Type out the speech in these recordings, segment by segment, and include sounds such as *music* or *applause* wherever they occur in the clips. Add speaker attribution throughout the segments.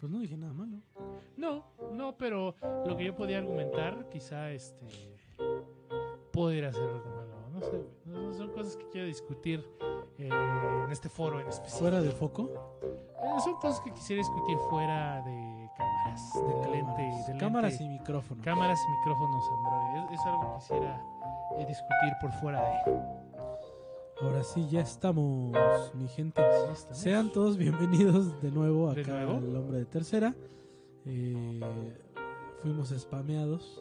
Speaker 1: Pues no dije nada malo.
Speaker 2: No, no, pero lo que yo podía argumentar, quizá este. Podría ser algo malo. No sé, güey. No- no son cosas que quiero discutir eh, en este foro en específico.
Speaker 1: ¿Fuera de foco?
Speaker 2: Eh, son cosas que quisiera discutir fuera de cámaras, de la lente.
Speaker 1: cámaras.
Speaker 2: del
Speaker 1: Cámaras
Speaker 2: lente-
Speaker 1: y micrófonos.
Speaker 2: cámaras y micrófonos Android. Es, es algo que quisiera eh, discutir por fuera de.
Speaker 1: Ahora sí, ya estamos, mi gente.
Speaker 2: Ya estamos.
Speaker 1: Sean todos bienvenidos de nuevo
Speaker 2: ¿De
Speaker 1: acá
Speaker 2: nuevo?
Speaker 1: al Hombre de Tercera. Eh, fuimos spameados.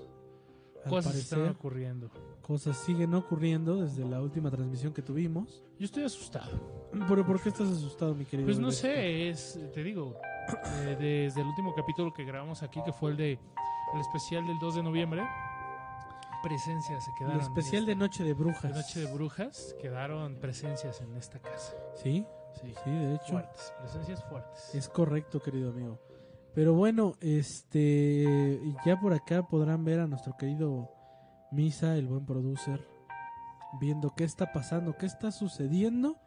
Speaker 1: Al
Speaker 2: cosas
Speaker 1: parecer,
Speaker 2: están ocurriendo.
Speaker 1: cosas siguen ocurriendo desde la última transmisión que tuvimos.
Speaker 2: Yo estoy asustado.
Speaker 1: Pero ¿por qué estás asustado, mi querido?
Speaker 2: Pues no
Speaker 1: Alberto?
Speaker 2: sé, es, te digo, eh, desde el último capítulo que grabamos aquí, que fue el de el especial del 2 de noviembre, presencias se
Speaker 1: El
Speaker 2: quedaron.
Speaker 1: especial de
Speaker 2: en
Speaker 1: Noche de
Speaker 2: esta-
Speaker 1: Brujas.
Speaker 2: de Noche de Brujas, quedaron presencias en esta casa.
Speaker 1: Sí,
Speaker 2: Sí,
Speaker 1: sí, de hecho.
Speaker 2: fuertes, presencias fuertes.
Speaker 1: Es correcto, querido amigo. Pero bueno, este. Ya por acá podrán ver a nuestro querido Misa, el buen producer, viendo qué está pasando, qué está sucediendo.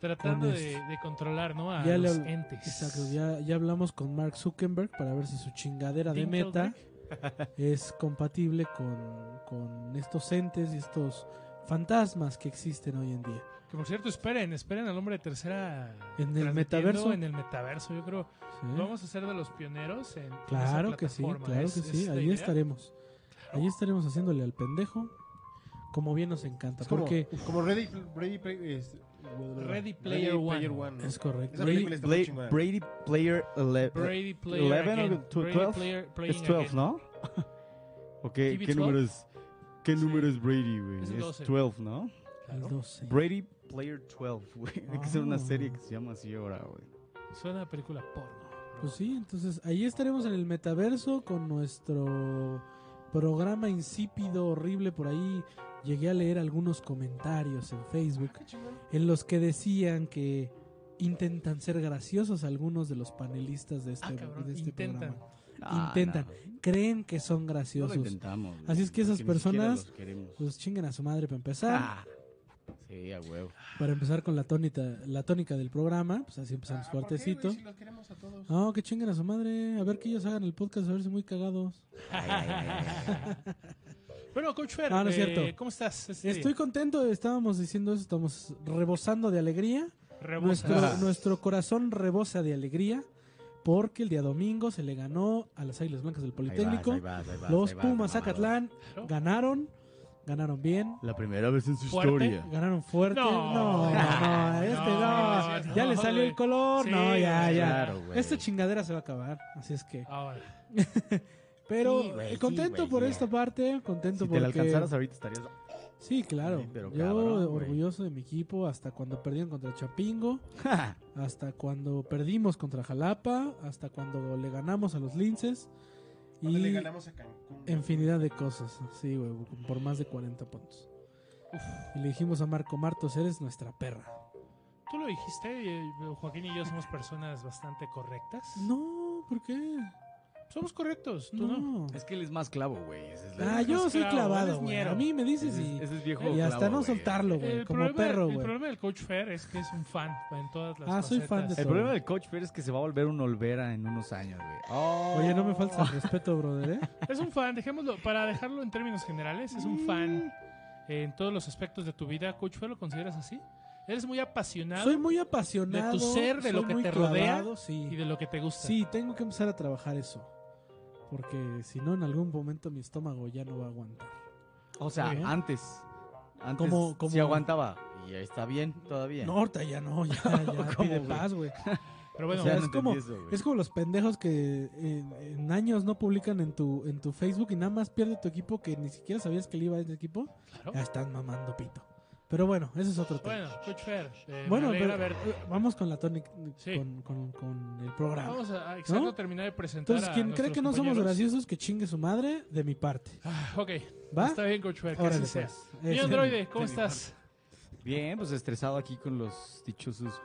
Speaker 2: Tratando
Speaker 1: con
Speaker 2: de,
Speaker 1: esto.
Speaker 2: de controlar, ¿no? A
Speaker 1: Ya le
Speaker 2: los
Speaker 1: habl-
Speaker 2: entes.
Speaker 1: Exacto, ya, ya hablamos con Mark Zuckerberg para ver si su chingadera de meta
Speaker 2: Dinkelberg.
Speaker 1: es compatible con, con estos entes y estos fantasmas que existen hoy en día.
Speaker 2: Que por cierto, esperen, esperen al hombre de tercera.
Speaker 1: En el
Speaker 2: transmitiendo
Speaker 1: metaverso.
Speaker 2: En el metaverso, yo creo.
Speaker 1: ¿sí?
Speaker 2: Vamos a ser de los pioneros en. en esa
Speaker 1: Claro que sí,
Speaker 2: plataforma.
Speaker 1: claro
Speaker 2: Es-
Speaker 1: que sí.
Speaker 2: es la
Speaker 1: Ahí
Speaker 2: idea.
Speaker 1: estaremos. Ahí estaremos haciéndole al pendejo. Como bien nos encanta.
Speaker 3: Es como,
Speaker 1: Porque
Speaker 3: como Ready, Ready, Play- este, es-
Speaker 2: Ready Player One.
Speaker 3: ¿no?
Speaker 1: es correcto.
Speaker 3: Esa película está muy
Speaker 4: Blade-
Speaker 3: chingona.
Speaker 4: Brady Player 11.
Speaker 2: Brady Player
Speaker 4: 11
Speaker 2: again.
Speaker 4: o tw-
Speaker 2: Brady
Speaker 4: 12?
Speaker 2: player playing
Speaker 4: Es 12,
Speaker 1: *laughs*
Speaker 2: again.
Speaker 4: ¿no? ¿O qué,
Speaker 2: TV
Speaker 4: qué
Speaker 2: 12?
Speaker 4: número es? ¿Qué
Speaker 2: Sí.
Speaker 4: número es Brady, güey?
Speaker 2: Es
Speaker 4: Es
Speaker 2: el 12.
Speaker 4: 12, ¿no?
Speaker 1: El
Speaker 2: Claro.
Speaker 1: 12.
Speaker 4: Brady Player 12, *laughs* güey. Hay que hacer
Speaker 1: Ah.
Speaker 4: una serie que se llama así ahora, güey.
Speaker 2: Suena a película porno. bro.
Speaker 1: Pues sí, entonces ahí estaremos en el metaverso con nuestro programa insípido, horrible. Por ahí llegué a leer algunos comentarios en
Speaker 3: Ah,
Speaker 1: Facebook
Speaker 2: Qué chingón.
Speaker 1: en los que decían que intentan ser graciosos algunos de los panelistas de este,
Speaker 2: Ah, cabrón,
Speaker 1: de este
Speaker 2: intentan.
Speaker 1: programa. Intentan. Creen que son
Speaker 4: No Ah, lo
Speaker 1: graciosos.
Speaker 4: intentamos. güey,
Speaker 1: Así es que esas
Speaker 4: porque ni siquiera
Speaker 1: personas,
Speaker 4: los queremos.
Speaker 1: pues chinguen a su madre para empezar.
Speaker 4: Ah. Sí, a huevo.
Speaker 1: Para empezar con la tónica, la tónica del programa, pues así
Speaker 3: Ah,
Speaker 1: empezamos
Speaker 3: ¿por qué, güey?
Speaker 1: fuertecito.
Speaker 3: Si los queremos a todos.
Speaker 1: No, que chinguen a su madre. A ver que ellos hagan el podcast, a ver si muy cagados.
Speaker 4: Ay, ay, ay, ay.
Speaker 2: Bueno, Coach Fer,
Speaker 1: Ah, no
Speaker 2: eh,
Speaker 1: es cierto.
Speaker 2: ¿cómo estás? Este,
Speaker 1: Estoy contento, estábamos diciendo eso, estamos rebosando de alegría.
Speaker 2: rebosas.
Speaker 1: Nuestro, nuestro corazón rebosa de alegría porque el día domingo se le ganó a las Águilas Blancas del Politécnico.
Speaker 4: Ahí vas, ahí vas, ahí vas,
Speaker 1: Los
Speaker 4: ahí vas,
Speaker 1: Pumas
Speaker 4: mamador.
Speaker 1: Zacatlán
Speaker 2: Claro.
Speaker 1: ganaron, ganaron bien.
Speaker 4: La primera vez en su
Speaker 2: Fuerte.
Speaker 4: historia.
Speaker 1: Ganaron fuerte.
Speaker 2: No.
Speaker 1: No, no, no, este no.
Speaker 2: No,
Speaker 1: ya
Speaker 2: no,
Speaker 1: le salió
Speaker 2: güey.
Speaker 1: el color.
Speaker 2: Sí,
Speaker 1: no, ya,
Speaker 2: güey.
Speaker 1: Ah, ya. Este
Speaker 4: Claro, Ah, güey.
Speaker 1: Esta chingadera se va a acabar. Así es que.
Speaker 2: Ahora,
Speaker 1: Pero
Speaker 4: Sí, güey,
Speaker 1: eh,
Speaker 4: sí,
Speaker 1: contento
Speaker 4: güey,
Speaker 1: por
Speaker 4: ya.
Speaker 1: esta parte, contento
Speaker 4: Si te
Speaker 1: porque
Speaker 4: la alcanzaras ahorita estarías...
Speaker 1: Sí, claro.
Speaker 4: Sí, pero
Speaker 1: Yo
Speaker 4: cabrón, güey.
Speaker 1: orgulloso de mi equipo hasta cuando perdieron contra
Speaker 4: *laughs*
Speaker 1: Chapingo, hasta cuando perdimos contra Jalapa, hasta cuando le ganamos a los Linces
Speaker 3: Cuando le
Speaker 1: y
Speaker 3: ganamos a Cancún.
Speaker 1: infinidad de cosas. Sí, güey, por más de 40 puntos. Y le dijimos a Marco Martos, eres nuestra perra.
Speaker 2: tú lo dijiste, eh, Joaquín y yo somos personas bastante correctas.
Speaker 1: No, ¿por qué?
Speaker 2: Somos correctos, tú no.
Speaker 1: No.
Speaker 4: Es que él es más clavo, güey. esa es la-
Speaker 1: Ah, yo
Speaker 2: Eres
Speaker 1: soy
Speaker 2: clavo,
Speaker 1: clavado,
Speaker 2: eres
Speaker 1: güey.
Speaker 2: ñero.
Speaker 1: A mí me dices
Speaker 4: Ese es,
Speaker 1: y,
Speaker 4: ese es viejo
Speaker 1: y hasta
Speaker 4: clavo,
Speaker 1: no
Speaker 4: güey.
Speaker 1: soltarlo, güey.
Speaker 2: El,
Speaker 1: Como
Speaker 2: problema,
Speaker 1: perro,
Speaker 2: el
Speaker 1: güey.
Speaker 2: problema del Coach Fer es que es un fan en todas las
Speaker 1: Ah, soy fan de
Speaker 4: El
Speaker 1: todo.
Speaker 4: problema del coach Fer es que se va a volver un Olvera en unos años, güey. Oh.
Speaker 1: Oye, no me falta el respeto, brother, ¿eh?
Speaker 2: Es un fan, dejémoslo, para dejarlo en términos generales, es
Speaker 1: Mm.
Speaker 2: un fan eh, en todos los aspectos de tu vida. Coach Fer, ¿lo consideras así? Eres muy apasionado
Speaker 1: Soy muy apasionado.
Speaker 2: de tu ser, de lo
Speaker 1: soy
Speaker 2: que
Speaker 1: muy
Speaker 2: te rodea
Speaker 1: clavado, sí.
Speaker 2: y de lo que te gusta.
Speaker 1: Sí, tengo que empezar a trabajar eso. Porque si no, en algún momento mi estómago ya no va a aguantar.
Speaker 4: O sea,
Speaker 1: Muy bien.
Speaker 4: antes. Antes
Speaker 1: Como- como-
Speaker 4: sí aguantaba. Y ahí está bien todavía.
Speaker 1: No, ahorita ya no,
Speaker 4: *laughs*
Speaker 1: ya, ya
Speaker 4: ¿Cómo,
Speaker 1: pide
Speaker 4: güey?
Speaker 1: paz, güey.
Speaker 2: Pero bueno,
Speaker 1: O sea,
Speaker 4: Ya
Speaker 1: es
Speaker 4: entendí
Speaker 1: como-
Speaker 4: eso, güey.
Speaker 1: Es como los pendejos que en, en años no publican en tu, en tu Facebook y nada más pierde tu equipo que ni siquiera sabías que le iba a ese equipo.
Speaker 2: claro.
Speaker 1: Ya están mamando pito. Pero bueno, ese es otro tema.
Speaker 2: Bueno, Coach Fer, eh,
Speaker 1: Bueno,
Speaker 2: me alegra
Speaker 1: pero
Speaker 2: verte.
Speaker 1: vamos con la tónica,
Speaker 2: Sí.
Speaker 1: con, con- con el programa.
Speaker 2: Vamos a, a- exacto,
Speaker 1: ¿No?
Speaker 2: terminar de presentar
Speaker 1: Entonces,
Speaker 2: a
Speaker 1: quien cree
Speaker 2: nuestros
Speaker 1: que no somos
Speaker 2: compañeros.
Speaker 1: graciosos, que chingue su madre, de mi parte.
Speaker 2: Ah, Ok,
Speaker 1: ¿Va?
Speaker 2: está bien, Coach Fer, que
Speaker 1: Órale,
Speaker 2: así sea.
Speaker 1: pues.
Speaker 2: Señor
Speaker 1: Ese-
Speaker 2: Androide, ¿cómo
Speaker 1: de mi
Speaker 2: estás?
Speaker 4: Bien, pues estresado aquí con los dichosos.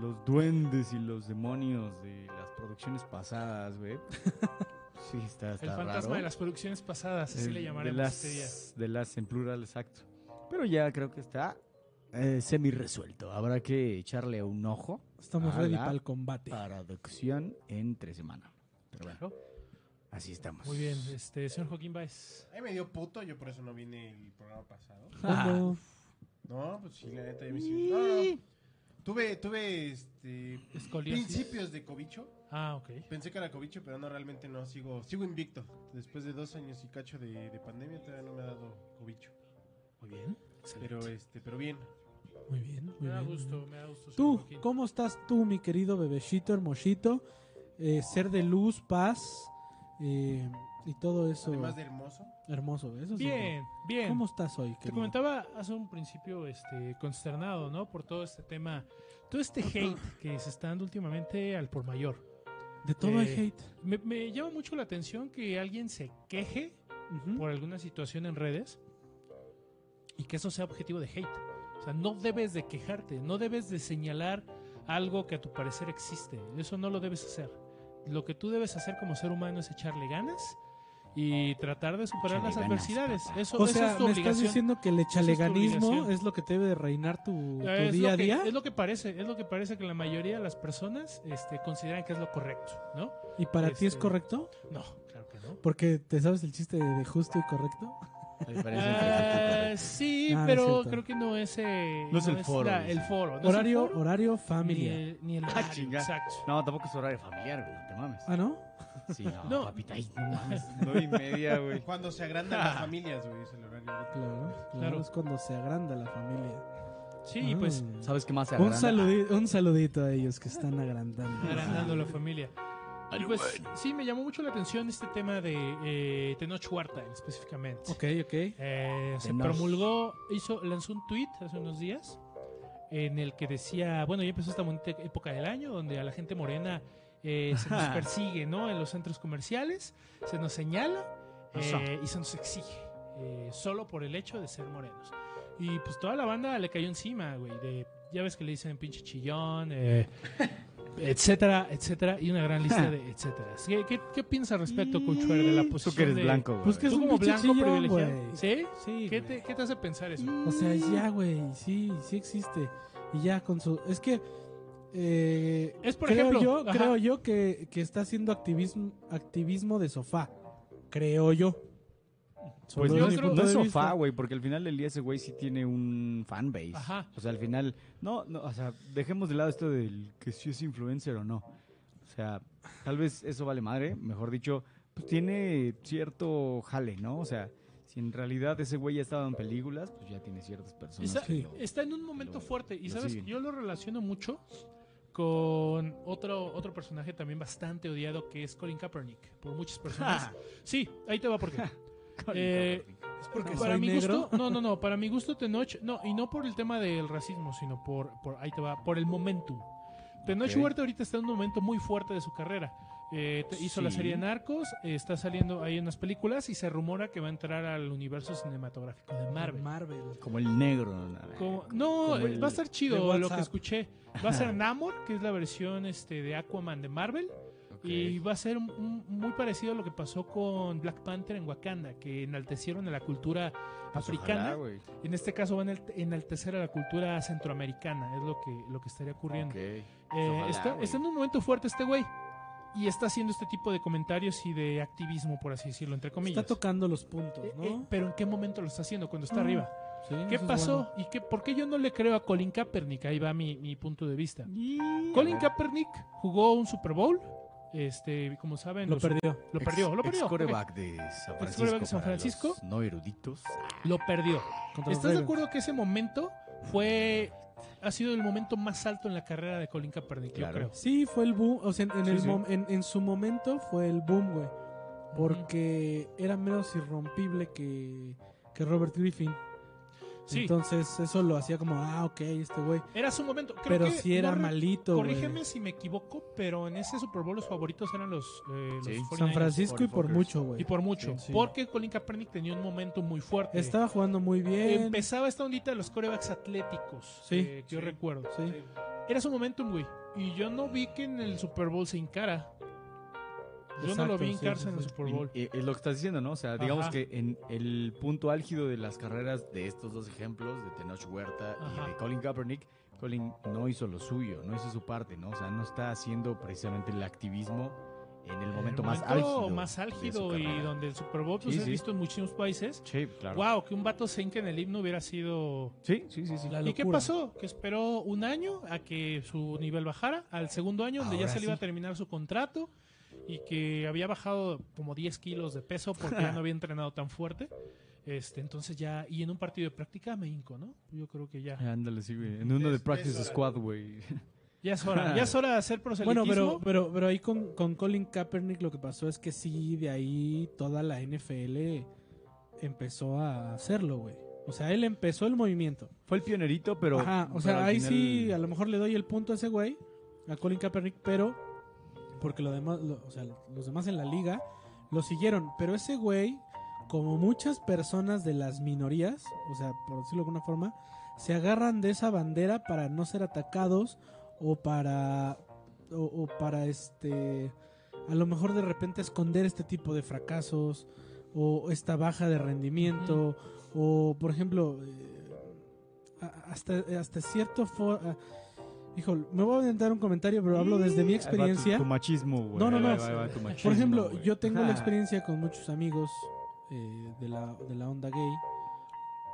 Speaker 4: Los duendes y los demonios de las producciones pasadas,
Speaker 2: *laughs*
Speaker 4: güey. sí, está, está
Speaker 2: El fantasma
Speaker 4: raro.
Speaker 2: de las producciones pasadas, así
Speaker 4: Eh,
Speaker 2: le llamaremos
Speaker 4: de
Speaker 2: este día.
Speaker 4: las, de las en plural, exacto. Pero ya creo que está eh, semi resuelto. Habrá que echarle un ojo
Speaker 1: Estamos
Speaker 4: Ah,
Speaker 1: ready
Speaker 4: la-
Speaker 1: para el combate.
Speaker 4: para deducción entre semana. Pero bueno,
Speaker 2: Este, Claro.
Speaker 4: así estamos.
Speaker 2: Muy bien, este, señor Joaquín Baez.
Speaker 3: Ahí me dio puto, yo por eso no vine el programa pasado.
Speaker 2: Ah.
Speaker 1: ¿Cómo?
Speaker 3: No, pues sí, la neta, ya me hicieron- No, no, no. Tuve, tuve este,
Speaker 2: Escoliosis.
Speaker 3: principios de cobicho.
Speaker 2: Ah, ok.
Speaker 3: Pensé que era cobicho, pero no, realmente no. Sigo sigo invicto. Después de dos años y cacho de, de pandemia, todavía no me ha dado cobicho.
Speaker 2: Muy bien.
Speaker 3: Pero, este, pero bien.
Speaker 1: Muy bien, muy
Speaker 2: Me da
Speaker 1: bien, muy
Speaker 2: gusto,
Speaker 1: bien.
Speaker 2: me da gusto. señor
Speaker 1: Tú,
Speaker 2: Joaquín.
Speaker 1: ¿cómo estás tú, mi querido bebecito hermosito? Eh, ser de luz, paz eh, y todo eso
Speaker 3: Además de hermoso.
Speaker 1: hermoso. Eso sí.
Speaker 2: Bien, bien.
Speaker 1: ¿Cómo estás hoy?
Speaker 2: Te
Speaker 1: querido?
Speaker 2: comentaba hace un principio este, consternado, ¿no? Por todo este tema, todo
Speaker 1: *coughs*
Speaker 2: este hate que se está dando últimamente al por mayor.
Speaker 1: De todo hay
Speaker 2: Eh,
Speaker 1: hate.
Speaker 2: Me, me llama mucho la atención que alguien se queje
Speaker 1: Ujú.
Speaker 2: por alguna situación en redes y que eso sea objetivo de hate. O sea, no debes de quejarte, no debes de señalar algo que a tu parecer existe. Eso no lo debes hacer. Lo que tú debes hacer como ser humano es echarle ganas y tratar de superar
Speaker 4: Échale
Speaker 2: las
Speaker 4: ganas,
Speaker 2: adversidades.
Speaker 4: papá.
Speaker 2: Eso,
Speaker 1: O
Speaker 2: eso
Speaker 1: sea,
Speaker 2: es tu
Speaker 1: me estás
Speaker 2: obligación.
Speaker 1: diciendo que el
Speaker 2: es tu
Speaker 1: echaleganismo
Speaker 2: obligación.
Speaker 1: es, lo que te debe de reinar tu, tu
Speaker 2: Es
Speaker 1: día
Speaker 2: lo
Speaker 1: a
Speaker 2: que-
Speaker 1: día.
Speaker 2: Es lo que parece, es lo que parece que la mayoría de las personas este, consideran que es lo correcto, ¿no?
Speaker 1: ¿Y para ti es
Speaker 2: este-
Speaker 1: correcto?
Speaker 2: No, claro que no.
Speaker 1: Porque te sabes el chiste de justo y correcto.
Speaker 2: Este,
Speaker 4: A mí me parece
Speaker 2: Ah,
Speaker 4: interesante,
Speaker 2: sí,
Speaker 1: Ah, no es
Speaker 2: pero
Speaker 1: cierto.
Speaker 2: creo que no es, eh,
Speaker 4: No es el foro,
Speaker 2: la-
Speaker 4: dice.
Speaker 2: el foro. No es el
Speaker 1: horario,
Speaker 2: foro,
Speaker 1: horario,
Speaker 2: ni
Speaker 1: familia.
Speaker 2: el, ni el
Speaker 4: Ah,
Speaker 2: horario,
Speaker 4: chinga.
Speaker 2: exacto.
Speaker 4: correcto. No, tampoco es horario familiar, güey, no te mames.
Speaker 1: Ah, ¿no?
Speaker 4: Sí, no,
Speaker 2: No.
Speaker 4: papita, ahí no mames. Nueve y media, güey.
Speaker 3: Cuando se agrandan las familias, güey, es el horario.
Speaker 1: Claro, claro,
Speaker 2: Claro.
Speaker 1: Es cuando se agranda la familia.
Speaker 2: Sí,
Speaker 1: Ah.
Speaker 2: pues
Speaker 4: ¿Sabes qué más se
Speaker 1: Un,
Speaker 4: agranda?
Speaker 1: saludi- un saludito a ellos que están agrandando.
Speaker 2: agrandando la familia. Y pues sí, me llamó mucho la atención este tema de eh, Tenoch Huerta específicamente.
Speaker 1: Ok, ok.
Speaker 2: Eh, se
Speaker 4: Tenoch.
Speaker 2: promulgó, hizo, lanzó un tweet hace unos días en el que decía, bueno, ya empezó esta bonita época del año donde a la gente morena eh, se
Speaker 4: *laughs*
Speaker 2: nos persigue, ¿no? En los centros comerciales se nos señala eh, y se nos exige eh, solo por el hecho de ser morenos. Y pues toda la banda le cayó encima, güey. de- Ya ves que le dicen pinche chillón,
Speaker 4: *laughs*
Speaker 2: eh, etcétera, etcétera, y una gran lista de etcétera. ¿Qué, qué, qué piensas al respecto, Cochuer, de la posición
Speaker 4: Tú que eres
Speaker 2: de-
Speaker 4: blanco, güey.
Speaker 1: Pues que es
Speaker 2: Tú
Speaker 1: un
Speaker 2: como
Speaker 1: pinche
Speaker 2: blanco
Speaker 1: chillón,
Speaker 2: privilegiado.
Speaker 1: güey.
Speaker 2: ¿Sí?
Speaker 1: Sí,
Speaker 2: ¿Qué
Speaker 1: güey.
Speaker 2: te, qué te hace pensar eso?
Speaker 1: O sea, ya, güey, sí, sí existe. Y ya con su... Es que... eh,
Speaker 2: Es, por
Speaker 1: creo
Speaker 2: ejemplo,
Speaker 1: Yo,
Speaker 2: ajá.
Speaker 1: creo yo que, que está haciendo activismo, activismo de sofá. Creo yo. Solo
Speaker 4: Pues
Speaker 2: Yo
Speaker 1: es
Speaker 4: no,
Speaker 1: mi
Speaker 4: es-
Speaker 2: creo-
Speaker 1: punto
Speaker 4: no es
Speaker 1: de
Speaker 4: sofá,
Speaker 1: vista.
Speaker 4: güey, porque al final del día ese güey sí tiene un fanbase.
Speaker 2: Ajá.
Speaker 4: O sea, al final, no, no, o sea, dejemos de lado esto del que si es influencer o no. O sea, tal vez eso vale madre, mejor dicho, pues tiene cierto jale, ¿no? O sea, si en realidad ese güey ya estaba en películas, pues ya tiene ciertas personas.
Speaker 2: Está,
Speaker 4: que
Speaker 1: Sí.
Speaker 4: lo- *laughs*
Speaker 2: está en un momento
Speaker 4: lo-
Speaker 2: fuerte. Y
Speaker 4: lo
Speaker 2: sabes,
Speaker 4: siguen.
Speaker 2: yo lo relaciono mucho con otro, otro personaje también bastante odiado que es Colin Kaepernick por muchas
Speaker 1: *laughs*
Speaker 2: personas. sí, ahí te va por qué. Eh,
Speaker 1: Es porque
Speaker 2: para
Speaker 1: soy
Speaker 2: mi
Speaker 1: negro.
Speaker 2: gusto, no, no,
Speaker 4: *laughs*
Speaker 2: no, para mi gusto Tenoch, no, y no por el tema del racismo, sino por, por ahí te va, por el momentum. Tenoch
Speaker 4: Ok.
Speaker 2: Huerta ahorita está en un momento muy fuerte de su carrera. Eh, te- hizo la
Speaker 4: Sí.
Speaker 2: serie Narcos, eh, está saliendo ahí en unas películas y se rumora que va a entrar al universo cinematográfico de Marvel.
Speaker 1: Marvel.
Speaker 4: Como el negro. ¿no?
Speaker 2: Como- no,
Speaker 4: como
Speaker 2: eh,
Speaker 4: el-
Speaker 2: va a estar
Speaker 1: de
Speaker 2: chido
Speaker 1: WhatsApp.
Speaker 2: lo que escuché. Va a ser Namor, que es la versión este, de Aquaman de Marvel.
Speaker 4: Ok.
Speaker 2: Y va a ser un- un- muy parecido a lo que pasó con Black Panther en Wakanda, que enaltecieron a la cultura
Speaker 4: Pues
Speaker 2: africana.
Speaker 4: ojalá, güey.
Speaker 2: en este caso van a ent- enaltecer a la cultura centroamericana, es lo que, lo que estaría ocurriendo.
Speaker 4: Ok.
Speaker 2: Eh,
Speaker 4: Pues ojalá,
Speaker 2: está,
Speaker 4: güey.
Speaker 2: está en un momento fuerte este güey. Y está haciendo este tipo de comentarios y de activismo, por así decirlo, entre comillas.
Speaker 1: Está tocando los puntos,
Speaker 2: Eh,
Speaker 1: ¿no?
Speaker 2: eh, pero ¿en qué momento lo está haciendo? Cuando está
Speaker 1: Ah.
Speaker 2: arriba.
Speaker 1: Sí,
Speaker 2: ¿Qué
Speaker 1: eso es
Speaker 2: pasó?
Speaker 1: bueno.
Speaker 2: ¿Y qué, por qué yo no le creo a Colin Kaepernick? Ahí va mi, mi punto de vista.
Speaker 4: Y-
Speaker 2: Colin
Speaker 4: a ver,
Speaker 2: Kaepernick jugó un Super Bowl. Este, como saben,
Speaker 1: Lo
Speaker 2: los-
Speaker 1: perdió.
Speaker 2: lo perdió, lo
Speaker 4: ex-
Speaker 2: perdió.
Speaker 4: ex quarterback de San
Speaker 2: Ex
Speaker 4: Francisco.
Speaker 2: quarterback de San
Speaker 4: para los
Speaker 2: Francisco.
Speaker 4: no eruditos.
Speaker 2: Ok, Lo perdió.
Speaker 1: contra los
Speaker 2: ¿Estás de
Speaker 1: Ravens.
Speaker 2: acuerdo que ese momento fue ha sido el momento más alto en la carrera de Colin Kaepernick?
Speaker 4: Claro.
Speaker 2: Yo creo.
Speaker 1: Sí, fue el boom. O sea, en, en
Speaker 4: Sí,
Speaker 1: el
Speaker 4: sí.
Speaker 1: mom- en- en su momento fue el boom, güey. Porque era menos irrompible que, que Robert Griffin.
Speaker 2: Sí,
Speaker 1: Entonces, eso lo hacía como, ah, ok, este güey.
Speaker 2: era su momento. Creo
Speaker 1: Pero
Speaker 2: que
Speaker 1: sí era
Speaker 2: no re-
Speaker 1: malito, güey.
Speaker 2: Corrígeme si me equivoco, pero en ese Super Bowl los favoritos eran los, eh, los
Speaker 4: Sí.
Speaker 2: 49ers.
Speaker 1: San Francisco y por
Speaker 4: 49ers.
Speaker 1: mucho, güey.
Speaker 2: Y por
Speaker 1: Sí,
Speaker 2: mucho.
Speaker 1: sí.
Speaker 2: Porque Colin Kaepernick tenía un momento muy fuerte.
Speaker 1: Estaba jugando muy bien.
Speaker 2: Empezaba esta ondita de los corebacks atléticos.
Speaker 1: Sí.
Speaker 2: eh, que yo
Speaker 3: Sí.
Speaker 2: recuerdo.
Speaker 1: Sí.
Speaker 2: Era su momentum, güey. Y yo no vi que en el Super Bowl se encara. Yo no
Speaker 1: Exacto,
Speaker 2: lo vi
Speaker 1: sí,
Speaker 2: hincarse
Speaker 1: sí,
Speaker 2: en el
Speaker 1: sí.
Speaker 2: Super Bowl.
Speaker 4: Y- y- Es lo que estás diciendo, ¿no? O sea, digamos
Speaker 2: Ajá.
Speaker 4: que en el punto álgido de las carreras de estos dos ejemplos, de Tenoch Huerta
Speaker 2: Ajá.
Speaker 4: y de Colin Kaepernick, Colin no hizo lo suyo, no hizo su parte, ¿no? O sea, no está haciendo precisamente el activismo
Speaker 5: en el
Speaker 2: El
Speaker 5: momento más álgido.
Speaker 2: más
Speaker 5: de su
Speaker 2: álgido y
Speaker 5: carrera.
Speaker 2: donde el Super Bowl pues,
Speaker 4: Sí,
Speaker 2: es
Speaker 4: sí.
Speaker 2: visto en muchísimos países.
Speaker 4: Sí, claro.
Speaker 2: Wow, que un vato se hinque en el himno hubiera sido
Speaker 4: Sí, sí, sí, sí.
Speaker 1: La
Speaker 2: ¿Y qué
Speaker 1: locura.
Speaker 2: pasó? Que esperó un año a que su nivel bajara, al segundo año donde ya
Speaker 5: Ahora
Speaker 2: se le iba a
Speaker 5: sí.
Speaker 2: terminar su contrato y que había bajado como 10 kilos de peso porque
Speaker 1: *laughs*
Speaker 2: ya no había entrenado tan fuerte. Este, entonces ya, y en un partido de práctica me hinco, ¿no? Yo creo que ya.
Speaker 4: Ándale, sí, güey. En uno de
Speaker 3: Es-
Speaker 4: Practice
Speaker 3: es-
Speaker 4: Squad, güey. *laughs*
Speaker 2: Ya es hora, ya es hora de hacer
Speaker 1: Bueno,
Speaker 2: proselitismo.
Speaker 1: pero, pero, pero ahí con, con Colin Kaepernick lo que pasó es que sí, de ahí toda la NFL empezó a hacerlo, güey. O sea, él empezó el movimiento.
Speaker 4: Fue el pionerito, pero.
Speaker 1: Ajá, o
Speaker 4: pero
Speaker 1: sea,
Speaker 4: al
Speaker 1: ahí
Speaker 4: final-
Speaker 1: sí, a lo mejor le doy el punto a ese güey, a Colin Kaepernick, pero porque lo demás, lo- o sea, los demás en la liga lo siguieron, pero ese güey, como muchas personas de las minorías, o sea, por decirlo de alguna forma, se agarran de esa bandera para no ser atacados o para o, o para este a lo mejor de repente esconder este tipo de fracasos o esta baja de rendimiento o por ejemplo eh, a- hasta hasta cierto for, a- hijo me voy a inventar un comentario pero hablo desde mi
Speaker 4: Ahí va tu-
Speaker 1: experiencia
Speaker 4: Tu, machismo, güey.
Speaker 1: No, no,
Speaker 4: Ahí
Speaker 1: no.
Speaker 4: va, ahí va tu machismo,
Speaker 1: por ejemplo
Speaker 4: güey.
Speaker 1: yo tengo la
Speaker 4: Ah.
Speaker 1: experiencia con muchos amigos eh, de la de la onda gay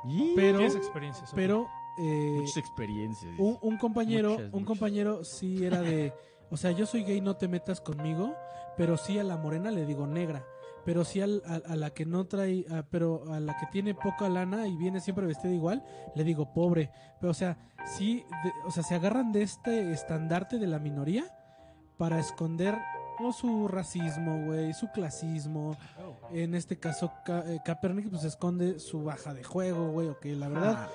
Speaker 4: Y-
Speaker 1: pero
Speaker 2: Tienes experiencias. ok.
Speaker 1: pero eh,
Speaker 5: Muchas experiencias.
Speaker 1: un, un compañero,
Speaker 4: Muchas,
Speaker 1: un
Speaker 4: muchas.
Speaker 1: compañero sí era de, o sea, yo soy gay, no te metas conmigo, pero sí a la morena le digo negra, pero sí al- a, a la que no trae, a- pero a la que tiene poca lana y viene siempre vestida igual, le digo pobre, pero o sea, sí, de- o sea, se agarran de este estandarte de la minoría para esconder o su racismo, güey, su clasismo. En este caso, Ka eh, Kaepernick pues esconde su baja de juego, güey, ok, la verdad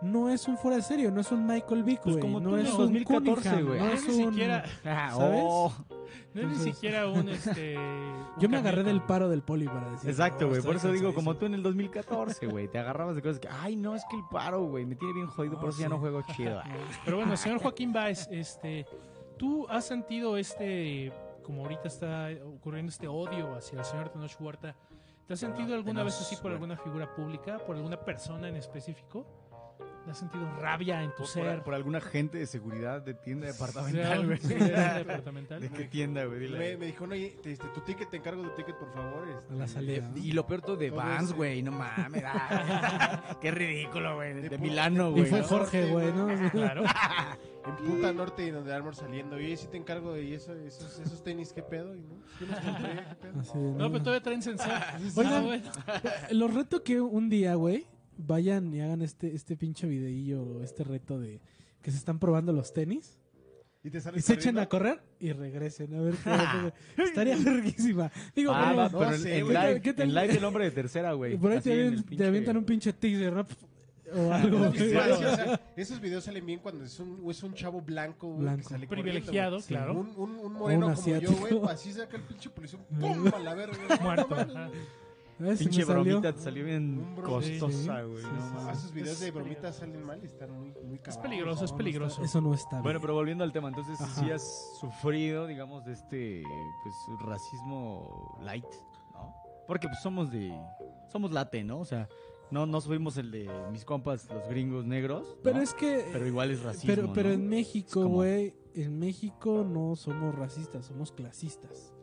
Speaker 1: no es un fuera de serio, no es un Michael Vick,
Speaker 4: Pues
Speaker 1: güey,
Speaker 4: como
Speaker 1: no
Speaker 4: tú en
Speaker 1: es
Speaker 4: el
Speaker 1: un
Speaker 4: 2014,
Speaker 1: Cunningham,
Speaker 4: güey.
Speaker 1: No
Speaker 2: No
Speaker 1: es
Speaker 2: es ni
Speaker 1: un-
Speaker 2: siquiera,
Speaker 4: Ah,
Speaker 1: ¿sabes?
Speaker 4: oh.
Speaker 2: no es ni
Speaker 1: Entonces-
Speaker 2: siquiera un este.
Speaker 1: *laughs* Yo me agarré del paro del poli para decir.
Speaker 4: Exacto,
Speaker 1: "No,
Speaker 4: güey.
Speaker 1: estoy
Speaker 4: Por eso digo, como tú
Speaker 1: cansadísimo".
Speaker 4: en el 2014, güey. Te agarrabas de cosas que, ay, no, es que el paro, güey. Me tiene bien jodido,
Speaker 1: No,
Speaker 4: por eso
Speaker 1: sí.
Speaker 4: ya no juego *laughs* chido.
Speaker 2: Pero bueno, señor Joaquín Báez, este, ¿tú has sentido este, como ahorita está ocurriendo este odio hacia el señor Tenoch Huerta? ¿Te has sentido alguna vez así por alguna figura pública, por alguna persona en específico? ¿Te has sentido rabia en tu
Speaker 4: Por,
Speaker 2: ser?
Speaker 4: por, por algún agente de seguridad de tienda
Speaker 2: Sí,
Speaker 4: departamental, güey.
Speaker 2: sí, era departamental.
Speaker 4: ¿De qué tienda, güey? Dile.
Speaker 3: Me, me dijo, no, oye, te- este, tu ticket, te encargo tu ticket, por favor. este,
Speaker 1: A la
Speaker 5: De-
Speaker 1: salida. ¿no?
Speaker 5: y lo peor todo de
Speaker 3: Todo
Speaker 5: Vans,
Speaker 3: ese-
Speaker 5: güey, no mames. ah.
Speaker 4: *laughs*
Speaker 5: Qué ridículo, güey. De,
Speaker 3: De pu-
Speaker 5: Milano,
Speaker 3: de-
Speaker 1: Y
Speaker 5: güey.
Speaker 1: fue
Speaker 3: ¿no?
Speaker 1: Jorge, güey, ¿no?
Speaker 2: Claro.
Speaker 3: En Punta Norte y donde Armor saliendo. Oye, sí te encargo de eso, esos, esos tenis, ¿qué pedo? Y, ¿no? Yo los compré, ¿qué
Speaker 1: *laughs*
Speaker 3: pedo?
Speaker 1: Así de,
Speaker 2: No,
Speaker 1: no,
Speaker 4: pues,
Speaker 2: pero todavía traen sensor.
Speaker 1: Oigan.
Speaker 2: Ah, bueno.
Speaker 1: Los reto que un día, güey, vayan y hagan este, este pinche videillo, este reto de que se están probando los tenis
Speaker 3: Y te
Speaker 1: y
Speaker 3: sales
Speaker 1: se echen
Speaker 3: corriendo.
Speaker 1: a correr y regresen a ver
Speaker 4: *laughs*
Speaker 1: qué hace, güey. Estaría verguísima. Digo,
Speaker 4: Ah,
Speaker 1: pero-
Speaker 4: va,
Speaker 3: no
Speaker 4: pero en-
Speaker 3: sé,
Speaker 4: en
Speaker 3: güey.
Speaker 4: live,
Speaker 1: ¿Qué tal-
Speaker 4: en live del hombre de tercera, güey.
Speaker 1: y por ahí
Speaker 4: Así
Speaker 1: te,
Speaker 4: en el
Speaker 1: avien- te
Speaker 4: pinche-
Speaker 1: avientan un pinche teaser, ¿no? *laughs* O
Speaker 4: *laughs*
Speaker 1: algo. güey.
Speaker 3: Sí, sí, o
Speaker 1: *laughs*
Speaker 3: sea, esos videos salen bien cuando es un, es un chavo blanco, güey,
Speaker 1: Blanco.
Speaker 3: que sale corriendo,
Speaker 2: Privilegiado,
Speaker 1: Sí.
Speaker 3: güey.
Speaker 2: claro.
Speaker 3: Un, un, un moreno
Speaker 1: un
Speaker 3: como yo, güey,
Speaker 1: asiático.
Speaker 3: pa' así saca el pinche policía, ¡pum! a la verga.
Speaker 4: *laughs*
Speaker 3: güey.
Speaker 2: Muerto.
Speaker 3: No mames.
Speaker 2: ajá.
Speaker 1: Ay, se me
Speaker 4: Pinche
Speaker 1: salió.
Speaker 4: bromita te salió bien
Speaker 3: Un bro-
Speaker 4: costosa,
Speaker 1: Sí,
Speaker 4: güey.
Speaker 1: sí,
Speaker 4: no
Speaker 1: sí, sí.
Speaker 3: Ah,
Speaker 4: mames.
Speaker 3: Esos videos
Speaker 2: Es
Speaker 3: de
Speaker 2: peligroso.
Speaker 3: bromitas salen mal y están muy, muy cabrón.
Speaker 2: peligroso, es
Speaker 1: No, no
Speaker 2: peligroso.
Speaker 1: está- eso no está
Speaker 4: Bueno,
Speaker 1: Ah, bien.
Speaker 4: pero volviendo al tema, entonces si sí
Speaker 1: Ajá.
Speaker 4: has sufrido, digamos, de este pues racismo light, ¿no? Porque pues somos de somos late, ¿no? O sea, no no subimos el de mis compas los gringos negros, ¿no?
Speaker 1: Pero es que. eh,
Speaker 4: pero igual es racismo,
Speaker 1: pero, pero
Speaker 4: ¿no?
Speaker 1: en México,
Speaker 4: Es como-
Speaker 1: güey, en México no somos racistas, somos clasistas.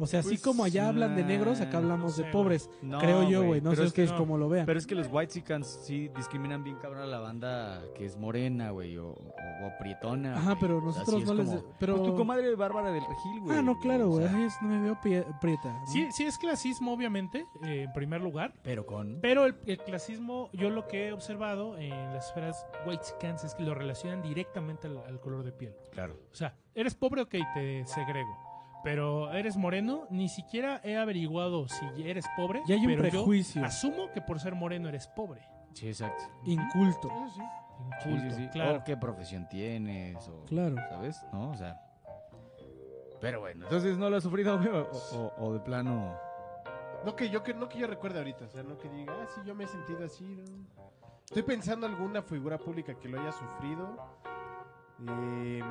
Speaker 1: O sea, así
Speaker 4: Pues,
Speaker 1: como allá hablan de negros,
Speaker 4: eh,
Speaker 1: acá hablamos
Speaker 2: no sé,
Speaker 1: de
Speaker 2: güey.
Speaker 1: pobres.
Speaker 4: No,
Speaker 1: creo yo, güey. No
Speaker 4: pero
Speaker 1: sé
Speaker 4: es que
Speaker 1: ustedes
Speaker 2: no.
Speaker 1: cómo lo vean.
Speaker 4: Pero es que los white sí discriminan bien cabrón a la banda que es morena, güey, o, o- o prietona.
Speaker 1: Ajá,
Speaker 4: güey.
Speaker 1: pero
Speaker 4: O sea,
Speaker 1: nosotros
Speaker 4: sí es
Speaker 1: no les.
Speaker 4: como,
Speaker 1: pero...
Speaker 4: "Pues tu comadre Bárbara del Regil, güey.
Speaker 1: ah, no, claro,
Speaker 4: o
Speaker 1: güey.
Speaker 4: sea,
Speaker 1: así es, no me veo pie- prieta. ¿no?
Speaker 2: Sí, sí es clasismo, obviamente, eh, en primer lugar.
Speaker 4: Pero con...
Speaker 2: Pero el, el clasismo, yo lo que he observado en las esferas white scans es que lo relacionan directamente al, al color de piel.
Speaker 4: Claro.
Speaker 2: O sea, eres pobre, ok, te segrego. Pero eres moreno, ni siquiera he averiguado si eres pobre.
Speaker 1: Y hay un
Speaker 2: pero yo
Speaker 1: prejuicio.
Speaker 2: asumo que por ser moreno eres pobre.
Speaker 4: Sí, exacto.
Speaker 1: Inculto.
Speaker 3: Eso sí.
Speaker 4: Sí,
Speaker 2: Inculto,
Speaker 4: sí, sí.
Speaker 2: claro.
Speaker 4: O qué profesión tienes, o...
Speaker 1: Claro.
Speaker 4: ¿Sabes? No, o sea... Pero bueno, entonces no lo has sufrido, güey, o, o- o de plano...
Speaker 3: No que yo que no que yo recuerde ahorita, o sea, no que diga, ah, sí, yo me he sentido así. ¿no? Estoy pensando alguna figura pública que lo haya sufrido. Eh, Em,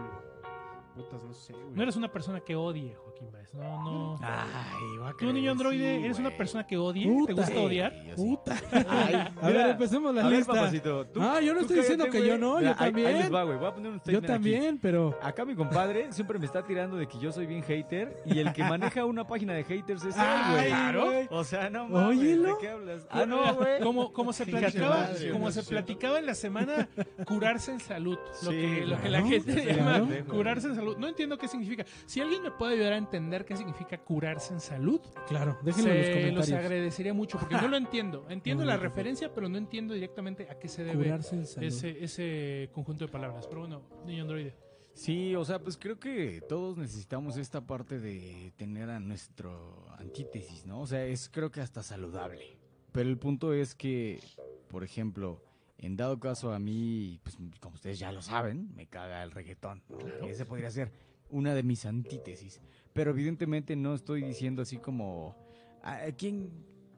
Speaker 3: Putas, no sé, güey.
Speaker 2: No eres una persona que odie, Joaquín Baez. No, no.
Speaker 1: Ah,
Speaker 5: Ay, va a
Speaker 2: Tú, niño androide, eres una persona que odie.
Speaker 1: Puta.
Speaker 2: ¿Te gusta odiar?
Speaker 1: Puta.
Speaker 4: Ay,
Speaker 1: A ver, empecemos la
Speaker 4: a ver,
Speaker 1: lista.
Speaker 4: papacito, tú-
Speaker 1: Ah, yo no
Speaker 4: tú
Speaker 1: estoy diciendo
Speaker 4: cállate,
Speaker 1: que yo
Speaker 4: güey.
Speaker 1: no, yo
Speaker 4: Mira, ahí-
Speaker 1: también.
Speaker 4: Ahí les va, güey. Voy a poner un
Speaker 1: Yo
Speaker 4: statement aquí.
Speaker 1: también, pero.
Speaker 4: Acá mi compadre siempre me está tirando de que yo soy bien hater y el que maneja una página de haters es él, güey.
Speaker 1: Ay, güey.
Speaker 4: O sea, no mames, ¿de
Speaker 1: Óyelo.
Speaker 4: qué hablas? Ah, no, güey.
Speaker 2: Como, como se
Speaker 3: Fíjate,
Speaker 2: platicaba,
Speaker 3: madre,
Speaker 2: como
Speaker 3: no
Speaker 2: se
Speaker 3: sé.
Speaker 2: platicaba en la semana, curarse en salud. Lo,
Speaker 4: Sí,
Speaker 2: que, lo que la
Speaker 1: claro,
Speaker 2: gente
Speaker 1: claro.
Speaker 2: llama curarse en salud. No entiendo qué significa. Si alguien me puede ayudar a entender qué significa curarse en salud,
Speaker 1: Claro, déjenlo en los
Speaker 2: se los
Speaker 1: comentarios.
Speaker 2: agradecería mucho, porque no lo entiendo. Entiendo
Speaker 1: No,
Speaker 2: la
Speaker 1: yo tampoco.
Speaker 2: referencia, pero no entiendo directamente a qué se debe
Speaker 1: Curarse en salud.
Speaker 2: ese, ese conjunto de palabras. Pero bueno, niño androide.
Speaker 4: Sí, o sea, pues creo que todos necesitamos esta parte de tener a nuestro antítesis, ¿no? O sea, es creo que hasta saludable. Pero el punto es que, por ejemplo, en dado caso a mí, pues como ustedes ya lo saben, me caga el reggaetón. ¿no? Ese podría ser una de mis antítesis. Pero evidentemente no estoy diciendo así como, a a quien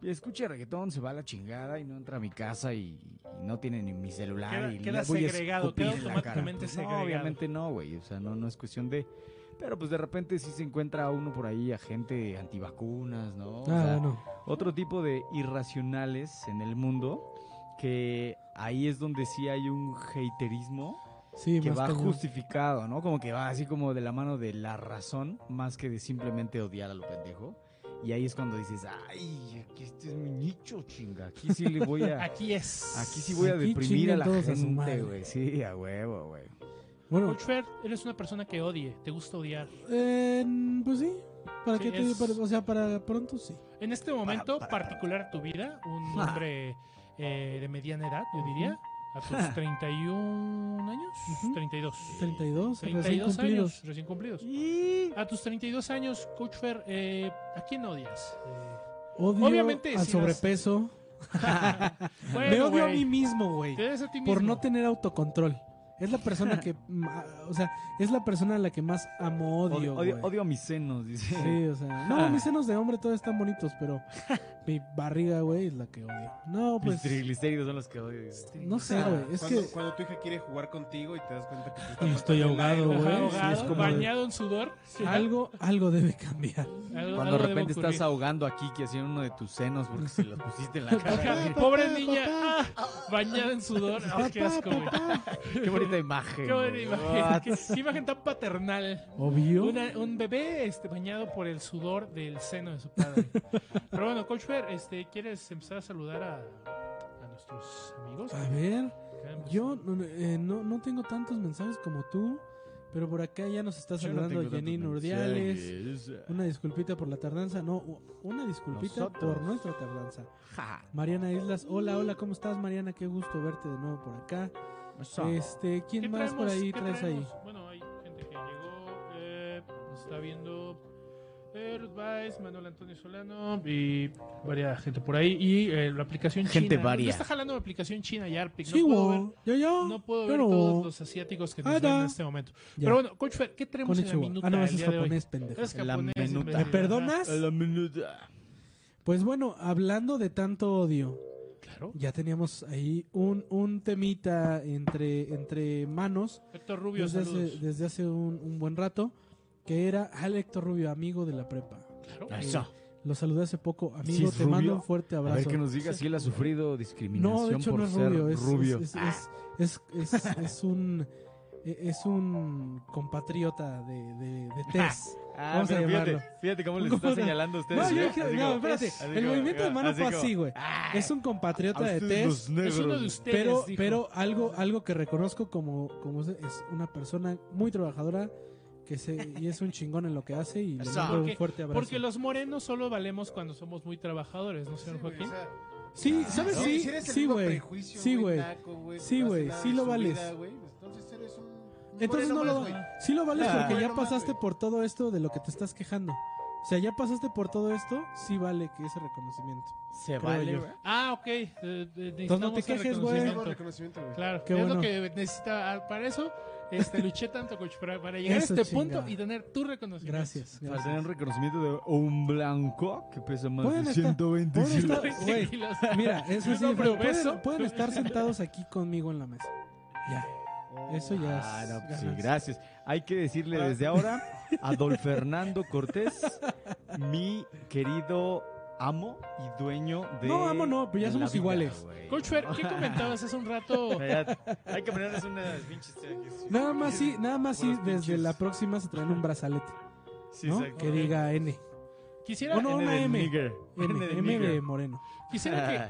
Speaker 4: escuche reggaetón se va a la chingada y no entra a mi casa y, y no tiene ni mi celular.
Speaker 2: Queda-
Speaker 4: y
Speaker 2: queda
Speaker 4: le voy a
Speaker 2: segregado,
Speaker 4: escupir
Speaker 2: queda
Speaker 4: en la cara.
Speaker 2: automáticamente
Speaker 4: Pues,
Speaker 2: segregado.
Speaker 4: No, obviamente no, güey. O sea, no, no es cuestión de... Pero pues de repente sí se encuentra uno por ahí a gente antivacunas, ¿no? O
Speaker 1: Ah,
Speaker 4: sea,
Speaker 1: bueno.
Speaker 4: otro tipo de irracionales en el mundo que ahí es donde sí hay un haterismo
Speaker 1: Sí,
Speaker 4: que
Speaker 1: más
Speaker 4: va
Speaker 1: cañón.
Speaker 4: justificado, ¿no? Como que va así como de la mano de la razón más que de simplemente odiar a lo pendejo. Y ahí es cuando dices, ay, aquí este es mi nicho, chinga. Aquí sí le
Speaker 1: *laughs*
Speaker 4: voy a...
Speaker 2: Aquí es.
Speaker 4: Aquí sí voy a
Speaker 1: Aquí
Speaker 4: deprimir a
Speaker 1: chingan
Speaker 4: la
Speaker 1: todos a su
Speaker 4: gente,
Speaker 1: madre.
Speaker 4: güey. Sí, a huevo, güey.
Speaker 1: Bueno,
Speaker 2: Coach Fer, eres una persona que odie, te gusta odiar.
Speaker 1: eh, pues sí. ¿Para
Speaker 2: Sí,
Speaker 1: qué te
Speaker 2: es-
Speaker 1: para- O sea, para pronto sí.
Speaker 2: En este momento particular a tu vida,
Speaker 1: *laughs*
Speaker 2: un hombre eh, de mediana edad, yo diría, a tus 31 años,
Speaker 1: Ujú.
Speaker 2: 32.
Speaker 1: 32, recién
Speaker 2: 32
Speaker 1: cumplidos.
Speaker 2: años recién cumplidos. A tus 32 años, Coach Fer, eh, ¿a quién odias? Eh,
Speaker 1: Odio
Speaker 2: Obviamente,
Speaker 1: al
Speaker 2: si no-
Speaker 1: sobrepeso.
Speaker 2: bueno,
Speaker 1: Me odio a
Speaker 2: güey,
Speaker 1: mí mismo, güey.
Speaker 2: te odias a ti
Speaker 1: Por
Speaker 2: mismo.
Speaker 1: no tener autocontrol. Es la
Speaker 2: *laughs*
Speaker 1: persona que. ma- o sea, es la persona a la que más amo odio.
Speaker 4: Odio, odio,
Speaker 1: güey.
Speaker 4: odio a mis senos, dice.
Speaker 1: Sí, o sea.
Speaker 2: Ah.
Speaker 1: No, mis senos de hombre todos están bonitos,
Speaker 2: *laughs*
Speaker 1: pero mi barriga, güey, es la que odio. No,
Speaker 4: *laughs* Mis
Speaker 1: pues. este,
Speaker 4: triglicéridos son los que odio. Ah, dice.
Speaker 1: No sé, güey.
Speaker 2: Ah,
Speaker 1: Es
Speaker 3: cuando,
Speaker 1: que.
Speaker 3: cuando tu hija quiere jugar contigo y te das cuenta que te está
Speaker 1: Y estoy
Speaker 3: faltando
Speaker 1: ahogado,
Speaker 3: el aire,
Speaker 2: Ajá,
Speaker 1: güey.
Speaker 3: ajá,
Speaker 2: ahogado,
Speaker 1: es como de-
Speaker 2: bañado en sudor.
Speaker 1: Algo, algo debe cambiar.
Speaker 2: Algo-
Speaker 4: Cuando
Speaker 2: algo
Speaker 4: de
Speaker 2: debe
Speaker 4: repente estás
Speaker 2: ocurrir.
Speaker 4: ahogando aquí que hacían uno de tus senos porque se los
Speaker 1: *laughs*
Speaker 4: pusiste en la cara.
Speaker 2: Ajá,
Speaker 4: güey.
Speaker 2: Pobre
Speaker 1: papá,
Speaker 2: niña,
Speaker 1: papá.
Speaker 2: ah, bañada en sudor. Ah, qué asco, güey.
Speaker 4: Qué bonita imagen.
Speaker 2: Qué buena
Speaker 4: güey.
Speaker 1: *laughs*
Speaker 2: imagen.
Speaker 4: What?
Speaker 2: Qué, qué imagen tan paternal.
Speaker 1: Obvio.
Speaker 2: Una- un bebé este, bañado por el sudor del seno de
Speaker 1: *laughs*
Speaker 2: su padre. Pero bueno, Coach Fer, este, ¿quieres empezar a saludar a, a nuestros amigos?
Speaker 1: A ver.
Speaker 2: Acá, pues,
Speaker 1: Yo no, eh, no, no tengo tantos mensajes como tú, pero por acá ya nos está
Speaker 4: Yo no
Speaker 1: saludando
Speaker 4: tengo
Speaker 1: Janine
Speaker 4: tantos
Speaker 1: Urdiales.
Speaker 4: mensajes.
Speaker 1: Una disculpita por la tardanza, no, u- una disculpita
Speaker 4: Nosotros.
Speaker 1: por nuestra tardanza.
Speaker 4: Ja.
Speaker 1: Mariana Islas, hola, hola, ¿cómo estás Mariana? Qué gusto verte de nuevo por acá. Este,
Speaker 2: ¿qué
Speaker 1: ¿quién más por
Speaker 2: traemos?
Speaker 1: ahí
Speaker 2: ¿Qué
Speaker 1: traes ahí?
Speaker 2: traemos? Bueno, hay gente que llegó, eh, nos está viendo eh, Ruth Baez, Manuel Antonio Solano y varias gente por ahí. Y eh, la aplicación
Speaker 4: Gente
Speaker 2: china.
Speaker 4: varia.
Speaker 2: Me está jalando la aplicación china y Arpic.
Speaker 1: Sí,
Speaker 2: no puedo ver
Speaker 1: wow. Yo, yo.
Speaker 2: No puedo ver
Speaker 1: Pero-
Speaker 2: todos los asiáticos que nos
Speaker 1: Ara.
Speaker 2: ven en este momento.
Speaker 1: Ya.
Speaker 2: Pero bueno, Coach Fer, ¿qué tenemos en la
Speaker 1: Konnichiwa.
Speaker 2: minuta
Speaker 1: Ah, no,
Speaker 2: el
Speaker 1: ese es
Speaker 2: día de hoy?
Speaker 1: japonés, pendejo.
Speaker 2: Eres
Speaker 4: En la
Speaker 2: japonés,
Speaker 4: minuta.
Speaker 2: imbécil.
Speaker 1: ¿Me perdonas?
Speaker 4: A la menuda.
Speaker 1: Pues bueno, hablando de tanto odio,
Speaker 2: Ah, Claro.
Speaker 1: ya teníamos ahí un, un temita entre, entre manos.
Speaker 2: Héctor Rubio,
Speaker 1: desde hace,
Speaker 2: saludos.
Speaker 1: desde hace un, un buen rato, que era al Héctor Rubio, amigo de la prepa. Eh,
Speaker 2: Claro.
Speaker 4: Eso.
Speaker 1: Lo saludé hace poco, amigo,
Speaker 4: ¿Sí es
Speaker 1: te mando
Speaker 4: rubio?
Speaker 1: un fuerte
Speaker 4: A ver
Speaker 1: abrazo.
Speaker 4: que nos diga si él ha sufrido discriminación
Speaker 1: no, de hecho
Speaker 4: por
Speaker 1: no es
Speaker 4: ser
Speaker 1: rubio, es,
Speaker 4: rubio.
Speaker 1: es, es- es- es- es- es un es un compatriota de, de,
Speaker 4: *laughs*
Speaker 1: de tez.
Speaker 4: Ah,
Speaker 1: Vamos a
Speaker 4: pero
Speaker 1: llamarlo.
Speaker 4: fíjate, fíjate cómo les está
Speaker 1: ¿Cómo se-
Speaker 4: señalando a ustedes.
Speaker 1: No, yo
Speaker 4: ¿eh?
Speaker 1: dije,
Speaker 4: Así
Speaker 1: no,
Speaker 4: como,
Speaker 1: espérate,
Speaker 4: así
Speaker 1: el
Speaker 4: como,
Speaker 1: movimiento de mano
Speaker 4: así
Speaker 1: fue
Speaker 4: como,
Speaker 1: así, güey.
Speaker 4: "Ah,
Speaker 1: Es un compatriota
Speaker 4: a
Speaker 1: de
Speaker 4: ustedes
Speaker 1: tez.
Speaker 4: los negros".
Speaker 2: Es uno de ustedes.
Speaker 1: Pero,
Speaker 2: dijo.
Speaker 1: pero algo, algo que reconozco como, como es- es una persona muy trabajadora que se, y es un chingón en lo que hace y le
Speaker 4: Eso.
Speaker 1: mando un
Speaker 2: Porque-
Speaker 1: fuerte abrazo.
Speaker 2: Porque los morenos solo valemos cuando somos muy trabajadores, ¿no, señor
Speaker 3: Sí, güey,
Speaker 2: Joaquín?
Speaker 3: o sea,
Speaker 1: Sí,
Speaker 4: Ah,
Speaker 1: ¿sabes?
Speaker 4: ¿no?
Speaker 1: Sí,
Speaker 3: si eres el
Speaker 1: sí,
Speaker 3: mismo
Speaker 1: güey.
Speaker 3: prejuicio,
Speaker 1: Sí, güey.
Speaker 3: naco, güey,
Speaker 1: Sí,
Speaker 3: que no hace
Speaker 1: güey,
Speaker 3: nada
Speaker 1: sí
Speaker 3: de
Speaker 1: lo
Speaker 3: su
Speaker 1: vales.
Speaker 3: vida, güey, entonces eres un- un
Speaker 1: Entonces no
Speaker 3: moreno
Speaker 1: lo...
Speaker 3: más, güey.
Speaker 1: Sí lo vales
Speaker 4: Ah.
Speaker 1: porque ya
Speaker 3: Bueno, más,
Speaker 1: pasaste
Speaker 3: güey.
Speaker 1: por todo esto de lo que te estás quejando. O sea, ya pasaste por todo esto, sí vale que ese reconocimiento.
Speaker 4: Se
Speaker 1: creo
Speaker 4: vale,
Speaker 1: yo.
Speaker 4: güey.
Speaker 2: Ah, ok. eh, eh,
Speaker 1: Entonces no
Speaker 2: necesitamos
Speaker 1: te
Speaker 2: el
Speaker 1: quejes, güey.
Speaker 3: Necesitamos
Speaker 2: reconocimiento.
Speaker 3: reconocimiento, güey.
Speaker 2: Claro,
Speaker 1: Qué
Speaker 2: es
Speaker 1: bueno.
Speaker 2: lo que necesitaba. Ah, Para eso
Speaker 1: *laughs*
Speaker 2: este, luché tanto, Coach, para, para llegar
Speaker 1: Eso,
Speaker 2: a este
Speaker 1: chingada.
Speaker 2: punto y tener tu reconocimiento.
Speaker 1: Gracias.
Speaker 4: Para
Speaker 1: gracias.
Speaker 4: tener reconocimiento de un blanco que pesa más
Speaker 1: Pueden
Speaker 4: de
Speaker 1: estar-
Speaker 4: 120
Speaker 1: pueden estar-
Speaker 4: kilos.
Speaker 2: *laughs*
Speaker 1: Güey,
Speaker 2: Kilos.
Speaker 1: Mira, eso
Speaker 2: Yo
Speaker 1: sí,
Speaker 2: no
Speaker 1: pero
Speaker 2: probé eso.
Speaker 1: pueden, pueden estar sentados aquí conmigo en la mesa. Ya.
Speaker 3: Oh,
Speaker 1: Eso ya
Speaker 4: Ah,
Speaker 1: es
Speaker 4: no, pues sí,
Speaker 1: ganancia.
Speaker 4: gracias. Hay que decirle
Speaker 3: Ah.
Speaker 4: desde ahora
Speaker 1: *laughs*
Speaker 4: a don Fernando Cortés, mi querido amo y dueño de.
Speaker 1: No, amo no, pero ya
Speaker 4: de la
Speaker 1: somos
Speaker 4: vida,
Speaker 1: iguales.
Speaker 4: güey.
Speaker 2: Coach Fer, ¿qué comentabas hace un
Speaker 1: *laughs*
Speaker 2: rato?
Speaker 4: Ya-
Speaker 5: Hay que ponerles unas pinches. aquí.
Speaker 1: Nada más sí, nada más sí,
Speaker 5: Unos
Speaker 1: desde
Speaker 5: pinches-
Speaker 1: la próxima se traen un brazalete,
Speaker 5: Sí,
Speaker 1: ¿no?
Speaker 5: exacto.
Speaker 1: Que diga N.
Speaker 2: Quisiera,
Speaker 1: Bueno, una
Speaker 4: N de
Speaker 1: M.
Speaker 4: nigger.
Speaker 1: M,
Speaker 4: N de
Speaker 1: M de
Speaker 4: nigger.
Speaker 1: Moreno.
Speaker 2: quisiera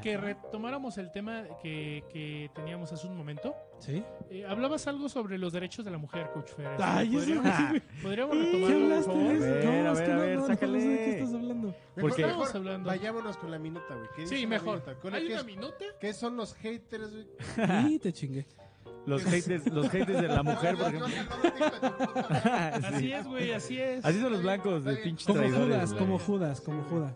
Speaker 1: *laughs*
Speaker 2: que, que retomáramos el tema que, que teníamos hace un momento.
Speaker 1: ¿Sí?
Speaker 2: Eh, hablabas algo sobre los derechos de la mujer, Coach Fer. Este,
Speaker 1: Ay, eso
Speaker 2: ¿podríamos,
Speaker 4: *laughs*
Speaker 1: güey.
Speaker 2: podríamos
Speaker 1: ¿Qué
Speaker 2: retomarlo, por
Speaker 1: hablaste
Speaker 2: favor?
Speaker 1: de eso? no,
Speaker 4: A ver, a
Speaker 1: es
Speaker 4: ver,
Speaker 1: que
Speaker 4: a
Speaker 1: no,
Speaker 4: ver,
Speaker 1: no, no sé de qué
Speaker 4: sácale.
Speaker 1: estás hablando.
Speaker 3: Mejor,
Speaker 4: Porque-
Speaker 3: mejor
Speaker 2: Estamos hablando.
Speaker 3: vayámonos con la minuta, güey. ¿Qué dice
Speaker 2: Sí,
Speaker 3: la
Speaker 2: mejor.
Speaker 3: minuta? ¿Cuál-
Speaker 2: ¿Hay
Speaker 3: qué,
Speaker 2: una
Speaker 3: es-
Speaker 2: minuta?
Speaker 3: qué son los haters, güey?
Speaker 1: Y te chingué.
Speaker 4: Los haters, los haters de la mujer, por
Speaker 1: *laughs*
Speaker 3: Yo
Speaker 4: ejemplo.
Speaker 3: salgo de ti, hijo de tu puta madre.
Speaker 2: Así es, güey, así es.
Speaker 4: Así son los blancos de
Speaker 3: Está bien.
Speaker 4: pinches
Speaker 1: Como
Speaker 4: traidores.
Speaker 1: Judas,
Speaker 4: güey.
Speaker 1: como Judas, como Judas.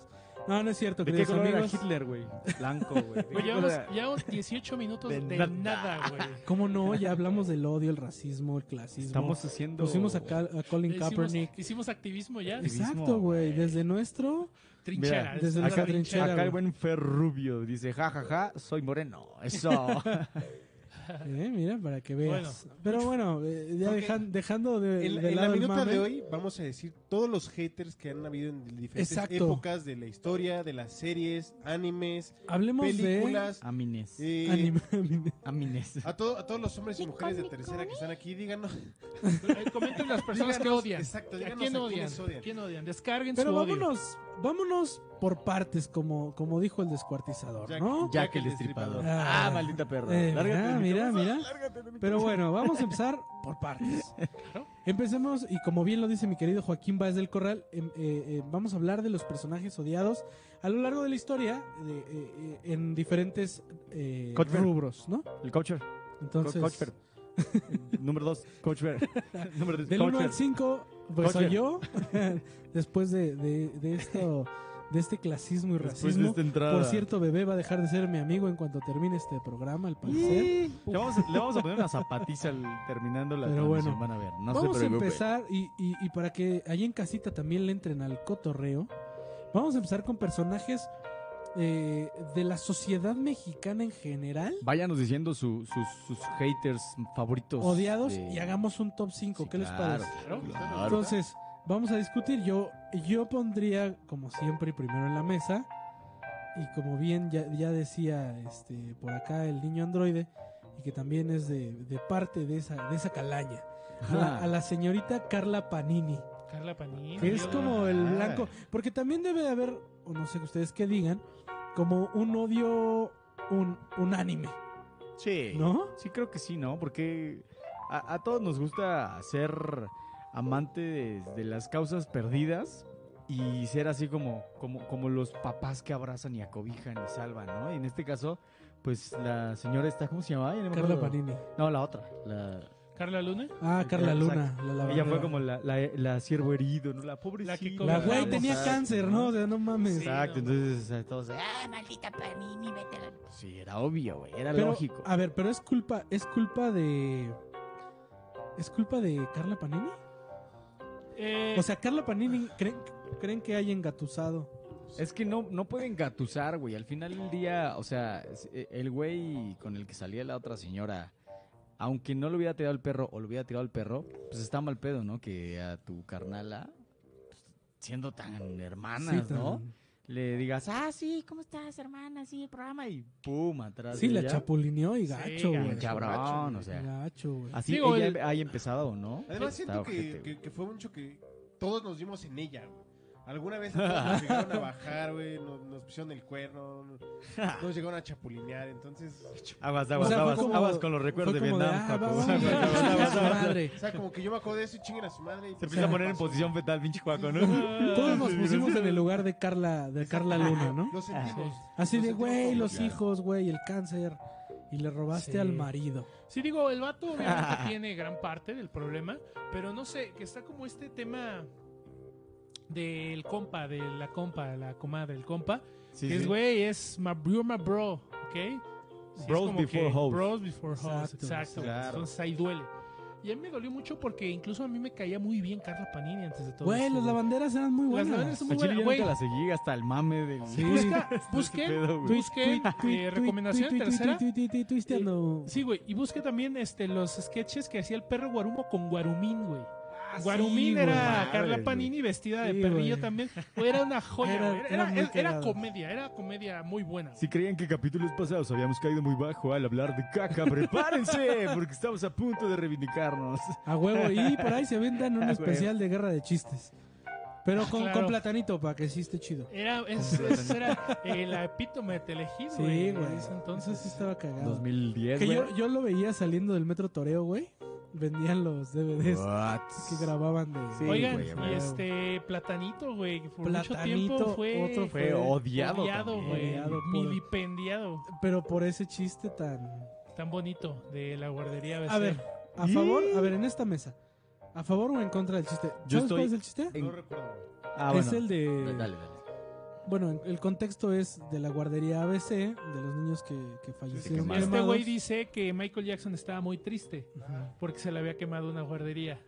Speaker 1: No, no es cierto,
Speaker 4: ¿De qué
Speaker 1: queridos
Speaker 4: color era
Speaker 1: amigos.
Speaker 4: Hitler, güey? Blanco, güey.
Speaker 1: Pues
Speaker 4: ¿De
Speaker 2: Güey,
Speaker 4: qué
Speaker 2: llevamos,
Speaker 4: color era?
Speaker 2: llevamos 18 minutos de,
Speaker 4: De
Speaker 2: nada,
Speaker 1: *laughs*
Speaker 4: nada.
Speaker 2: güey.
Speaker 1: ¿Cómo no?
Speaker 4: *laughs*
Speaker 1: Ya hablamos del odio, el racismo, el clasismo.
Speaker 4: Estamos haciendo.
Speaker 1: Pusimos a, Cal- a Colin
Speaker 2: Ya hicimos,
Speaker 1: Kaepernick.
Speaker 2: hicimos activismo ya.
Speaker 4: Activismo,
Speaker 1: Exacto, güey.
Speaker 4: güey.
Speaker 1: Desde nuestro.
Speaker 2: Trinchera.
Speaker 4: Mira,
Speaker 1: desde
Speaker 2: es una
Speaker 1: nuestra
Speaker 4: Acá,
Speaker 1: trinchera,
Speaker 4: acá el
Speaker 1: güey.
Speaker 4: buen Fer Rubio dice, ja, ja, ja, soy moreno. Eso.
Speaker 1: *laughs* Eh, mira, para que veas. Pero bueno, eh, ya
Speaker 3: Ok.
Speaker 1: dejan- dejando de,
Speaker 3: En,
Speaker 1: de
Speaker 3: en la
Speaker 1: lado el
Speaker 3: minuta
Speaker 1: mame,
Speaker 3: de hoy vamos a decir todos los haters que han habido en diferentes
Speaker 1: Exacto.
Speaker 3: épocas de la historia, de las series, animes,
Speaker 1: hablemos
Speaker 3: películas.
Speaker 4: Amines.
Speaker 1: de.
Speaker 3: eh,
Speaker 1: Ah, anime- *laughs* anime.
Speaker 4: Amines.
Speaker 1: Ah,
Speaker 3: a, todo- a todos los hombres y mujeres de tercera que están aquí, díganos.
Speaker 2: Eh, Comenten las personas que
Speaker 3: Díganos,
Speaker 2: odian.
Speaker 3: exacto,
Speaker 2: ¿A
Speaker 3: díganos
Speaker 2: quién
Speaker 3: a
Speaker 2: odian?
Speaker 3: quiénes odian.
Speaker 2: ¿A quién odian? Descarguen
Speaker 1: Pero
Speaker 2: su odio.
Speaker 1: vámonos, vámonos por partes, como, como dijo el descuartizador,
Speaker 3: Jack-
Speaker 1: ¿no?
Speaker 3: Jack
Speaker 4: *laughs* Jack el
Speaker 3: el Destripador.
Speaker 4: destripador.
Speaker 1: Ah.
Speaker 4: Ah, maldita perra.
Speaker 1: Eh,
Speaker 4: Lárgate
Speaker 1: mira,
Speaker 4: de mi
Speaker 1: mira,
Speaker 4: cabeza,
Speaker 1: mira.
Speaker 4: lárgate de mi
Speaker 1: Pero
Speaker 4: cabeza.
Speaker 1: bueno, vamos a empezar por partes.
Speaker 2: Claro.
Speaker 1: Empecemos, y como bien lo dice mi querido Joaquín Báez del Corral, em, eh, eh, vamos a hablar de los personajes odiados a lo largo de la historia de, eh, eh, en diferentes eh,
Speaker 4: Cochper.
Speaker 1: rubros, ¿no?
Speaker 4: El coacher.
Speaker 1: Entonces,
Speaker 4: Coacher.
Speaker 1: *laughs*
Speaker 4: Número dos, coacher. Número tres,
Speaker 1: del 1
Speaker 4: coacher.
Speaker 1: al 5, pues soy
Speaker 4: Cochper. *laughs*
Speaker 1: yo, después de, de- de esto, de este clasismo y
Speaker 4: Después de este
Speaker 1: racismo.
Speaker 4: esta entrada.
Speaker 1: Por cierto, bebé va a dejar de ser mi amigo en cuanto termine este programa, al parecer.
Speaker 4: Y- Le vamos, a, le vamos a poner una zapatiza al- terminando la
Speaker 1: Pero
Speaker 4: transmisión,
Speaker 1: bueno.
Speaker 4: van a ver. No
Speaker 1: vamos
Speaker 4: se
Speaker 1: a
Speaker 4: preocupe.
Speaker 1: empezar, y, y- y para que ahí en casita también le entren al cotorreo, vamos a empezar con personajes eh, de la sociedad mexicana en general,
Speaker 4: Váyanos diciendo su- sus, sus haters favoritos.
Speaker 1: odiados,
Speaker 4: de-
Speaker 1: y hagamos un top 5.
Speaker 4: Sí,
Speaker 1: ¿Qué les
Speaker 4: claro,
Speaker 1: parece?
Speaker 4: claro, claro.
Speaker 1: Entonces, vamos a discutir. Yo, yo pondría, como siempre, primero en la mesa. Y como bien ya, ya decía este por acá el niño androide, y que también es de, de parte de esa, de esa calaña, a la, a la señorita Carla Panini,
Speaker 2: Carla Panini.
Speaker 1: que es
Speaker 2: Dios.
Speaker 1: como el
Speaker 4: Ah.
Speaker 1: blanco. Porque también debe de haber, o no sé que ustedes qué digan, como un odio un, unánime,
Speaker 4: Sí.
Speaker 1: ¿no?
Speaker 4: Sí, creo que sí, ¿no? Porque a, a todos nos gusta ser amantes de las causas perdidas y ser así como, como, como los papás que abrazan y acobijan y salvan, ¿no? Y en este caso, pues la señora está, ¿cómo se llamaba? Ya no me
Speaker 1: Carla
Speaker 4: acuerdo.
Speaker 1: Panini.
Speaker 4: No, la otra. La,
Speaker 2: Carla Luna.
Speaker 1: Ah, Carla Luna.
Speaker 4: Exacto.
Speaker 1: La
Speaker 4: ella fue
Speaker 1: lavandera.
Speaker 4: como la, la, la siervo herido, ¿no? La pobrecita.
Speaker 2: La que
Speaker 1: La
Speaker 2: como-
Speaker 1: güey tenía
Speaker 4: Exacto,
Speaker 1: cáncer, ¿no? O sea, no mames.
Speaker 4: Exacto,
Speaker 2: Sí, no.
Speaker 4: entonces o sea, todos, ah, maldita Panini, vete a la... Sí, era obvio, güey, era
Speaker 1: Pero,
Speaker 4: lógico.
Speaker 1: A ver, pero es culpa, es culpa de. ¿Es culpa de Carla Panini?
Speaker 2: Eh,
Speaker 1: O sea, Carla Panini, ¿creen, creen que hay engatusado?
Speaker 4: Es que no, no pueden gatusar, güey. Al final del día, o sea, es- eh, el güey con el que salía la otra señora, aunque no lo hubiera tirado el perro o lo hubiera tirado el perro, pues está mal pedo, ¿no? Que a tu carnala, pues, siendo tan hermanas,
Speaker 1: tan-
Speaker 4: ¿no? Le digas, ah, sí, ¿cómo estás, hermana? Sí, el programa, y pum, atrás.
Speaker 1: Sí,
Speaker 4: de
Speaker 1: la
Speaker 4: ella.
Speaker 1: chapulineó y
Speaker 2: Sí,
Speaker 1: gacho, güey.
Speaker 4: Un Cabrón, o sea.
Speaker 1: Gacho, güey.
Speaker 4: Así
Speaker 2: Digo,
Speaker 4: ella
Speaker 2: el-
Speaker 4: haya empezado, ¿no?
Speaker 3: Además,
Speaker 4: Está
Speaker 3: siento que,
Speaker 4: ojete, güey.
Speaker 3: que- que fue mucho que todos nos dimos en ella, güey. Alguna vez todos nos *laughs* llegaron a bajar, güey, nos, nos pusieron el
Speaker 4: *laughs*
Speaker 3: cuerno, nos llegaron a chapulinear, entonces...
Speaker 4: Aguas, aguas,
Speaker 1: O sea, fue
Speaker 4: aguas,
Speaker 1: como-
Speaker 4: aguas con los recuerdos de
Speaker 1: Fue como
Speaker 4: Vietnam.
Speaker 1: ah,
Speaker 4: Paco. *laughs*
Speaker 1: vamos,
Speaker 4: Aguas,
Speaker 1: vamos,
Speaker 4: aguas,
Speaker 1: vamos,
Speaker 4: aguas, aguas.
Speaker 1: madre.
Speaker 3: O sea, como que yo me acuerdo de eso y chinguen a su madre. y- pues
Speaker 4: Se empieza a poner en posición fetal, pinche cuaco, ¿no?
Speaker 1: Todos nos pusimos en el lugar de Carla, de Carla Luna, ¿no?
Speaker 3: Lo
Speaker 1: Así
Speaker 3: sentimos.
Speaker 4: Ah,
Speaker 3: Lo
Speaker 1: de,
Speaker 3: sentimos
Speaker 1: güey,
Speaker 3: todos,
Speaker 1: los
Speaker 3: claro.
Speaker 1: hijos, güey, el cáncer. Y le robaste
Speaker 2: Sí.
Speaker 1: al marido.
Speaker 2: Sí, digo, el vato
Speaker 4: *laughs*
Speaker 2: obviamente tiene gran parte del problema, pero no sé, que está como este tema del compa, de la compa, la comadre, el compa,
Speaker 4: Sí,
Speaker 2: que es
Speaker 4: sí.
Speaker 2: güey, es my bro, my bro, ¿ok? Sí, es
Speaker 4: Bros
Speaker 2: como
Speaker 4: before
Speaker 2: que
Speaker 4: hoes.
Speaker 2: Bros before hoes,
Speaker 1: Exacto,
Speaker 2: exacto.
Speaker 4: claro.
Speaker 2: Entonces ahí duele. Y a mí me dolió mucho porque incluso a mí me caía muy bien Carla Panini antes de todo.
Speaker 1: Güey,
Speaker 2: esto,
Speaker 1: las lavanderas eran muy
Speaker 2: Las
Speaker 1: buenas.
Speaker 2: lavanderas son muy
Speaker 6: Al chile
Speaker 2: buena,
Speaker 6: yo nunca
Speaker 2: güey.
Speaker 6: la seguí hasta el mame del... *laughs*
Speaker 1: Sí.
Speaker 2: Busca,
Speaker 6: Este
Speaker 2: busquen,
Speaker 6: pedo, güey.
Speaker 2: busquen, eh, recomendación tercera.
Speaker 1: Twisteando.
Speaker 2: Sí, güey, y busque también este, los sketches que hacía el perro Guarumo con Guarumín, güey.
Speaker 7: Ah, sí,
Speaker 2: Guarumín
Speaker 7: güey.
Speaker 2: era Carla
Speaker 6: güey.
Speaker 2: Panini vestida
Speaker 1: Sí,
Speaker 2: de perrillo
Speaker 1: güey.
Speaker 2: también. Güey, era una joya,
Speaker 1: Era-
Speaker 2: güey. Era,
Speaker 1: era muy
Speaker 2: era- era
Speaker 1: cagado.
Speaker 2: comedia, era comedia muy buena. güey.
Speaker 6: Si creían que capítulos pasados habíamos caído muy bajo al hablar de
Speaker 1: *laughs*
Speaker 6: caca, prepárense, porque estamos a punto de reivindicarnos.
Speaker 1: A huevo. Y por ahí se
Speaker 2: *laughs*
Speaker 1: vendan un
Speaker 6: A
Speaker 1: especial de guerra de chistes. Pero con,
Speaker 2: Ah, claro.
Speaker 1: con platanito, para que sí esté chido.
Speaker 2: Era, es- es- era eh, la epítome de Telehit,
Speaker 1: Sí,
Speaker 2: güey. en
Speaker 1: güey. Entonces sí
Speaker 2: ese Entonces,
Speaker 1: estaba cagado.
Speaker 6: 2010,
Speaker 1: Que
Speaker 6: güey.
Speaker 1: yo, yo lo veía saliendo del metro Toreo, güey. Vendían los DVDs
Speaker 6: What?
Speaker 1: que grababan de.
Speaker 6: Sí,
Speaker 2: oigan,
Speaker 6: güey,
Speaker 2: y
Speaker 6: güey.
Speaker 2: este Platanito, güey, que por
Speaker 1: Platanito,
Speaker 2: mucho tiempo fue
Speaker 1: otro
Speaker 6: Fue odiado.
Speaker 2: odiado,
Speaker 6: también.
Speaker 2: güey,
Speaker 1: Odiado por-
Speaker 2: milipendiado,
Speaker 1: Pero por ese chiste tan.
Speaker 2: tan bonito de la guardería.
Speaker 1: A
Speaker 2: ABC.
Speaker 1: ver, a
Speaker 6: Y-
Speaker 1: favor, a ver, en esta mesa. ¿A favor o en contra del chiste?
Speaker 6: Yo
Speaker 1: ¿Sabes
Speaker 6: estoy-
Speaker 1: cuál es el chiste?
Speaker 7: No recuerdo.
Speaker 6: Ah,
Speaker 1: es
Speaker 6: bueno.
Speaker 1: el de.
Speaker 4: Dale, dale.
Speaker 1: Bueno, en- el contexto es de la guardería ABC, de los niños que, que fallecieron.
Speaker 4: quemaron.
Speaker 2: Este
Speaker 1: quemados.
Speaker 2: güey dice que Michael Jackson estaba muy triste porque se le había quemado una guardería.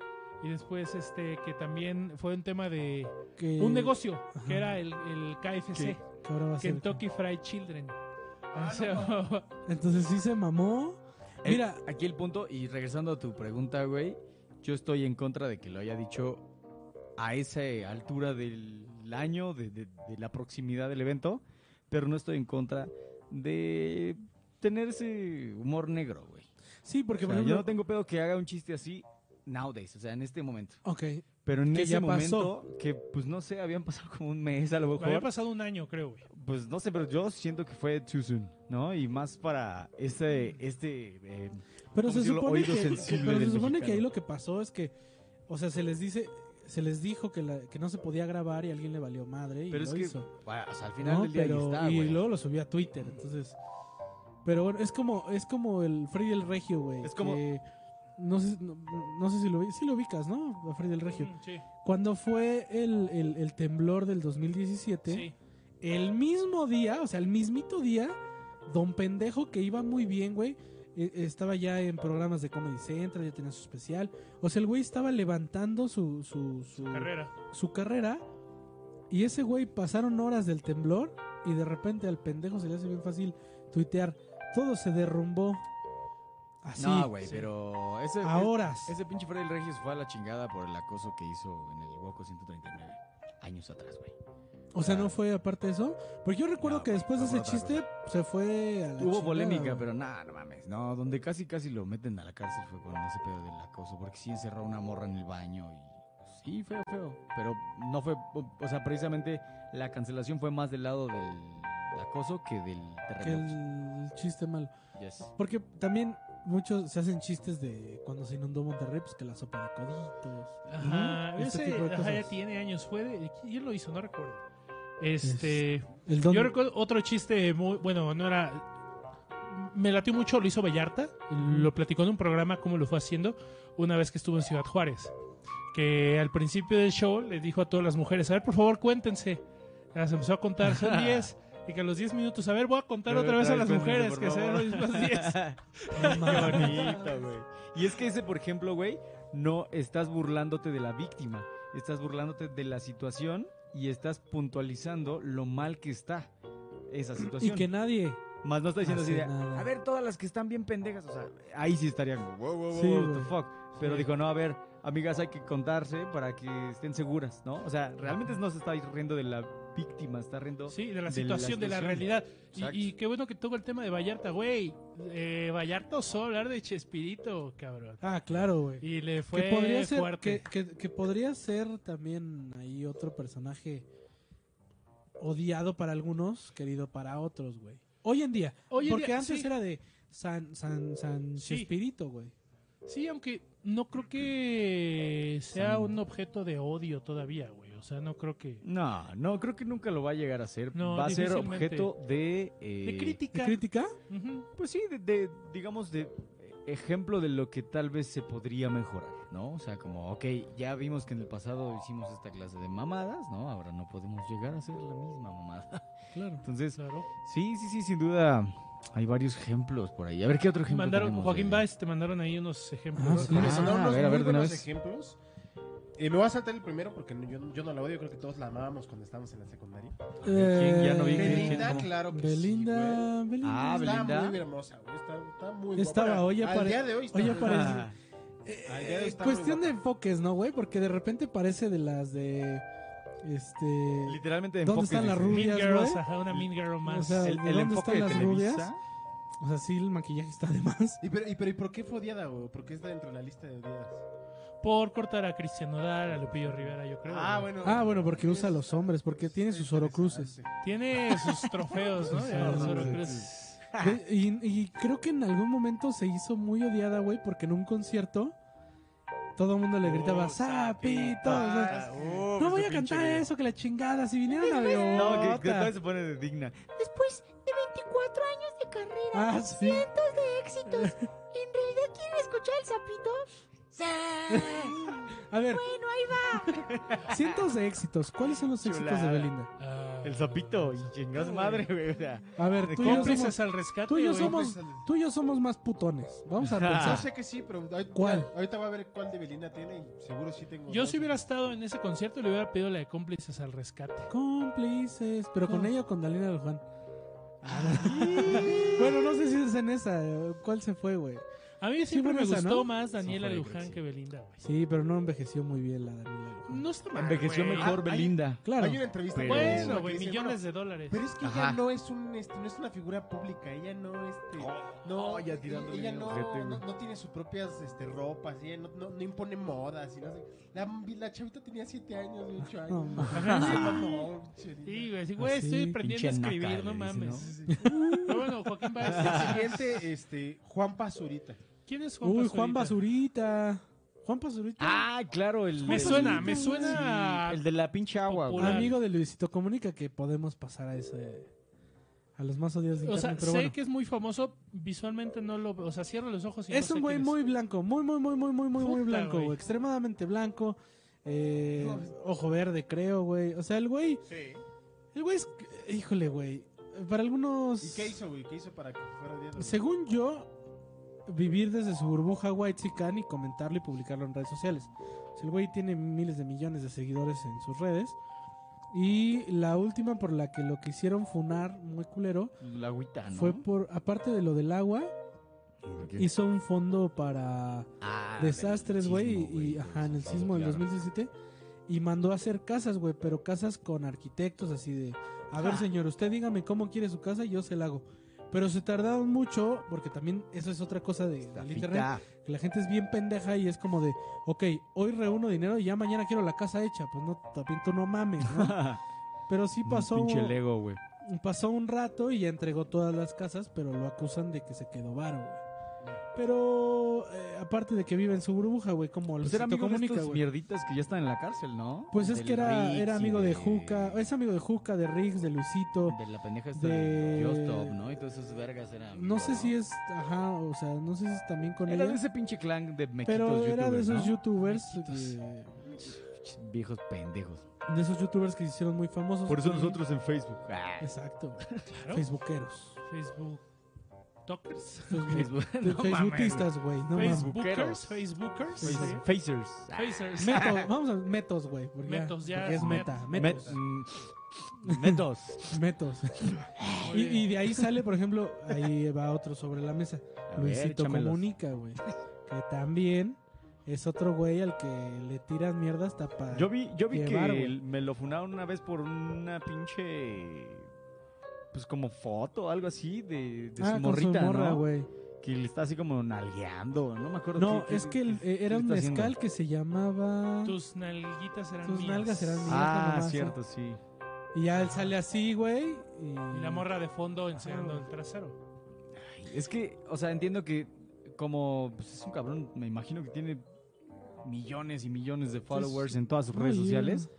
Speaker 2: Y después, este, que también fue un tema de
Speaker 1: que-
Speaker 2: un negocio,
Speaker 1: Eh, ajá.
Speaker 2: que era el, el KFC,
Speaker 1: que- que ahora va a ser-
Speaker 2: Kentucky Fried Children.
Speaker 7: Ah,
Speaker 2: O sea, *laughs*
Speaker 1: Entonces sí se mamó.
Speaker 4: Eh,
Speaker 1: Mira,
Speaker 4: aquí el punto, y regresando a tu pregunta, güey, yo estoy en contra de que lo haya dicho a esa altura del año, de, de- de la proximidad del evento, pero no estoy en contra de tener ese humor negro, güey.
Speaker 1: sí, porque
Speaker 4: O
Speaker 1: por
Speaker 4: sea, yo
Speaker 1: ejemplo.
Speaker 4: no tengo pedo que haga un chiste así nowadays, o sea, en este momento.
Speaker 1: Ok,
Speaker 4: Pero en
Speaker 1: Que
Speaker 4: ese
Speaker 1: ya
Speaker 4: momento, que pues no sé, habían pasado como un mes a lo mejor.
Speaker 2: había pasado un año, creo, güey.
Speaker 4: Pues no sé, pero yo siento que fue too soon, ¿no? Y más para este, este eh,
Speaker 1: Pero
Speaker 4: ¿Cómo
Speaker 1: se
Speaker 4: decirlo?
Speaker 1: supone, que,
Speaker 4: Oído sensible
Speaker 1: pero se
Speaker 4: del
Speaker 1: supone que
Speaker 4: mexicano.
Speaker 1: ahí lo que pasó es que, o sea, se les dice, se les dijo que, la- que no se podía grabar y alguien le valió madre y
Speaker 4: Pero
Speaker 1: lo
Speaker 4: es que
Speaker 1: hizo.
Speaker 4: bueno, o sea, al final
Speaker 1: ¿no?
Speaker 4: del día ahí
Speaker 1: Pero-
Speaker 4: está,
Speaker 1: y
Speaker 4: güey.
Speaker 1: luego lo subió a Twitter, entonces. Pero bueno, es como, es como el Freddy el Regio, güey.
Speaker 4: Es como-
Speaker 1: que No sé, no, no sé si lo, vi- sí lo ubicas, ¿no? A Freddy el Regio.
Speaker 2: Mm, Sí,
Speaker 1: Cuando fue el, el- el temblor del 2017,
Speaker 2: sí.
Speaker 1: el mismo día, o sea, el mismito día, Don Pendejo, que iba muy bien, güey, eh, estaba ya en programas de Comedy Central, ya tenía su especial. O sea, el güey estaba levantando su, su, su-
Speaker 2: Carrera.
Speaker 1: su carrera. Y ese güey pasaron horas del temblor y de repente al pendejo se le hace bien fácil tuitear. Todo se derrumbó. Así.
Speaker 4: no, güey,
Speaker 1: sí.
Speaker 4: pero ese,
Speaker 1: A horas.
Speaker 4: ese pinche Freddy Regis fue a la chingada por el acoso que hizo en el Hueco 139 años atrás, güey.
Speaker 1: O sea,
Speaker 4: ah.
Speaker 1: no fue aparte de eso. Porque yo recuerdo
Speaker 4: No,
Speaker 1: que después de
Speaker 4: fue
Speaker 1: ese
Speaker 4: otra
Speaker 1: chiste se fue a la
Speaker 4: Hubo
Speaker 1: chingada,
Speaker 4: polémica,
Speaker 1: güey.
Speaker 4: pero nada, no mames. No, donde casi casi lo meten a la cárcel fue con ese pedo del acoso, porque sí encerró a una morra en el baño y sí, feo, feo. Pero no fue, o o sea, precisamente la cancelación fue más del lado del acoso que del
Speaker 1: Que
Speaker 4: terremoto.
Speaker 1: el chiste malo.
Speaker 4: Yes.
Speaker 1: *laughs* Porque también muchos se hacen chistes de cuando se inundó Monterrey, pues que la sopa de coditos.
Speaker 2: Ajá,
Speaker 1: ¿no? Este
Speaker 2: ese,
Speaker 1: tipo de
Speaker 2: ajá, ya
Speaker 1: cosas.
Speaker 2: tiene años. Fue de, ¿Quién lo hizo? No recuerdo. Este.
Speaker 1: El don- *laughs*
Speaker 2: Yo recuerdo otro chiste muy bueno, no era me latió mucho, lo hizo Vallarta, lo platicó en un programa cómo lo fue haciendo una vez que estuvo en Ciudad Juárez, que al principio del show le dijo a todas las mujeres, "A ver, por favor, cuéntense." Las empezó a contar, son 10 y que a los 10 minutos, a ver, voy a contar
Speaker 4: A ver,
Speaker 2: otra vez a
Speaker 4: otra
Speaker 2: las
Speaker 4: vez, cuéntense,
Speaker 2: mujeres
Speaker 4: por
Speaker 2: que se ven
Speaker 4: favor."
Speaker 2: los mismos
Speaker 1: No mames.
Speaker 2: 10.
Speaker 4: *laughs* bonito, güey. Y es que ese, por ejemplo, güey, no estás burlándote de la víctima, estás burlándote de la situación y estás puntualizando lo mal que está esa
Speaker 1: Y
Speaker 4: situación.
Speaker 1: que nadie.
Speaker 4: Más no está diciendo así
Speaker 1: hace
Speaker 4: de,
Speaker 1: nada.
Speaker 4: a ver, todas las que están bien pendejas, o sea, ahí sí estarían, wow, wow, wow,
Speaker 1: Sí,
Speaker 4: what
Speaker 1: güey.
Speaker 4: the fuck. Pero
Speaker 2: Sí.
Speaker 4: dijo, no, a ver, amigas, hay que contarse para que estén seguras, ¿no? O sea, realmente no se está riendo de la víctima, está riendo...
Speaker 2: Sí, de la situación, de la, realidad. Y-
Speaker 4: Exacto.
Speaker 2: Y, qué bueno que toca el tema de Vallarta, güey. Eh, Vallarta osó hablar de Chespirito, cabrón.
Speaker 1: Ah, claro, güey.
Speaker 2: Y le fue
Speaker 1: Que podría, ser,
Speaker 2: fuerte.
Speaker 1: que, que- que podría ser también ahí otro personaje odiado para algunos, querido para otros, güey. Hoy en día.
Speaker 2: Hoy en
Speaker 1: porque
Speaker 2: día,
Speaker 1: antes
Speaker 2: sí.
Speaker 1: era de San, San, San
Speaker 2: Sí.
Speaker 1: Chespirito, güey.
Speaker 2: Sí, aunque no creo que sea un objeto de odio todavía, güey. O sea, no creo que...
Speaker 4: No, no, creo que nunca lo va a llegar a ser.
Speaker 2: No,
Speaker 4: va a ser
Speaker 2: difícilmente.
Speaker 4: objeto de... eh,
Speaker 2: De
Speaker 1: ¿De
Speaker 2: crítica.
Speaker 1: crítica?
Speaker 2: Ujú.
Speaker 4: Pues sí, de, de, digamos, de eh, ejemplo de lo que tal vez se podría mejorar, ¿no? O sea, como, ok, ya vimos que en el pasado hicimos esta clase de mamadas, ¿no? Ahora no podemos llegar a hacer la misma mamada. *laughs*
Speaker 1: Claro.
Speaker 4: Entonces,
Speaker 2: Claro.
Speaker 4: sí, sí, sí, sin duda, Hay varios ejemplos por ahí. A ver, ¿qué otro ejemplo
Speaker 2: mandaron,
Speaker 4: tenemos,
Speaker 2: Joaquín
Speaker 4: eh?
Speaker 2: Baez te mandaron ahí unos ejemplos.
Speaker 1: Ah,
Speaker 2: ¿no?
Speaker 1: sí.
Speaker 3: Me sonaron
Speaker 4: a
Speaker 3: unos
Speaker 4: ver, a
Speaker 3: muy
Speaker 4: ver, de una
Speaker 3: buenos
Speaker 4: vez.
Speaker 3: ejemplos. Eh, me voy a saltar el primero porque no- yo, yo no la odio, creo que todos la amábamos cuando estábamos en la secundaria.
Speaker 4: ¿Quién? Ya no vi quién,
Speaker 1: Eh,
Speaker 4: quién, cómo.
Speaker 3: claro que sí, güey.
Speaker 1: Belinda, Belinda.
Speaker 4: Ah,
Speaker 3: Está
Speaker 4: Belinda.
Speaker 3: muy hermosa, güey. Está, está muy
Speaker 1: Estaba,
Speaker 3: guapa.
Speaker 1: hoy
Speaker 3: Al
Speaker 1: apare-
Speaker 3: día de hoy está
Speaker 1: hoy
Speaker 3: muy
Speaker 1: aparece.
Speaker 3: guapa.
Speaker 4: Ah,
Speaker 1: Eh,
Speaker 3: Ah, ya
Speaker 1: eh,
Speaker 3: está muy
Speaker 1: cuestión de
Speaker 3: guapa.
Speaker 1: enfoques, ¿no, güey? Porque de repente parece de las de.
Speaker 2: Pues,
Speaker 1: Este.
Speaker 4: literalmente
Speaker 1: ¿Dónde
Speaker 4: enfoques,
Speaker 1: están las
Speaker 4: dice.
Speaker 1: rubias,
Speaker 2: Mean Girls,
Speaker 1: güey?
Speaker 2: ajá, una Mean Girl más.
Speaker 1: O sea,
Speaker 4: El, el
Speaker 1: ¿Dónde
Speaker 4: enfoque
Speaker 1: están
Speaker 4: de
Speaker 1: las
Speaker 4: Televisa.
Speaker 1: rubias? O sea, sí, el maquillaje está de más.
Speaker 3: ¿Y, pero, y, pero, ¿y por qué fue odiada, güey? ¿Por qué está dentro de la lista de odiadas?
Speaker 2: por cortar a Cristian Nodal, a Lupillo Rivera, yo creo. güey.
Speaker 3: bueno.
Speaker 1: Ah, bueno, porque usa a los hombres, porque tiene
Speaker 3: Es
Speaker 1: sus orocruces.
Speaker 3: interesante.
Speaker 2: Tiene sus trofeos,
Speaker 1: *laughs*
Speaker 2: ¿no?
Speaker 1: Sí,
Speaker 2: Ya, los
Speaker 1: sí,
Speaker 2: orocruces.
Speaker 1: De- Eh, Y, y creo que en algún momento se hizo muy odiada, güey, porque en un concierto todo el mundo le
Speaker 4: Oh,
Speaker 1: gritaba, ¡Sapito! o sea,
Speaker 3: Ah,
Speaker 1: no voy a cantar eso, que la chingada, si vinieron a ver.
Speaker 4: *laughs* No, que, que todavía se pone de digna.
Speaker 8: Después de 24 años de carrera,
Speaker 1: Ah, sí.
Speaker 8: cientos de éxitos, ¿en realidad quieren escuchar el sapito?
Speaker 1: *laughs*
Speaker 8: ¡Sa!
Speaker 1: A ver,
Speaker 8: Bueno, ahí va.
Speaker 1: cientos de éxitos. ¿Cuáles son los éxitos de
Speaker 4: Chulada.
Speaker 1: Belinda?
Speaker 2: Ah,
Speaker 4: El sapito. Y chingas madre, güey. O sea,
Speaker 1: A ver, tú y yo
Speaker 2: Cómplices
Speaker 1: somos,
Speaker 2: al rescate.
Speaker 1: tú y yo
Speaker 2: güey.
Speaker 1: somos- tú y yo somos más putones. Vamos
Speaker 4: *laughs*
Speaker 1: a pensar.
Speaker 3: pues, Yo sé que sí, pero ahorita,
Speaker 1: ¿Cuál?
Speaker 3: ahorita voy a ver cuál de Belinda tiene y seguro sí tengo.
Speaker 2: Yo
Speaker 3: dos.
Speaker 2: si hubiera estado en ese concierto le hubiera pedido la de cómplices al rescate.
Speaker 1: Cómplices. Pero con ella o con Dalina del Juan.
Speaker 4: Ah.
Speaker 1: *laughs* bueno, no sé si es en esa. ¿Cuál se fue, güey?
Speaker 2: A mí siempre
Speaker 1: bueno,
Speaker 2: me
Speaker 1: esa,
Speaker 2: gustó
Speaker 1: ¿no?
Speaker 2: más Daniela
Speaker 4: Sí, fue
Speaker 2: Luján
Speaker 4: Luján.
Speaker 2: que Belinda, güey.
Speaker 1: Sí, pero no envejeció muy bien la Dalina del Juan.
Speaker 2: No está mal,
Speaker 4: envejeció
Speaker 2: güey.
Speaker 4: mejor
Speaker 3: Ah,
Speaker 4: Belinda.
Speaker 1: Claro.
Speaker 3: Hay una entrevista.
Speaker 4: Pero-
Speaker 3: con ella
Speaker 2: Bueno,
Speaker 3: que
Speaker 2: güey,
Speaker 3: dice,
Speaker 2: millones de dólares.
Speaker 3: Pero es que
Speaker 4: Ajá.
Speaker 3: ella no es un este, no es una figura pública, ella no este no
Speaker 4: ya
Speaker 3: e-
Speaker 4: tirándole
Speaker 3: ella
Speaker 4: el
Speaker 3: no,
Speaker 4: ojete,
Speaker 3: no,
Speaker 4: güey.
Speaker 3: no tiene sus propias este ropas, ella no, no, no impone modas y no sé. La, la chavita tenía 7 años, 8
Speaker 1: No,
Speaker 3: años.
Speaker 1: mames.
Speaker 3: *laughs* Ajá, no,
Speaker 2: Sí,
Speaker 3: chelita.
Speaker 2: güey, sí, güey,
Speaker 1: Así,
Speaker 2: estoy aprendiendo a
Speaker 4: pinche
Speaker 2: escribir,
Speaker 4: naca,
Speaker 2: no
Speaker 4: le dicen,
Speaker 2: mames.
Speaker 3: Sí, sí, sí.
Speaker 2: Pero bueno, Joaquín
Speaker 3: El
Speaker 2: Baez.
Speaker 3: siguiente este Juan Pazurita.
Speaker 2: ¿Quién
Speaker 1: *laughs*
Speaker 2: es Juan
Speaker 1: Uy, Juan
Speaker 2: Basurita?
Speaker 1: Basurita. Juan Basurita.
Speaker 4: Ah, claro. El
Speaker 2: Me
Speaker 4: de-
Speaker 2: suena, me
Speaker 1: Sí,
Speaker 2: suena.
Speaker 4: El de la pinche agua, güey.
Speaker 2: popular.
Speaker 1: Amigo de Luisito Comunica, que podemos pasar a ese. A los más odiados de
Speaker 2: O sea,
Speaker 1: internet. pero
Speaker 2: sé
Speaker 1: bueno.
Speaker 2: que es muy famoso, visualmente no lo veo. O sea, cierro los ojos y no
Speaker 1: Es
Speaker 2: sé
Speaker 1: un güey
Speaker 2: quién
Speaker 1: muy blanco, muy, muy, muy, muy, muy, muy, muy
Speaker 2: Puta,
Speaker 1: blanco,
Speaker 2: güey.
Speaker 1: güey. Extremadamente blanco. eh, ojo verde, creo, güey. O sea, el güey.
Speaker 3: Sí.
Speaker 1: El güey es. Híjole, güey. Para algunos.
Speaker 3: ¿Y qué hizo, güey? ¿Qué hizo para que fuera odiado? güey?
Speaker 1: Según yo, vivir desde su burbuja white y comentarlo y publicarlo en redes sociales. O sea, el güey tiene miles de millones de seguidores en sus redes. Y la última por la que lo quisieron funar muy culero
Speaker 4: La agüita, Ah, ¿no?
Speaker 1: fue por, aparte de lo del agua, hizo un fondo para
Speaker 4: Ah,
Speaker 1: desastres,
Speaker 4: del
Speaker 1: güey,
Speaker 4: sismo,
Speaker 1: y ajá, en el
Speaker 4: Claro,
Speaker 1: sismo del
Speaker 4: claro.
Speaker 1: 2017 y mandó a hacer casas, güey, pero casas con arquitectos así de, a ver, señor, usted dígame cómo quiere su casa y yo se la hago. Pero se tardaron mucho porque también eso es otra cosa de, del internet,
Speaker 4: Tafita.
Speaker 1: que la gente es bien pendeja y es como de, ok, hoy reúno dinero y ya mañana quiero la casa hecha, pues no, también tú no mames, ¿no?
Speaker 4: *laughs*
Speaker 1: Pero sí pasó Pues
Speaker 4: Pinche Lego, güey.
Speaker 1: Pasó un rato y ya entregó todas las casas, pero lo acusan de que se quedó varo, güey. Pero eh, aparte de que vive en su burbuja, güey, como
Speaker 4: Pues
Speaker 1: los
Speaker 4: era
Speaker 1: Luisito
Speaker 4: amigo de
Speaker 1: comunica,
Speaker 4: estos
Speaker 1: güey.
Speaker 4: mierditas que ya están en la cárcel, ¿no?
Speaker 1: Pues es
Speaker 4: Del
Speaker 1: que era,
Speaker 4: Rix
Speaker 1: era
Speaker 4: y
Speaker 1: amigo de
Speaker 4: de-
Speaker 1: Juca, es amigo de Juca, de Riggs, de Luisito.
Speaker 4: De la pendeja esta
Speaker 1: de-
Speaker 4: de Yostop, ¿no? Y todas esas vergas eran.
Speaker 1: No sé si es, ajá, o sea, no sé si es también con
Speaker 4: Era de
Speaker 1: ella.
Speaker 4: ese pinche clan de mequitos
Speaker 1: Pero era de
Speaker 4: youtubers,
Speaker 1: esos
Speaker 4: ¿no?
Speaker 1: youtubers, que-
Speaker 4: Ch- Viejos pendejos.
Speaker 1: de esos youtubers que se hicieron muy famosos.
Speaker 4: en Facebook. Ah,
Speaker 1: *laughs* Exacto,
Speaker 4: *laughs*
Speaker 1: güey.
Speaker 2: Claro.
Speaker 1: Facebookeros.
Speaker 2: Facebook. Tokers.
Speaker 1: Facebook-
Speaker 4: Facebook.
Speaker 1: de- Facebookistas, güey. No mames.
Speaker 2: Facebookers. Facebookers.
Speaker 1: Sí, sí.
Speaker 2: sí.
Speaker 4: Facers. Ah,
Speaker 2: Facers. *laughs*
Speaker 1: Metos, vamos a metos, güey. porque ya-
Speaker 2: Metos, ya
Speaker 1: porque es
Speaker 2: es
Speaker 1: meta.
Speaker 4: met-
Speaker 1: Metos.
Speaker 4: mm, Metos.
Speaker 1: Metos.
Speaker 2: Muy
Speaker 1: Y,
Speaker 2: bien.
Speaker 1: y de ahí sale, por ejemplo, ahí va otro sobre la mesa. *laughs*
Speaker 4: A
Speaker 1: Luisito
Speaker 4: ver, échamelos.
Speaker 1: Comunica, güey. Que también es otro güey al que le tiran mierda hasta para.
Speaker 4: Yo vi, yo vi
Speaker 1: Llevar,
Speaker 4: que
Speaker 1: güey.
Speaker 4: el- me lo funaron una vez por una pinche. Pues como foto o algo así de, de
Speaker 1: Ah,
Speaker 4: su
Speaker 1: con
Speaker 4: morrita,
Speaker 1: su morra,
Speaker 4: ¿no?
Speaker 1: güey.
Speaker 4: Que le está así como nalgueando, no me acuerdo.
Speaker 1: No,
Speaker 4: qué- qué-
Speaker 1: es que el-
Speaker 4: qué-
Speaker 1: eh,
Speaker 4: qué
Speaker 1: era
Speaker 4: le
Speaker 1: un
Speaker 4: está haciendo.
Speaker 1: mezcal que se llamaba.
Speaker 2: Tus nalguitas eran
Speaker 1: Tus
Speaker 2: mías.
Speaker 1: nalgas eran mías.
Speaker 4: Ah,
Speaker 1: nomás,
Speaker 4: cierto, sí.
Speaker 1: Y ya él sale así, güey. Y...
Speaker 2: Y la morra de fondo
Speaker 1: Ah,
Speaker 2: enseñando el trasero.
Speaker 4: Es que, o sea, entiendo que como pues, es un cabrón, me imagino que tiene millones y millones de followers en todas sus
Speaker 1: no,
Speaker 4: redes
Speaker 1: y-
Speaker 4: sociales,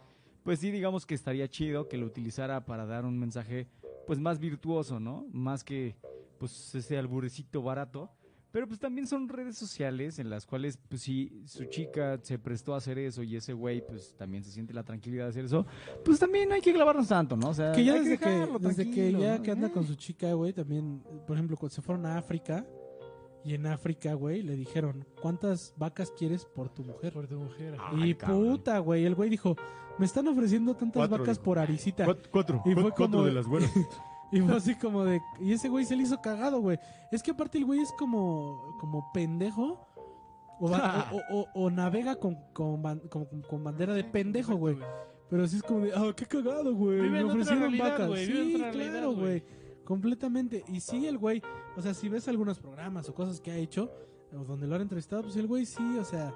Speaker 4: pues sí, digamos que estaría chido que lo utilizara para dar un mensaje pues más virtuoso, ¿no? Más que pues ese alburecito barato. Pero pues también son redes sociales en las cuales, pues si su chica se prestó a hacer eso y ese güey, pues también se siente la tranquilidad de hacer eso, pues también no hay que clavarnos tanto, ¿no? O sea,
Speaker 1: Que ya
Speaker 4: hay
Speaker 1: desde que,
Speaker 4: dejarlo
Speaker 1: desde que
Speaker 4: tranquilo,
Speaker 1: ya
Speaker 4: ¿no?
Speaker 1: que anda con su chica, güey, también, por ejemplo, cuando se fueron a África, y en África, güey, le dijeron, ¿cuántas vacas quieres por tu mujer?
Speaker 2: Por tu mujer. ajá.
Speaker 1: y puta, güey, el güey dijo, me están ofreciendo tantas
Speaker 9: Cuatro,
Speaker 1: vacas
Speaker 9: dijo.
Speaker 1: por Arisita.
Speaker 9: Cuatro, cuatro,
Speaker 1: Y fue
Speaker 9: cuatro
Speaker 1: como-
Speaker 9: de las buenas.
Speaker 1: Y fue así como de. Y ese güey se le hizo cagado, güey. Es que aparte el güey es como. como pendejo. O,
Speaker 9: *laughs*
Speaker 1: va- o- o- o- o navega con, con, ban- con- con- con bandera de pendejo, güey. Pero así es como de, ah, qué cagado, güey.
Speaker 2: Vive
Speaker 1: Me
Speaker 2: en otra
Speaker 1: ofrecieron
Speaker 2: realidad,
Speaker 1: vacas.
Speaker 2: güey, vive en
Speaker 1: Sí,
Speaker 2: otra realidad,
Speaker 1: claro,
Speaker 2: güey.
Speaker 1: güey. Completamente. Y sí, el güey, o sea, si ves algunos programas o cosas que ha hecho, o donde lo han entrevistado, pues el güey sí, o sea,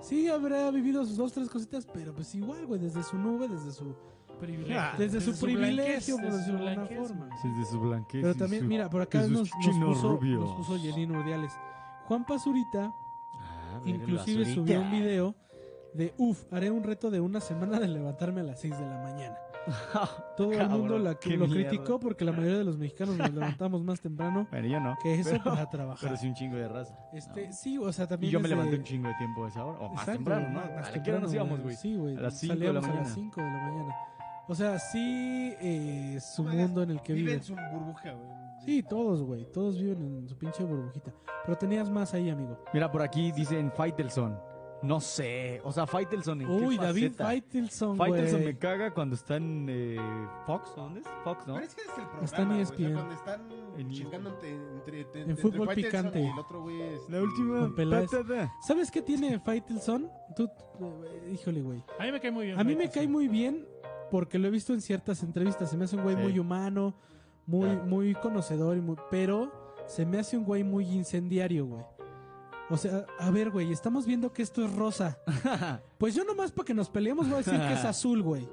Speaker 1: sí habrá vivido sus dos, tres cositas, pero pues igual, güey, desde su nube, desde su
Speaker 2: Privilegio.
Speaker 1: desde su privilegio,
Speaker 2: blanquez,
Speaker 1: por decirlo de alguna
Speaker 2: blanquez, güey.
Speaker 1: forma.
Speaker 9: de sus blanqueos.
Speaker 1: Pero también, mira, por acá
Speaker 9: de sus
Speaker 1: nos, nos
Speaker 9: chinos
Speaker 1: puso,
Speaker 9: rubios.
Speaker 1: nos puso Yelín Urdiales. Juan Pazurita
Speaker 10: Ah, miren,
Speaker 1: inclusive
Speaker 10: basurita.
Speaker 1: subió un video de, uff, haré un reto de una semana de levantarme a las 6 de la
Speaker 10: *laughs*
Speaker 1: mañana. Todo el mundo la-
Speaker 10: qué
Speaker 1: lo
Speaker 10: mierda.
Speaker 1: criticó porque la mayoría de los mexicanos nos levantamos más temprano
Speaker 10: Bueno, yo no.
Speaker 1: que eso para trabajar.
Speaker 10: Pero sí un chingo de raza.
Speaker 1: este, Sí, o sea, también
Speaker 10: Y yo me
Speaker 1: desde-
Speaker 10: levanté un chingo de tiempo a esa hora. O más
Speaker 1: Exacto,
Speaker 10: temprano, ¿no?
Speaker 1: más- más
Speaker 10: A la que hora nos
Speaker 1: temprano,
Speaker 10: íbamos, güey.
Speaker 1: Sí, güey.
Speaker 10: A las cinco de la
Speaker 1: Salíamos a las
Speaker 10: mañana.
Speaker 1: 5 de la mañana. O sea, sí, eh, su
Speaker 3: No,
Speaker 1: mundo en el que
Speaker 3: Vive
Speaker 1: vive.
Speaker 3: en su burbuja, güey.
Speaker 1: Sí, todos, güey. Todos viven en su pinche burbujita. Pero tenías más ahí, amigo.
Speaker 4: Mira, por aquí dicen Faitelson. No sé. O sea, Faitelson en qué
Speaker 1: Uy, David
Speaker 4: faceta?
Speaker 1: Faitelson,
Speaker 4: Faitelson
Speaker 1: güey.
Speaker 4: me caga cuando está en eh, Fox. ¿Dónde es? Fox, ¿no?
Speaker 3: Pero es que es el programa,
Speaker 1: Está en E
Speaker 3: güey,
Speaker 1: ESPN.
Speaker 3: O sea, cuando están
Speaker 4: En
Speaker 3: chingando entre, entre, entre-
Speaker 1: En
Speaker 3: entre
Speaker 1: fútbol
Speaker 3: Faitelson
Speaker 1: picante.
Speaker 3: y el otro, güey, este,
Speaker 1: Con Peláez. ¿Sabes qué tiene Faitelson? Tú, eh, híjole, güey.
Speaker 2: A mí me cae muy bien.
Speaker 1: A mí me
Speaker 2: Faitelson.
Speaker 1: cae
Speaker 2: *laughs*
Speaker 1: muy bien porque lo he visto en ciertas entrevistas. Se me hace un güey
Speaker 10: Sí.
Speaker 1: muy humano, muy, muy conocedor, y muy- pero se me hace un güey muy incendiario, güey. O sea, a ver, güey, estamos viendo que esto es
Speaker 4: *laughs*
Speaker 1: rosa. Pues yo nomás para que nos peleemos voy a decir que es azul, güey.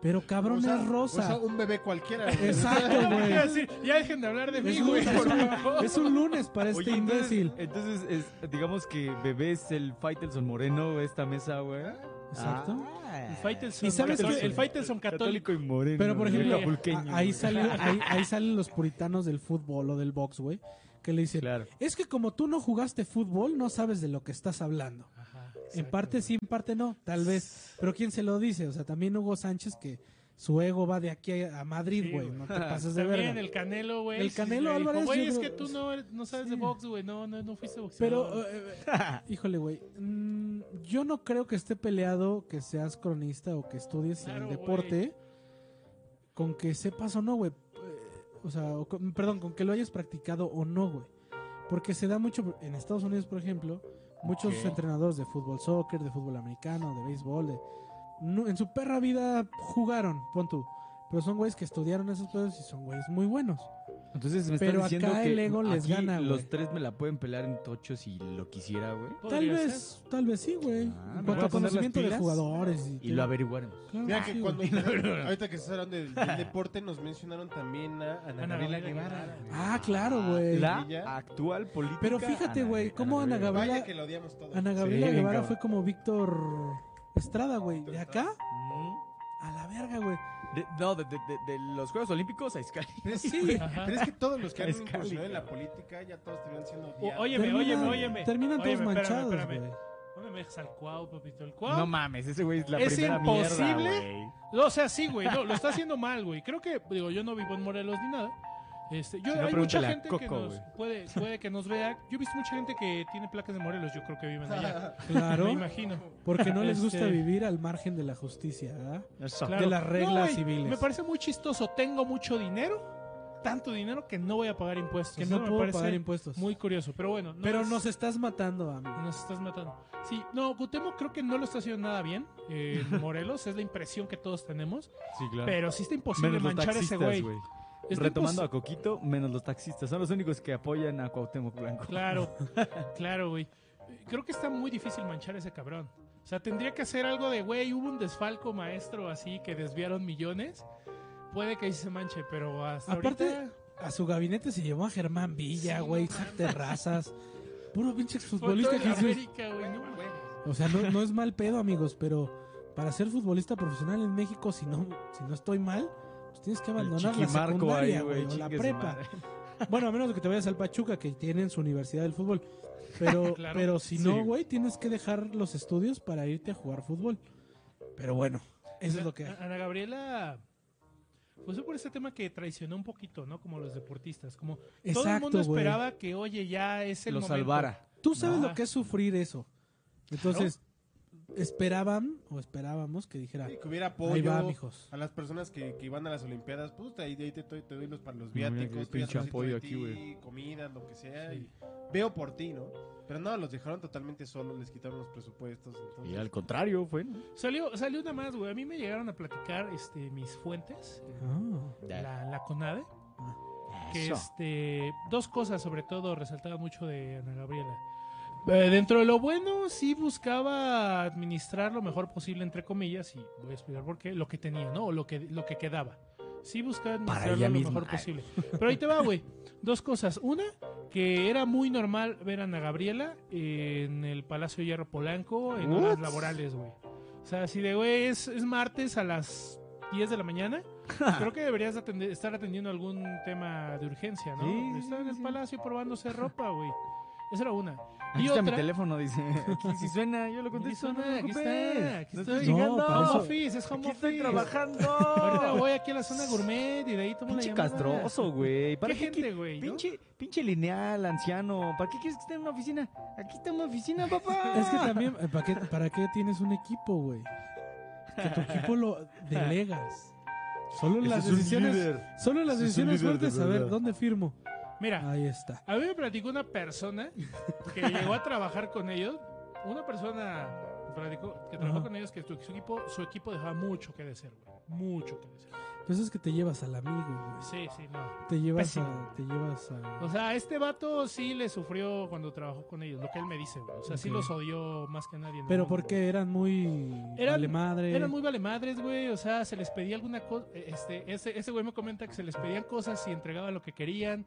Speaker 1: Pero cabrón,
Speaker 3: o sea,
Speaker 1: es
Speaker 3: O sea,
Speaker 1: rosa.
Speaker 3: un bebé cualquiera. güey. *laughs*
Speaker 1: Exacto,
Speaker 2: Te iba a
Speaker 1: güey.
Speaker 2: decir, Ya dejen de hablar de mí,
Speaker 1: Es
Speaker 2: güey.
Speaker 1: lunes,
Speaker 2: por
Speaker 1: güey.
Speaker 2: favor.
Speaker 1: Es un lunes para este
Speaker 10: Oye, entonces-
Speaker 1: imbécil.
Speaker 10: Entonces, es- digamos que bebé es el Faitelson moreno de esta mesa, güey.
Speaker 2: ah,
Speaker 1: Exacto.
Speaker 2: El Faitelson,
Speaker 1: ¿Y sabes
Speaker 2: cató-
Speaker 1: qué?
Speaker 2: el Faitelson católico.
Speaker 10: y moreno.
Speaker 1: Pero por
Speaker 10: güey.
Speaker 1: ejemplo,
Speaker 10: Acapulqueño,
Speaker 1: a-
Speaker 10: güey.
Speaker 1: ahí, salen, ahí, ahí salen los puritanos del fútbol o del box, güey. Que le dicen,
Speaker 10: Claro.
Speaker 1: es que como tú no jugaste fútbol, no sabes de lo que estás hablando.
Speaker 2: Ajá,
Speaker 1: En
Speaker 2: exacto,
Speaker 1: parte
Speaker 2: güey.
Speaker 1: sí, en parte no, tal vez. Pero ¿quién se lo dice? O sea, también Hugo Sánchez que su ego va de aquí a a
Speaker 2: Sí,
Speaker 1: Madrid, güey.
Speaker 2: güey.
Speaker 1: No te
Speaker 2: *laughs*
Speaker 1: pases de
Speaker 2: También
Speaker 1: verga.
Speaker 2: el Canelo, güey.
Speaker 1: El
Speaker 2: sí,
Speaker 1: Canelo
Speaker 2: le dijo,
Speaker 1: Álvarez,
Speaker 2: Güey,
Speaker 1: yo
Speaker 2: es que
Speaker 1: creo-
Speaker 2: tú no, eres- no sabes de
Speaker 1: Sí.
Speaker 2: box, güey. No, no, no fuiste boxeador.
Speaker 1: Pero, eh, eh, híjole, güey. mm, yo no creo que esté peleado que seas cronista o que estudies
Speaker 2: Claro,
Speaker 1: el
Speaker 2: güey.
Speaker 1: deporte con que sepas o no, güey. Eh, O sea, o con- perdón, con que lo hayas practicado o no, güey. Porque se da mucho, en Estados Unidos, por ejemplo, muchos entrenadores de fútbol soccer, de fútbol americano, de béisbol, de, no, en su perra vida jugaron, pon tú. Pero son güeyes que estudiaron esos pedos y son güeyes muy buenos.
Speaker 10: Entonces me
Speaker 1: Pero
Speaker 10: están diciendo
Speaker 1: acá
Speaker 10: que
Speaker 1: el ego les
Speaker 10: aquí
Speaker 1: gana, güey.
Speaker 10: los tres me la pueden pelar en tocho si lo quisiera, güey.
Speaker 1: Tal
Speaker 2: Podría
Speaker 1: vez,
Speaker 2: ser.
Speaker 1: tal vez sí, güey. en
Speaker 10: Ah, ¿me voy
Speaker 1: cuanto
Speaker 10: a
Speaker 1: a
Speaker 10: poner las
Speaker 1: conocimiento de
Speaker 10: pilas?
Speaker 1: jugadores. Y,
Speaker 10: Y lo averiguaremos.
Speaker 1: Claro
Speaker 3: Mira
Speaker 1: sí,
Speaker 3: que
Speaker 1: güey.
Speaker 3: cuando. *laughs* ahorita que estás hablando del, del deporte, nos mencionaron también a Ana,
Speaker 2: Ana
Speaker 3: Gabriela
Speaker 2: Gabriela
Speaker 3: Guevara.
Speaker 2: Guevara.
Speaker 3: güey.
Speaker 1: Ah, claro, güey.
Speaker 4: La
Speaker 3: Ella.
Speaker 4: actual política.
Speaker 1: Pero fíjate,
Speaker 4: Ana-
Speaker 1: güey, cómo Ana
Speaker 3: Vaya
Speaker 1: Ah, Gabriela,
Speaker 3: que lo odiamos todos.
Speaker 1: Ana Gabriela
Speaker 4: Sí,
Speaker 1: Guevara
Speaker 4: cabrón.
Speaker 1: fue como Víctor Estrada, güey. De acá
Speaker 10: Mm.
Speaker 1: a la verga, güey.
Speaker 10: De- no, de, de- de- de los Juegos Olímpicos a Sky.
Speaker 3: Pero es,
Speaker 1: Sí.
Speaker 3: güey,
Speaker 2: Ajá.
Speaker 3: pero es que todos los que han
Speaker 10: Es cálido.
Speaker 3: incursionado en la política ya todos terminan siendo
Speaker 2: O-
Speaker 3: odiados.
Speaker 2: Óyeme, óyeme,
Speaker 1: Terminan-
Speaker 2: óyeme.
Speaker 1: Terminan todos
Speaker 2: Óyeme, espérame,
Speaker 1: manchados,
Speaker 2: espérame.
Speaker 1: güey.
Speaker 2: No *laughs* me dejas al cuau, papito. El cuau.
Speaker 10: No mames, ese güey es la
Speaker 2: Es
Speaker 10: primera
Speaker 2: imposible.
Speaker 10: mierda, güey.
Speaker 2: No, o sea, sí, güey. No, lo está haciendo mal, güey. Creo que, digo, yo no vivo en Morelos ni nada. Este, yo,
Speaker 10: Si no,
Speaker 2: hay mucha
Speaker 10: pregúntale a
Speaker 2: gente que
Speaker 10: Coco,
Speaker 2: nos
Speaker 10: güey.
Speaker 2: puede, puede que nos vea. Yo he visto mucha gente que tiene placas de Morelos. Yo creo que viven allá.
Speaker 3: *laughs*
Speaker 1: *laughs*
Speaker 2: Me
Speaker 1: Claro,
Speaker 2: imagino.
Speaker 1: porque no les gusta
Speaker 2: Este- Pues
Speaker 1: vivir al margen de la justicia, ¿verdad?
Speaker 2: Claro.
Speaker 1: De las reglas
Speaker 2: güey,
Speaker 1: civiles.
Speaker 2: Me parece muy chistoso. Tengo mucho dinero, tanto dinero que no voy a pagar impuestos.
Speaker 1: Que
Speaker 2: Eso
Speaker 1: no
Speaker 2: me
Speaker 1: puedo
Speaker 2: parece
Speaker 1: pagar impuestos.
Speaker 2: Muy curioso, pero bueno. no
Speaker 1: Pero
Speaker 2: es-
Speaker 1: nos estás matando, amigo.
Speaker 2: Nos estás matando. Sí, no, Gutemo creo que no lo está haciendo nada bien.
Speaker 1: *laughs*
Speaker 2: eh, en Morelos es la impresión que todos tenemos.
Speaker 10: Sí, claro.
Speaker 2: Pero sí está imposible
Speaker 10: Menos los
Speaker 2: manchar ese
Speaker 10: taxistas,
Speaker 2: güey.
Speaker 10: güey. Este, pues,
Speaker 2: Está
Speaker 10: Retomando
Speaker 2: impos-
Speaker 10: a Coquito, menos los taxistas. Son los únicos que apoyan a Cuauhtémoc Blanco.
Speaker 1: *laughs*
Speaker 2: Claro, claro, güey. Eh, Creo que está muy difícil manchar ese cabrón. O sea, tendría que hacer algo de, güey, hubo un desfalco maestro así que desviaron millones. Puede que ahí se manche, pero hasta
Speaker 1: Aparte,
Speaker 2: ahorita...
Speaker 1: A su gabinete se llevó a Germán Villa,
Speaker 2: Sí,
Speaker 1: güey,
Speaker 2: no Pues,
Speaker 1: Isaac Terrazas. Puro pinche
Speaker 2: Todo
Speaker 1: futbolista
Speaker 2: en
Speaker 1: que dices,
Speaker 2: América, güey, no, güey.
Speaker 1: O sea, no, no es mal pedo, amigos, pero para ser futbolista profesional en México, si no, si no estoy mal, pues tienes que
Speaker 10: El
Speaker 1: abandonar la
Speaker 10: chiquimarco
Speaker 1: secundaria,
Speaker 10: ahí,
Speaker 1: güey, o la
Speaker 10: chingue su
Speaker 1: prepa.
Speaker 10: madre.
Speaker 1: Bueno, a menos de que te vayas al Pachuca, que tienen su universidad del fútbol. Pero,
Speaker 2: Claro.
Speaker 1: pero si
Speaker 4: Sí.
Speaker 1: no, güey, tienes que dejar los estudios para irte a jugar fútbol. Pero bueno, eso es lo que hay.
Speaker 2: Ana Gabriela, pues fue por ese tema que traicionó un poquito, ¿no? Como los deportistas. Como todo el
Speaker 1: Exacto,
Speaker 2: mundo
Speaker 1: güey.
Speaker 2: esperaba que, oye, ya es el
Speaker 10: Lo
Speaker 2: momento.
Speaker 10: salvara.
Speaker 1: Tú sabes
Speaker 2: Ajá.
Speaker 1: lo que es sufrir eso. Entonces, esperaban o esperábamos que dijera,
Speaker 3: Sí, Ah. que hubiera
Speaker 1: ahí
Speaker 3: apoyo
Speaker 1: va, mijos.
Speaker 3: a las personas que, que van a las Olimpiadas. Puta, ahí, ahí te, doy- te doy los para los
Speaker 4: mira,
Speaker 3: viáticos.
Speaker 4: qué
Speaker 3: estoy
Speaker 4: pinche
Speaker 3: atrásito
Speaker 4: apoyo
Speaker 3: de
Speaker 4: aquí,
Speaker 3: ti,
Speaker 4: güey.
Speaker 3: Comida, lo que sea.
Speaker 2: Sí.
Speaker 3: y veo por ti, ¿no? Pero no, los dejaron totalmente solos, les quitaron los presupuestos. Entonces,
Speaker 4: Y al contrario, fue. ¿no?
Speaker 2: Salió, salió una más, güey. A mí me llegaron a platicar este, mis fuentes, eh,
Speaker 1: Ah,
Speaker 2: la, la CONADE,
Speaker 1: Ah.
Speaker 2: que
Speaker 4: Eso.
Speaker 2: este, dos cosas sobre todo resaltaba mucho de Ana Gabriela. Eh, dentro de lo bueno, sí buscaba administrar lo mejor posible, entre comillas, y voy a explicar por qué, lo que tenía, ¿no? O lo que, lo que quedaba. Sí buscaba administrarlo
Speaker 10: ella
Speaker 2: lo
Speaker 10: misma.
Speaker 2: mejor posible. Pero ahí te va, güey. Dos cosas. Una, que era muy normal ver a Ana Gabriela en el Palacio Hierro Polanco en horas laborales, güey. O sea, así de, güey, es, es martes a las 10 de la
Speaker 10: *laughs*
Speaker 2: mañana. Creo que deberías atender- estar atendiendo algún tema de urgencia, ¿no?
Speaker 4: Sí, sí,
Speaker 2: Estaba
Speaker 4: sí,
Speaker 2: en el
Speaker 4: sí.
Speaker 2: palacio probándose ropa, güey. Esa era una.
Speaker 10: Aquí
Speaker 2: Y
Speaker 10: está mi
Speaker 2: otra.
Speaker 10: teléfono, *laughs* dice. Aquí si suena, yo lo contesto.
Speaker 2: Aquí suena,
Speaker 10: no
Speaker 2: aquí
Speaker 10: me
Speaker 2: está, aquí
Speaker 10: No
Speaker 2: estoy.
Speaker 10: estoy
Speaker 1: No,
Speaker 10: llegando.
Speaker 1: para
Speaker 2: Home
Speaker 1: eso-
Speaker 2: office, es home
Speaker 10: Aquí estoy
Speaker 2: office. Ahorita
Speaker 10: trabajando.
Speaker 2: voy aquí a la zona gourmet y de ahí tomo la
Speaker 10: Pinche
Speaker 2: llamada.
Speaker 10: castroso, güey. ¿Para
Speaker 2: ¿Qué
Speaker 10: qué,
Speaker 2: gente, güey? no?
Speaker 10: Pinche, pinche lineal, anciano. ¿Para qué quieres que esté en una oficina? Aquí está mi oficina, papá.
Speaker 1: Es que también, eh, ¿para qué, para qué tienes un equipo, güey? Que tu equipo lo delegas. Solo las decisiones, solo las
Speaker 4: Ese es un
Speaker 1: decisiones
Speaker 4: líder de
Speaker 1: fuertes, a ver,
Speaker 4: verdad.
Speaker 1: ¿dónde firmo?
Speaker 2: Mira,
Speaker 1: Ahí está.
Speaker 10: Ah.
Speaker 2: A mí me platicó una persona que llegó a trabajar con ellos. Una persona platicó que trabajó
Speaker 1: Ajá.
Speaker 2: con ellos que su, su equipo, su equipo dejaba mucho que desear, güey. Mucho que desear.
Speaker 1: Entonces Pues es que te llevas al amigo, güey.
Speaker 2: Sí, Pues sí, no.
Speaker 1: Te llevas
Speaker 2: Pésimo.
Speaker 1: a, te llevas a
Speaker 2: O sea, este vato sí le sufrió cuando trabajó con ellos, lo que él me dice, güey. O sea, sí
Speaker 1: Ok.
Speaker 2: los odió más que a nadie. en el
Speaker 1: Pero
Speaker 2: mundo,
Speaker 1: porque eran muy
Speaker 2: Eran-
Speaker 1: vale madre.
Speaker 2: güey. Eran muy vale madres, güey. O sea, se les pedía alguna cosa. Este, ese, ese güey me comenta que se les pedían cosas y entregaban lo que querían.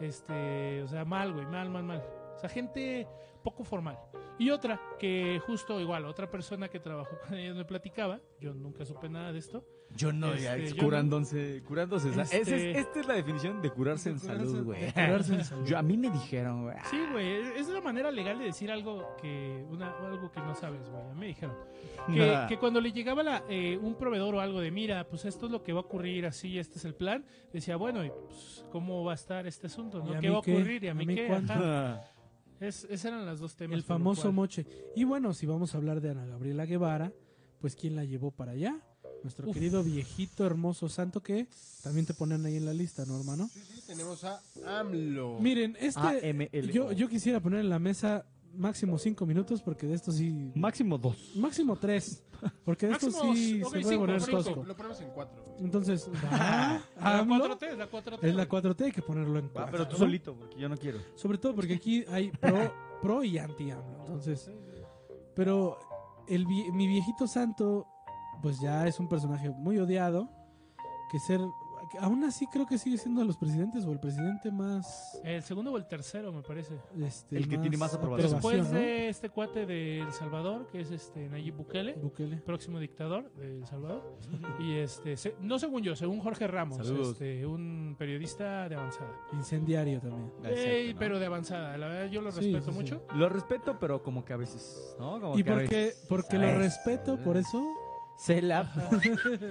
Speaker 2: Este, o sea, mal, güey, mal, mal, mal. O sea, gente poco formal. Y otra, que justo igual, otra persona que trabajó con ellos me platicaba, yo nunca supe nada de esto.
Speaker 10: Yo no, ya,
Speaker 2: Este, yo
Speaker 10: curándose, curándose. esa-
Speaker 2: Este-
Speaker 10: esa es- esta es la definición de curarse en salud, güey.
Speaker 1: Curarse
Speaker 2: *laughs*
Speaker 1: en salud.
Speaker 10: *laughs* Yo, a mí me dijeron, güey.
Speaker 2: Sí, güey, es- es la manera legal de decir algo que una, algo que no sabes, güey. A mí me dijeron que,
Speaker 10: Nah.
Speaker 2: que cuando le llegaba la, eh, un proveedor o algo de, mira, pues esto es lo que va a ocurrir, así, este es el plan, decía, bueno, y, pues, ¿cómo va a estar este asunto?
Speaker 1: ¿Y
Speaker 2: ¿no?
Speaker 1: a
Speaker 2: ¿Qué
Speaker 1: mí
Speaker 2: va a
Speaker 1: qué?
Speaker 2: ocurrir? ¿Y a
Speaker 1: ¿A
Speaker 2: mí,
Speaker 1: mí
Speaker 2: qué?
Speaker 1: cuánto?
Speaker 2: Ajá.
Speaker 10: Ah.
Speaker 2: Es- esos eran los dos temas.
Speaker 1: El
Speaker 2: por lo
Speaker 1: famoso
Speaker 2: cual-
Speaker 1: moche. Y bueno, si vamos a hablar de Ana Gabriela Guevara, pues ¿quién la llevó para allá? Nuestro
Speaker 2: Uf.
Speaker 1: querido viejito hermoso santo que también te ponen ahí en la lista, ¿no, hermano?
Speaker 3: sí, sí, tenemos a
Speaker 4: Oh.
Speaker 3: AMLO.
Speaker 1: Miren, este
Speaker 2: Ah,
Speaker 10: AMLO.
Speaker 1: yo, yo quisiera poner en la mesa máximo cinco minutos porque de esto sí...
Speaker 4: Máximo dos.
Speaker 1: Máximo tres. Porque de esto
Speaker 2: Máximo,
Speaker 1: sí
Speaker 2: ok,
Speaker 1: se puede
Speaker 2: cinco,
Speaker 1: poner
Speaker 2: cinco. Ah,
Speaker 1: tosco.
Speaker 3: Lo ponemos en cuatro. güey.
Speaker 1: Entonces, va,
Speaker 2: La
Speaker 1: AMLO,
Speaker 2: 4T, es la 4T.
Speaker 1: ¿Ah, es la
Speaker 2: güey.
Speaker 1: 4T, hay que ponerlo en
Speaker 10: Ah,
Speaker 1: cuatro.
Speaker 4: pero tú
Speaker 1: ¿no?
Speaker 4: solito, porque yo no quiero.
Speaker 1: Sobre todo porque aquí hay pro, pro y anti AMLO. Entonces, pero el, vie- mi viejito santo, pues ya es un personaje muy odiado. Que ser, que aún así creo que sigue siendo de los presidentes o el presidente más.
Speaker 2: El segundo o el tercero, me parece.
Speaker 1: Este,
Speaker 4: El que tiene más aprobación.
Speaker 2: Después
Speaker 1: ¿no?
Speaker 2: de este cuate de El Salvador, que es este Nayib Bukele,
Speaker 1: Bukele.
Speaker 2: próximo dictador de El Salvador. Y este, se- no según yo, según Jorge Ramos,
Speaker 10: Saludos.
Speaker 2: este, un periodista de avanzada.
Speaker 1: Incendiario también.
Speaker 2: Ey,
Speaker 10: Exacto, ¿no?
Speaker 2: Pero de avanzada, la verdad yo lo
Speaker 1: Sí, sí,
Speaker 2: respeto
Speaker 1: sí.
Speaker 2: mucho.
Speaker 10: Lo respeto, pero como que a veces, ¿no?
Speaker 4: Oh,
Speaker 10: Como
Speaker 1: Y
Speaker 10: que a
Speaker 1: porque,
Speaker 10: veces,
Speaker 1: porque
Speaker 10: a
Speaker 1: lo
Speaker 10: veces,
Speaker 1: respeto,
Speaker 10: a
Speaker 1: por
Speaker 10: veces.
Speaker 1: eso.
Speaker 10: Se la...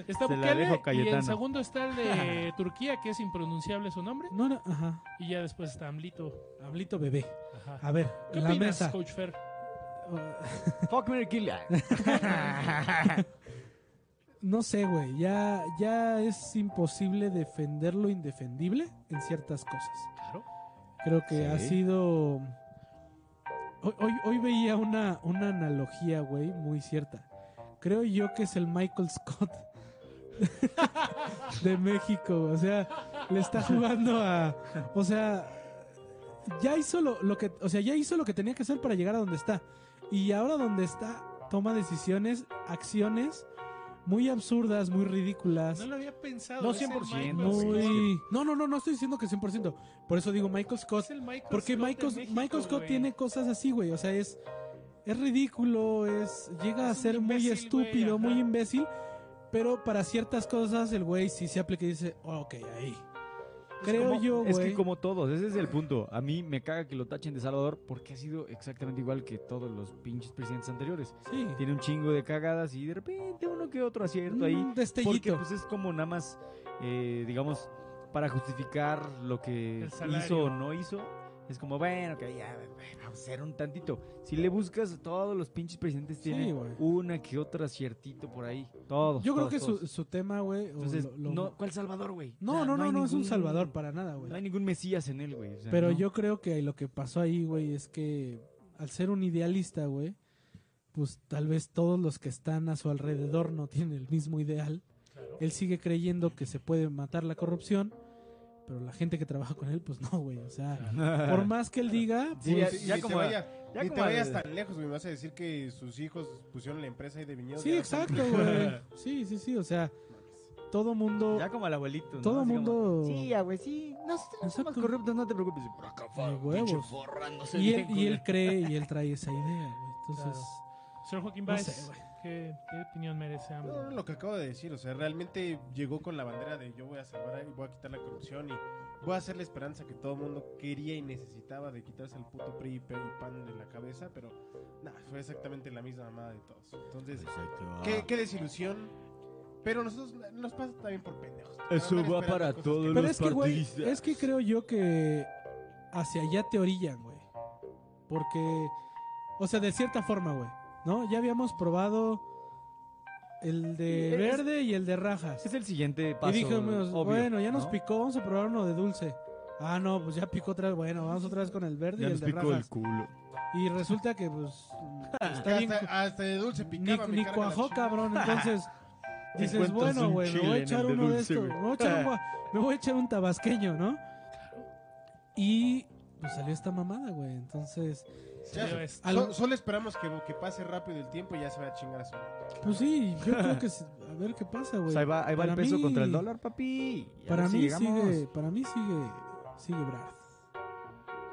Speaker 2: Está
Speaker 4: Se la
Speaker 2: Bukele
Speaker 4: dejo
Speaker 2: y
Speaker 4: Cayetano.
Speaker 2: en segundo está el de Turquía, que es impronunciable su nombre.
Speaker 1: No, no, ajá.
Speaker 2: Y ya después está Amlito.
Speaker 1: Hablito bebé.
Speaker 2: Ajá.
Speaker 1: A ver,
Speaker 2: ¿Qué
Speaker 1: la
Speaker 2: opinas,
Speaker 1: mesa. Oh.
Speaker 2: Coach Fer?
Speaker 10: Fuck, Mary Kill.
Speaker 1: *laughs* No sé, güey. Ya, ya es imposible defender lo indefendible en ciertas cosas.
Speaker 2: Claro.
Speaker 1: Creo que ha
Speaker 10: Sí.
Speaker 1: sido. Hoy, hoy, hoy veía una, una analogía, güey, muy cierta. Creo yo que es el Michael Scott *laughs* de México. O sea, le está jugando a. O sea, ya hizo lo, lo que. O sea, ya hizo lo que tenía que hacer para llegar a donde está. Y ahora donde está, toma decisiones, acciones muy absurdas, muy ridículas.
Speaker 2: No lo había pensado.
Speaker 1: No,
Speaker 2: es el
Speaker 10: 100%,
Speaker 2: Michael Scott.
Speaker 1: muy... No, no, no, no estoy diciendo que 100%. Por eso digo Michael Scott.
Speaker 2: Es el Michael
Speaker 1: Porque
Speaker 2: Scott de
Speaker 1: Michael,
Speaker 2: México,
Speaker 1: Michael Scott
Speaker 2: güey.
Speaker 1: tiene cosas así, güey. O sea, es, es ridículo, es llega a
Speaker 2: Es un
Speaker 1: ser muy
Speaker 2: imbécil, güey,
Speaker 1: estúpido,
Speaker 2: ajá.
Speaker 1: muy imbécil. Pero para ciertas cosas el güey sí se aplica y dice, ok, "Oh, ahí. creo
Speaker 4: Pues como-
Speaker 1: yo,
Speaker 4: Es
Speaker 1: güey.
Speaker 4: que como todos, ese es el punto. A mí me caga que lo tachen de Salvador porque ha sido exactamente igual que todos los pinches presidentes anteriores.
Speaker 1: Sí.
Speaker 4: Tiene un chingo de cagadas y de repente uno que otro acierto ahí.
Speaker 1: Un
Speaker 4: Porque
Speaker 1: destellito.
Speaker 4: pues es como nada más, eh, digamos, para justificar lo que
Speaker 2: El salario.
Speaker 4: hizo o no hizo. Es como, bueno, que ya, bueno, vamos a hacer un tantito. Si le buscas, todos los pinches presidentes
Speaker 1: Sí,
Speaker 4: tienen
Speaker 1: güey.
Speaker 4: una que otra aciertito por ahí. Todos.
Speaker 1: Yo creo
Speaker 4: todos,
Speaker 1: que su,
Speaker 4: todos.
Speaker 1: su tema, güey. o
Speaker 4: Entonces,
Speaker 1: lo- lo-
Speaker 4: no, ¿cuál Salvador, güey? O
Speaker 1: no,
Speaker 4: sea,
Speaker 1: no, no,
Speaker 4: hay
Speaker 1: no es un
Speaker 4: ningún-
Speaker 1: Salvador para nada, güey.
Speaker 4: No hay ningún mesías en él, güey.
Speaker 5: Este,
Speaker 4: o sea,
Speaker 1: pues. Pero
Speaker 4: no.
Speaker 1: yo creo que lo que pasó ahí, güey, es que al ser un idealista, güey, pues tal vez todos los que están a su alrededor no tienen el mismo ideal.
Speaker 2: Claro.
Speaker 1: Él sigue creyendo que se puede matar la corrupción, pero la gente que trabaja con él, pues no, güey. O sea, por más que él diga,
Speaker 4: Sí, ya-
Speaker 1: pues,
Speaker 4: ya
Speaker 3: ni
Speaker 4: como-
Speaker 3: te vayas,
Speaker 4: ya
Speaker 3: ni
Speaker 4: como
Speaker 3: te vayas
Speaker 4: al-
Speaker 3: tan lejos, güey. Me vas a decir que sus hijos pusieron la empresa ahí de viñedos.
Speaker 1: sí,
Speaker 3: Ya,
Speaker 1: exacto, güey. Sí, sí, sí. O sea, todo mundo,
Speaker 4: Ya como al abuelito. ¿no?
Speaker 1: todo
Speaker 4: Así como,
Speaker 1: mundo.
Speaker 5: Sí, ya, güey, sí. Nosotros
Speaker 1: Exacto.
Speaker 5: somos corruptos, no te preocupes. Por acá,
Speaker 1: De
Speaker 5: pinche
Speaker 1: huevos.
Speaker 5: forra, no sé
Speaker 1: Y él,
Speaker 5: bien,
Speaker 1: y él
Speaker 5: culero.
Speaker 1: cree y él trae esa idea, güey. Entonces,
Speaker 2: Señor Joaquín
Speaker 1: No
Speaker 2: Báez,
Speaker 1: sé, güey.
Speaker 2: ¿qué, qué opinión merece AMLO?
Speaker 3: No, no, lo que acabo de decir, o sea, realmente llegó con la bandera de yo voy a salvar y voy a quitar la corrupción y voy a hacer la esperanza que todo el mundo quería y necesitaba de quitarse el puto PRI y pe- y PAN de la cabeza, pero nada, fue exactamente la misma mamada de todos. Entonces, qué, qué desilusión. Pero nosotros na- nos pasa también por pendejos.
Speaker 4: Eso
Speaker 3: Andar
Speaker 4: va
Speaker 3: esperando
Speaker 4: para
Speaker 3: cosas
Speaker 4: todos
Speaker 1: Pero
Speaker 4: los
Speaker 1: es que, güey,
Speaker 4: partidistas.
Speaker 1: es que creo yo que hacia allá te orillan, güey. Porque, o sea, de cierta forma, güey, ¿no? Ya habíamos probado el de
Speaker 4: Es-
Speaker 1: verde y el de rajas.
Speaker 4: Es el siguiente
Speaker 1: Y
Speaker 4: paso.
Speaker 1: dijimos,
Speaker 4: obvio,
Speaker 1: bueno, ya nos
Speaker 4: ¿no?
Speaker 1: picó, vamos a probar uno de dulce. Ah, no, pues ya picó otra vez. Bueno, vamos otra vez con el verde
Speaker 4: Ya
Speaker 1: y el
Speaker 4: nos
Speaker 1: de
Speaker 4: picó el
Speaker 1: rajas.
Speaker 4: culo.
Speaker 1: Y resulta que,
Speaker 4: *laughs*
Speaker 1: pues,
Speaker 3: que
Speaker 1: está bien. cu-
Speaker 3: hasta, hasta de dulce
Speaker 1: Ni,
Speaker 3: picaba. me
Speaker 1: ni
Speaker 3: carga la
Speaker 1: cuajó,
Speaker 3: chingada.
Speaker 1: cabrón. Entonces, dices,
Speaker 4: Encuentras
Speaker 1: bueno,
Speaker 4: un
Speaker 1: güey, me
Speaker 4: chile
Speaker 1: voy a
Speaker 4: en
Speaker 1: echar
Speaker 4: el de
Speaker 1: uno de
Speaker 4: dulce,
Speaker 1: estos.
Speaker 4: güey.
Speaker 1: Me voy, a echar un, gua- me voy a echar un tabasqueño, ¿no? Y pues salió esta mamada, güey. Entonces,
Speaker 3: Ya,
Speaker 2: Señor, es-
Speaker 3: so-
Speaker 1: al-
Speaker 3: solo esperamos que, que pase rápido el tiempo y ya se va a chingar a su madre.
Speaker 1: pues sí, yo creo que. s- A ver qué pasa,
Speaker 4: O
Speaker 1: güey.
Speaker 4: sea, ahí va, ahí va el
Speaker 1: Para
Speaker 4: peso
Speaker 1: mí-
Speaker 4: contra el dólar, papi. Y a
Speaker 1: Para
Speaker 4: ver si
Speaker 1: mí
Speaker 4: llegamos.
Speaker 1: sigue. Para mí sigue. Sigue Brad.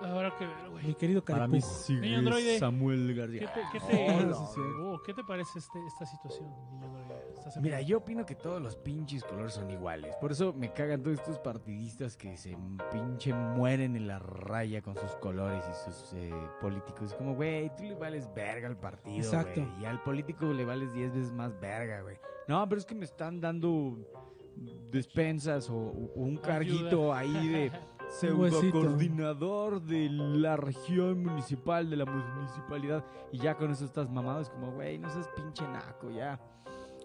Speaker 2: Ah, Ahora que ver,
Speaker 1: Mi
Speaker 2: güey.
Speaker 1: querido
Speaker 4: Para
Speaker 1: Carapujo.
Speaker 4: mí
Speaker 2: Niño
Speaker 4: sigue
Speaker 2: androide.
Speaker 4: Samuel
Speaker 2: ¿Qué
Speaker 4: García.
Speaker 2: te, qué te-
Speaker 1: Hola. Sí, sí.
Speaker 2: Oh, ¿qué te parece este, esta situación? niño Androide? ¿Estás en-
Speaker 10: Mira, yo opino que todos los pinches colores son iguales. Por eso me cagan todos estos partidistas que se pinche mueren en la raya con sus colores y sus eh, políticos. Es como, güey, tú le vales verga al partido,
Speaker 1: Exacto.
Speaker 10: güey, Y al político le vales 10 veces más verga, güey. No, pero es que me están dando despensas o, o un carguito ahí de pseudo
Speaker 1: huesito.
Speaker 4: coordinador de la región municipal, de la municipalidad. Y ya con eso estás mamado. Es como, güey, no seas pinche naco, ya.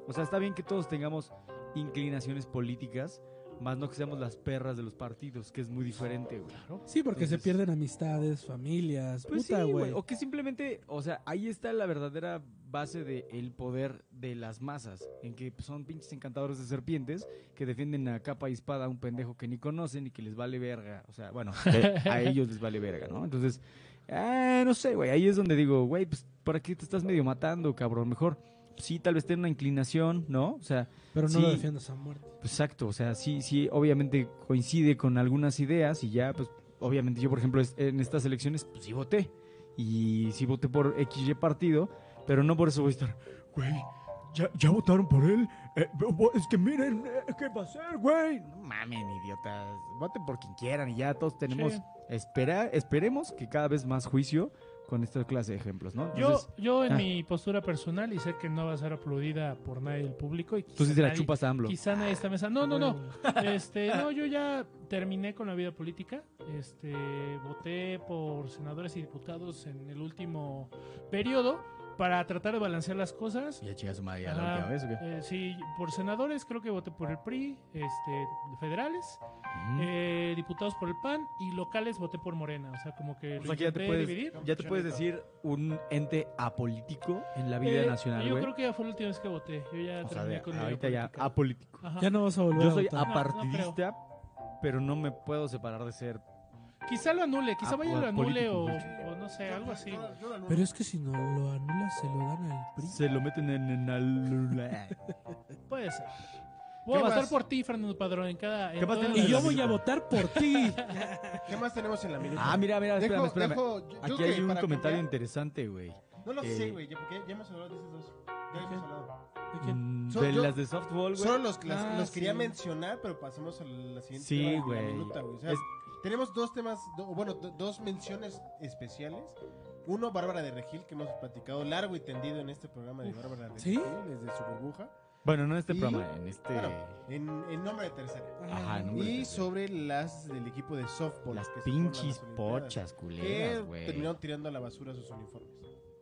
Speaker 4: O sea, está bien que todos tengamos inclinaciones políticas, más no que seamos las perras de los partidos, que es muy diferente, güey.
Speaker 1: Sí, porque se
Speaker 4: Entonces-
Speaker 1: pierden amistades, familias.
Speaker 4: Pues
Speaker 1: puta,
Speaker 4: sí,
Speaker 1: güey.
Speaker 4: güey. O que simplemente, o sea, ahí está la verdadera base del el poder de las masas. En que son pinches encantadores de serpientes que defienden a capa y espada a un pendejo que ni conocen y que les vale verga. O sea, bueno, que *laughs* a ellos les vale verga, ¿no? Entonces, ah, no sé, güey. Ahí es donde digo, güey, pues, ¿para qué te estás medio matando, cabrón? Mejor, sí, tal vez ten una inclinación, ¿no? O sea,
Speaker 1: pero no
Speaker 4: sí.
Speaker 1: lo defiendas a muerte.
Speaker 4: pues, Exacto, o sea, sí, sí, obviamente coincide con algunas ideas y ya, pues, obviamente yo, por ejemplo, es- en estas elecciones, pues sí voté. Y sí voté por XY partido, pero no por eso voy a *laughs* estar, güey, ya, ya votaron por él. eh, bo- es que miren, eh, ¿qué va a ser, güey?
Speaker 10: No mamen, idiotas. Voten por quien quieran y ya todos tenemos.
Speaker 2: Sí.
Speaker 4: Espera, esperemos que cada vez más juicio con esta clase de ejemplos, ¿no?
Speaker 2: Yo,
Speaker 4: Entonces,
Speaker 2: yo en
Speaker 4: ah.
Speaker 2: mi postura personal, y sé que no va a ser aplaudida por nadie del público. Y
Speaker 4: tú sí
Speaker 2: quizá
Speaker 4: te la
Speaker 2: nadie-
Speaker 4: chupas a AMLO.
Speaker 2: Quizá nadie está mesa. No, no, no. Este, no, yo ya terminé con la vida política. Este, voté por senadores y diputados en el último periodo para tratar de balancear las cosas.
Speaker 10: Ya chingas su madre ya la
Speaker 2: Ajá.
Speaker 10: última vez, ¿o qué?
Speaker 2: Eh, sí, por senadores creo que voté por el PRI, este, federales,
Speaker 4: Ujú.
Speaker 2: eh, diputados por el PAN y locales voté por Morena. O sea, como que
Speaker 4: O
Speaker 2: lo
Speaker 4: sea que ya te
Speaker 2: intenté
Speaker 4: puedes,
Speaker 2: dividir.
Speaker 4: ya te puedes decir un ente apolítico en la vida
Speaker 2: Eh,
Speaker 4: nacional,
Speaker 2: Yo
Speaker 4: güey.
Speaker 2: creo que ya fue la última vez que voté. Yo ya
Speaker 4: O sea,
Speaker 2: terminé
Speaker 4: de-
Speaker 2: con mi vida
Speaker 4: ahorita ya
Speaker 2: política.
Speaker 4: apolítico.
Speaker 2: Ajá.
Speaker 1: Ya no vas a volver
Speaker 4: Yo
Speaker 1: a
Speaker 4: soy
Speaker 1: votar.
Speaker 2: no
Speaker 4: apartidista, pero no me puedo separar de ser.
Speaker 2: Quizá lo anule, quizá
Speaker 4: Ah,
Speaker 2: vaya y lo anule
Speaker 4: político,
Speaker 2: o,
Speaker 4: güey.
Speaker 2: o no sé, Eh, algo así.
Speaker 1: Pero es que si no lo anulas, se lo dan al PRI.
Speaker 4: Se lo meten en, en al- *laughs*
Speaker 2: Puede ser. Voy a
Speaker 3: ¿Qué
Speaker 2: votar
Speaker 3: más?
Speaker 2: por ti, Fernando Padrón, en cada. en
Speaker 4: ¿Qué más
Speaker 2: todas
Speaker 4: tenemos
Speaker 1: Y
Speaker 2: las-
Speaker 4: en la
Speaker 1: yo voy a
Speaker 4: minuta.
Speaker 1: votar por
Speaker 4: *laughs*
Speaker 1: ti.
Speaker 3: ¿Qué más tenemos en la minuta?
Speaker 4: Ah, mira, mira, espérame,
Speaker 3: Dejo-
Speaker 4: espérame.
Speaker 3: dejo- yo- yo
Speaker 4: Aquí
Speaker 3: creo
Speaker 4: hay
Speaker 3: que
Speaker 4: un
Speaker 3: para
Speaker 4: comentario
Speaker 3: cambiar-
Speaker 4: interesante, güey.
Speaker 3: No lo
Speaker 4: Eh,
Speaker 3: sé, güey, ya, porque ya hemos hablado de esas dos. Ya hemos hablado.
Speaker 1: ¿De quién?
Speaker 4: Mm,
Speaker 3: So-
Speaker 4: de
Speaker 3: yo-
Speaker 4: las de softball, güey.
Speaker 3: Solo los, las-
Speaker 1: Ah,
Speaker 3: los quería
Speaker 1: sí.
Speaker 3: mencionar, pero pasemos a la siguiente
Speaker 4: Sí,
Speaker 3: la
Speaker 4: güey.
Speaker 3: minuta, O sea,
Speaker 4: Es-
Speaker 3: Tenemos dos temas, do- bueno, do- dos menciones especiales. Uno, Bárbara de Regil, que hemos platicado largo y tendido en este programa de Bárbara de
Speaker 1: ¿sí?
Speaker 3: Regil, desde su burbuja.
Speaker 4: Bueno, no en este
Speaker 3: Y-
Speaker 4: programa, en este.
Speaker 3: Bueno, en, en nombre de tercera.
Speaker 4: Ajá, no, hombre,
Speaker 3: Y
Speaker 4: te-
Speaker 3: sobre las del equipo de softball.
Speaker 4: Las
Speaker 3: que se fueron a
Speaker 4: pinches
Speaker 3: las Olimpiadas,
Speaker 4: pochas,
Speaker 3: Que
Speaker 4: culeras, güey.
Speaker 3: terminaron tirando a la basura sus uniformes.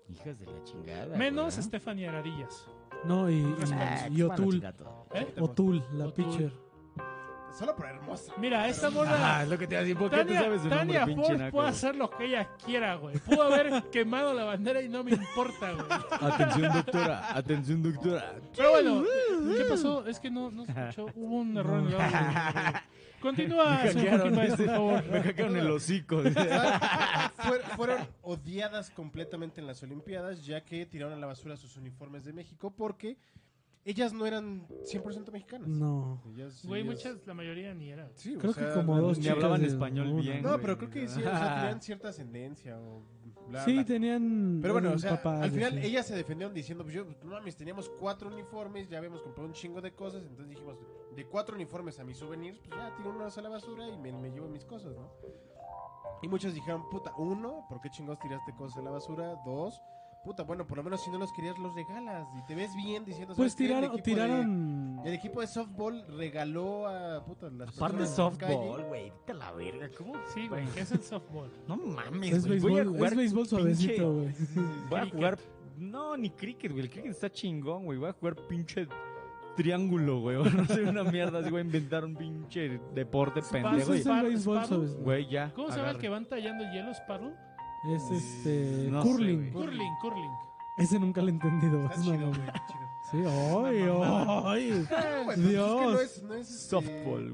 Speaker 4: Hijas de la chingada.
Speaker 2: Menos
Speaker 4: güey.
Speaker 2: Stephanie Aradillas.
Speaker 1: No, y,
Speaker 4: Ah,
Speaker 1: y,
Speaker 4: que
Speaker 1: y
Speaker 4: se van a
Speaker 1: O'Toole.
Speaker 4: chingar todo.
Speaker 2: ¿eh?
Speaker 1: O'Toole, la
Speaker 2: O'Toole.
Speaker 1: pitcher.
Speaker 3: Solo
Speaker 1: *laughs*
Speaker 3: por hermosa.
Speaker 2: Mira, esta morra.
Speaker 4: Ah, es lo que te iba a decir. ¿Por qué te
Speaker 2: Tania,
Speaker 4: sabes el nombre,
Speaker 2: Tania
Speaker 4: pinche
Speaker 2: Ford
Speaker 4: naco?
Speaker 2: puede hacer lo que ella quiera, güey. Pudo
Speaker 4: *laughs*
Speaker 2: haber quemado la bandera y no me importa, güey.
Speaker 4: Atención, doctora. Atención, doctora.
Speaker 2: Pero bueno, ¿qué pasó? Es que no, no se escuchó. Hubo un error en el audio.
Speaker 4: *laughs*
Speaker 2: Continúa,
Speaker 3: Ah,
Speaker 4: Me
Speaker 2: señor
Speaker 4: hackearon,
Speaker 2: Joaquín
Speaker 4: este
Speaker 2: Baez, por favor.
Speaker 4: *laughs* Me cacaron
Speaker 3: *laughs*
Speaker 4: el hocico.
Speaker 3: Fuer- fueron odiadas completamente en las Olimpiadas, ya que tiraron a la basura sus uniformes de México porque ellas no eran 100% mexicanas.
Speaker 1: No.
Speaker 3: Ellas-
Speaker 4: este
Speaker 2: Güey,
Speaker 3: ellas-
Speaker 2: muchas, la mayoría ni era.
Speaker 3: Sí, o
Speaker 1: Creo
Speaker 3: sea,
Speaker 1: que como dos
Speaker 4: ni
Speaker 1: chicas
Speaker 4: hablaban
Speaker 1: de-
Speaker 4: español
Speaker 1: una.
Speaker 4: bien.
Speaker 3: No, pero creo que *laughs* sí, o
Speaker 4: *laughs*
Speaker 3: sea, tenían cierta ascendencia o bla,
Speaker 1: Sí,
Speaker 3: bla.
Speaker 1: tenían.
Speaker 3: Pero bueno,
Speaker 1: un
Speaker 3: o sea,
Speaker 1: papá
Speaker 3: al
Speaker 1: de-
Speaker 3: final
Speaker 1: sí.
Speaker 3: ellas se defendieron diciendo, pues yo, no mames, teníamos cuatro uniformes, ya habíamos comprado un chingo de cosas, entonces dijimos, de cuatro uniformes a mis souvenirs, pues ya tiro uno a la basura y me, me llevo mis cosas, ¿no? Y muchos dijeron, puta, uno, ¿por qué chingados tiraste cosas a la basura? Dos, puta, bueno, por lo menos si no los querías, los regalas y te ves bien diciendo,
Speaker 1: Pues
Speaker 3: "¿Sabes qué? El
Speaker 1: tiraron.
Speaker 3: equipo de-
Speaker 1: tiraron...
Speaker 3: el equipo de softball regaló a puta las personas
Speaker 4: Aparte
Speaker 3: en la
Speaker 4: softball,
Speaker 3: calle.
Speaker 4: güey. Vete a la verga. ¿Cómo?
Speaker 2: Sí, güey, que es el softball.
Speaker 4: No mames,
Speaker 1: Es
Speaker 4: güey. Voy a
Speaker 1: béisbol,
Speaker 4: jugar.
Speaker 1: es béisbol suavecito, güey.
Speaker 4: Voy a
Speaker 2: cricket.
Speaker 4: jugar. No, ni cricket, güey. El cricket está chingón, güey. Voy a jugar pinche triángulo, güey. *laughs* No sé, una mierda. Así voy a inventar un pinche deporte pendejo.
Speaker 1: Eso
Speaker 4: y-
Speaker 1: Pues es el
Speaker 2: Spar-
Speaker 1: béisbol
Speaker 2: Sparrow.
Speaker 1: suavecito.
Speaker 4: Güey, ya.
Speaker 2: ¿Cómo se llama el
Speaker 4: agarra.
Speaker 2: que van tallando el hielo? ¿Sparrow?
Speaker 1: Es este.
Speaker 4: No sé,
Speaker 1: curling.
Speaker 4: güey.
Speaker 2: Curling, curling.
Speaker 1: Ese nunca lo he entendido.
Speaker 3: Está
Speaker 1: es
Speaker 3: Ah, chido,
Speaker 1: mamón.
Speaker 3: güey, está
Speaker 1: *laughs*
Speaker 3: chido.
Speaker 1: Sí, ay, ay.
Speaker 3: Ah, güey, pues es que no es- no es, este,
Speaker 4: Oh, Softball,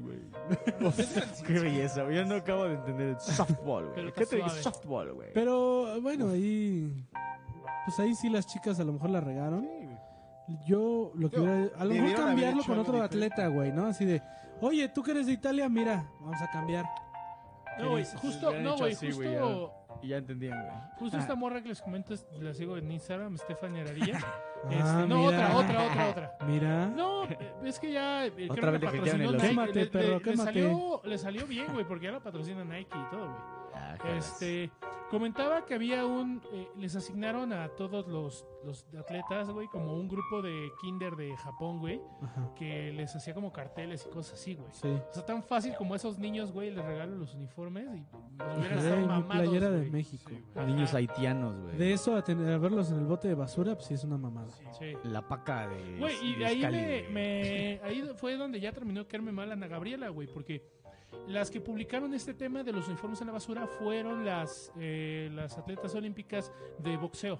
Speaker 2: *laughs*
Speaker 4: güey. *laughs* Qué belleza, güey. Yo no acabo de entender el softball,
Speaker 2: Pero
Speaker 4: güey.
Speaker 2: está
Speaker 4: ¿Qué te digo
Speaker 2: suave.
Speaker 4: softball, güey?
Speaker 1: Pero bueno, ahí. Pues ahí sí las chicas a lo mejor la regaron.
Speaker 3: Sí, güey.
Speaker 1: Yo lo que
Speaker 3: Digo,
Speaker 1: hubiera. A lo
Speaker 3: debieron
Speaker 1: mejor
Speaker 3: haber
Speaker 1: cambiarlo
Speaker 3: hecho
Speaker 1: con
Speaker 3: algo
Speaker 1: otro
Speaker 3: diferente.
Speaker 1: atleta, güey, ¿no? Así de. Oye, tú que eres de Italia, mira, vamos a cambiar.
Speaker 2: No, güey,
Speaker 4: Sí,
Speaker 2: justo,
Speaker 4: hubieran
Speaker 2: no,
Speaker 4: hecho
Speaker 2: güey,
Speaker 4: así,
Speaker 2: justo,
Speaker 4: güey, ya. Y ya entendí, güey.
Speaker 2: justo Pues
Speaker 1: Ah.
Speaker 2: esta morra que les comento, es- la sigo en Instagram, Stephanie Aradillas.
Speaker 1: *laughs*
Speaker 2: Este,
Speaker 1: Ah,
Speaker 2: no,
Speaker 1: mira.
Speaker 2: otra, otra, otra, otra.
Speaker 1: Mira.
Speaker 2: No, eh, es que ya eh, creo
Speaker 4: Otra
Speaker 2: que
Speaker 4: vez le hackearon
Speaker 2: patrocinó
Speaker 4: el
Speaker 2: Nike.
Speaker 1: Quémate,
Speaker 2: le,
Speaker 1: perro,
Speaker 2: le- le
Speaker 1: quémate.
Speaker 2: salió, le salió bien, güey, porque ya la patrocina Nike y todo, güey.
Speaker 4: Ah,
Speaker 2: Este, comentaba que había un, eh, les asignaron a todos los, los atletas, güey, como un grupo de kinder de Japón, güey,
Speaker 1: Ajá.
Speaker 2: que les hacía como carteles y cosas así, güey.
Speaker 1: Sí.
Speaker 2: O sea, tan fácil como esos niños, güey, les regalo los uniformes y los hubieran
Speaker 1: Güey,
Speaker 2: estado
Speaker 1: mi
Speaker 2: mamados,
Speaker 1: playera de
Speaker 2: güey.
Speaker 1: México.
Speaker 2: Ajá.
Speaker 4: Niños haitianos, güey.
Speaker 1: De eso a, tener, a verlos en el bote de basura, pues sí es una mamada.
Speaker 2: Sí.
Speaker 4: La paca de.
Speaker 2: Güey, y
Speaker 4: de
Speaker 2: ahí
Speaker 4: Scali,
Speaker 2: me,
Speaker 4: güey. *laughs*
Speaker 2: me- ahí fue donde ya terminó de caerme mal Ana Gabriela, güey, porque las que publicaron este tema de los uniformes en la basura fueron las eh, las atletas olímpicas de boxeo,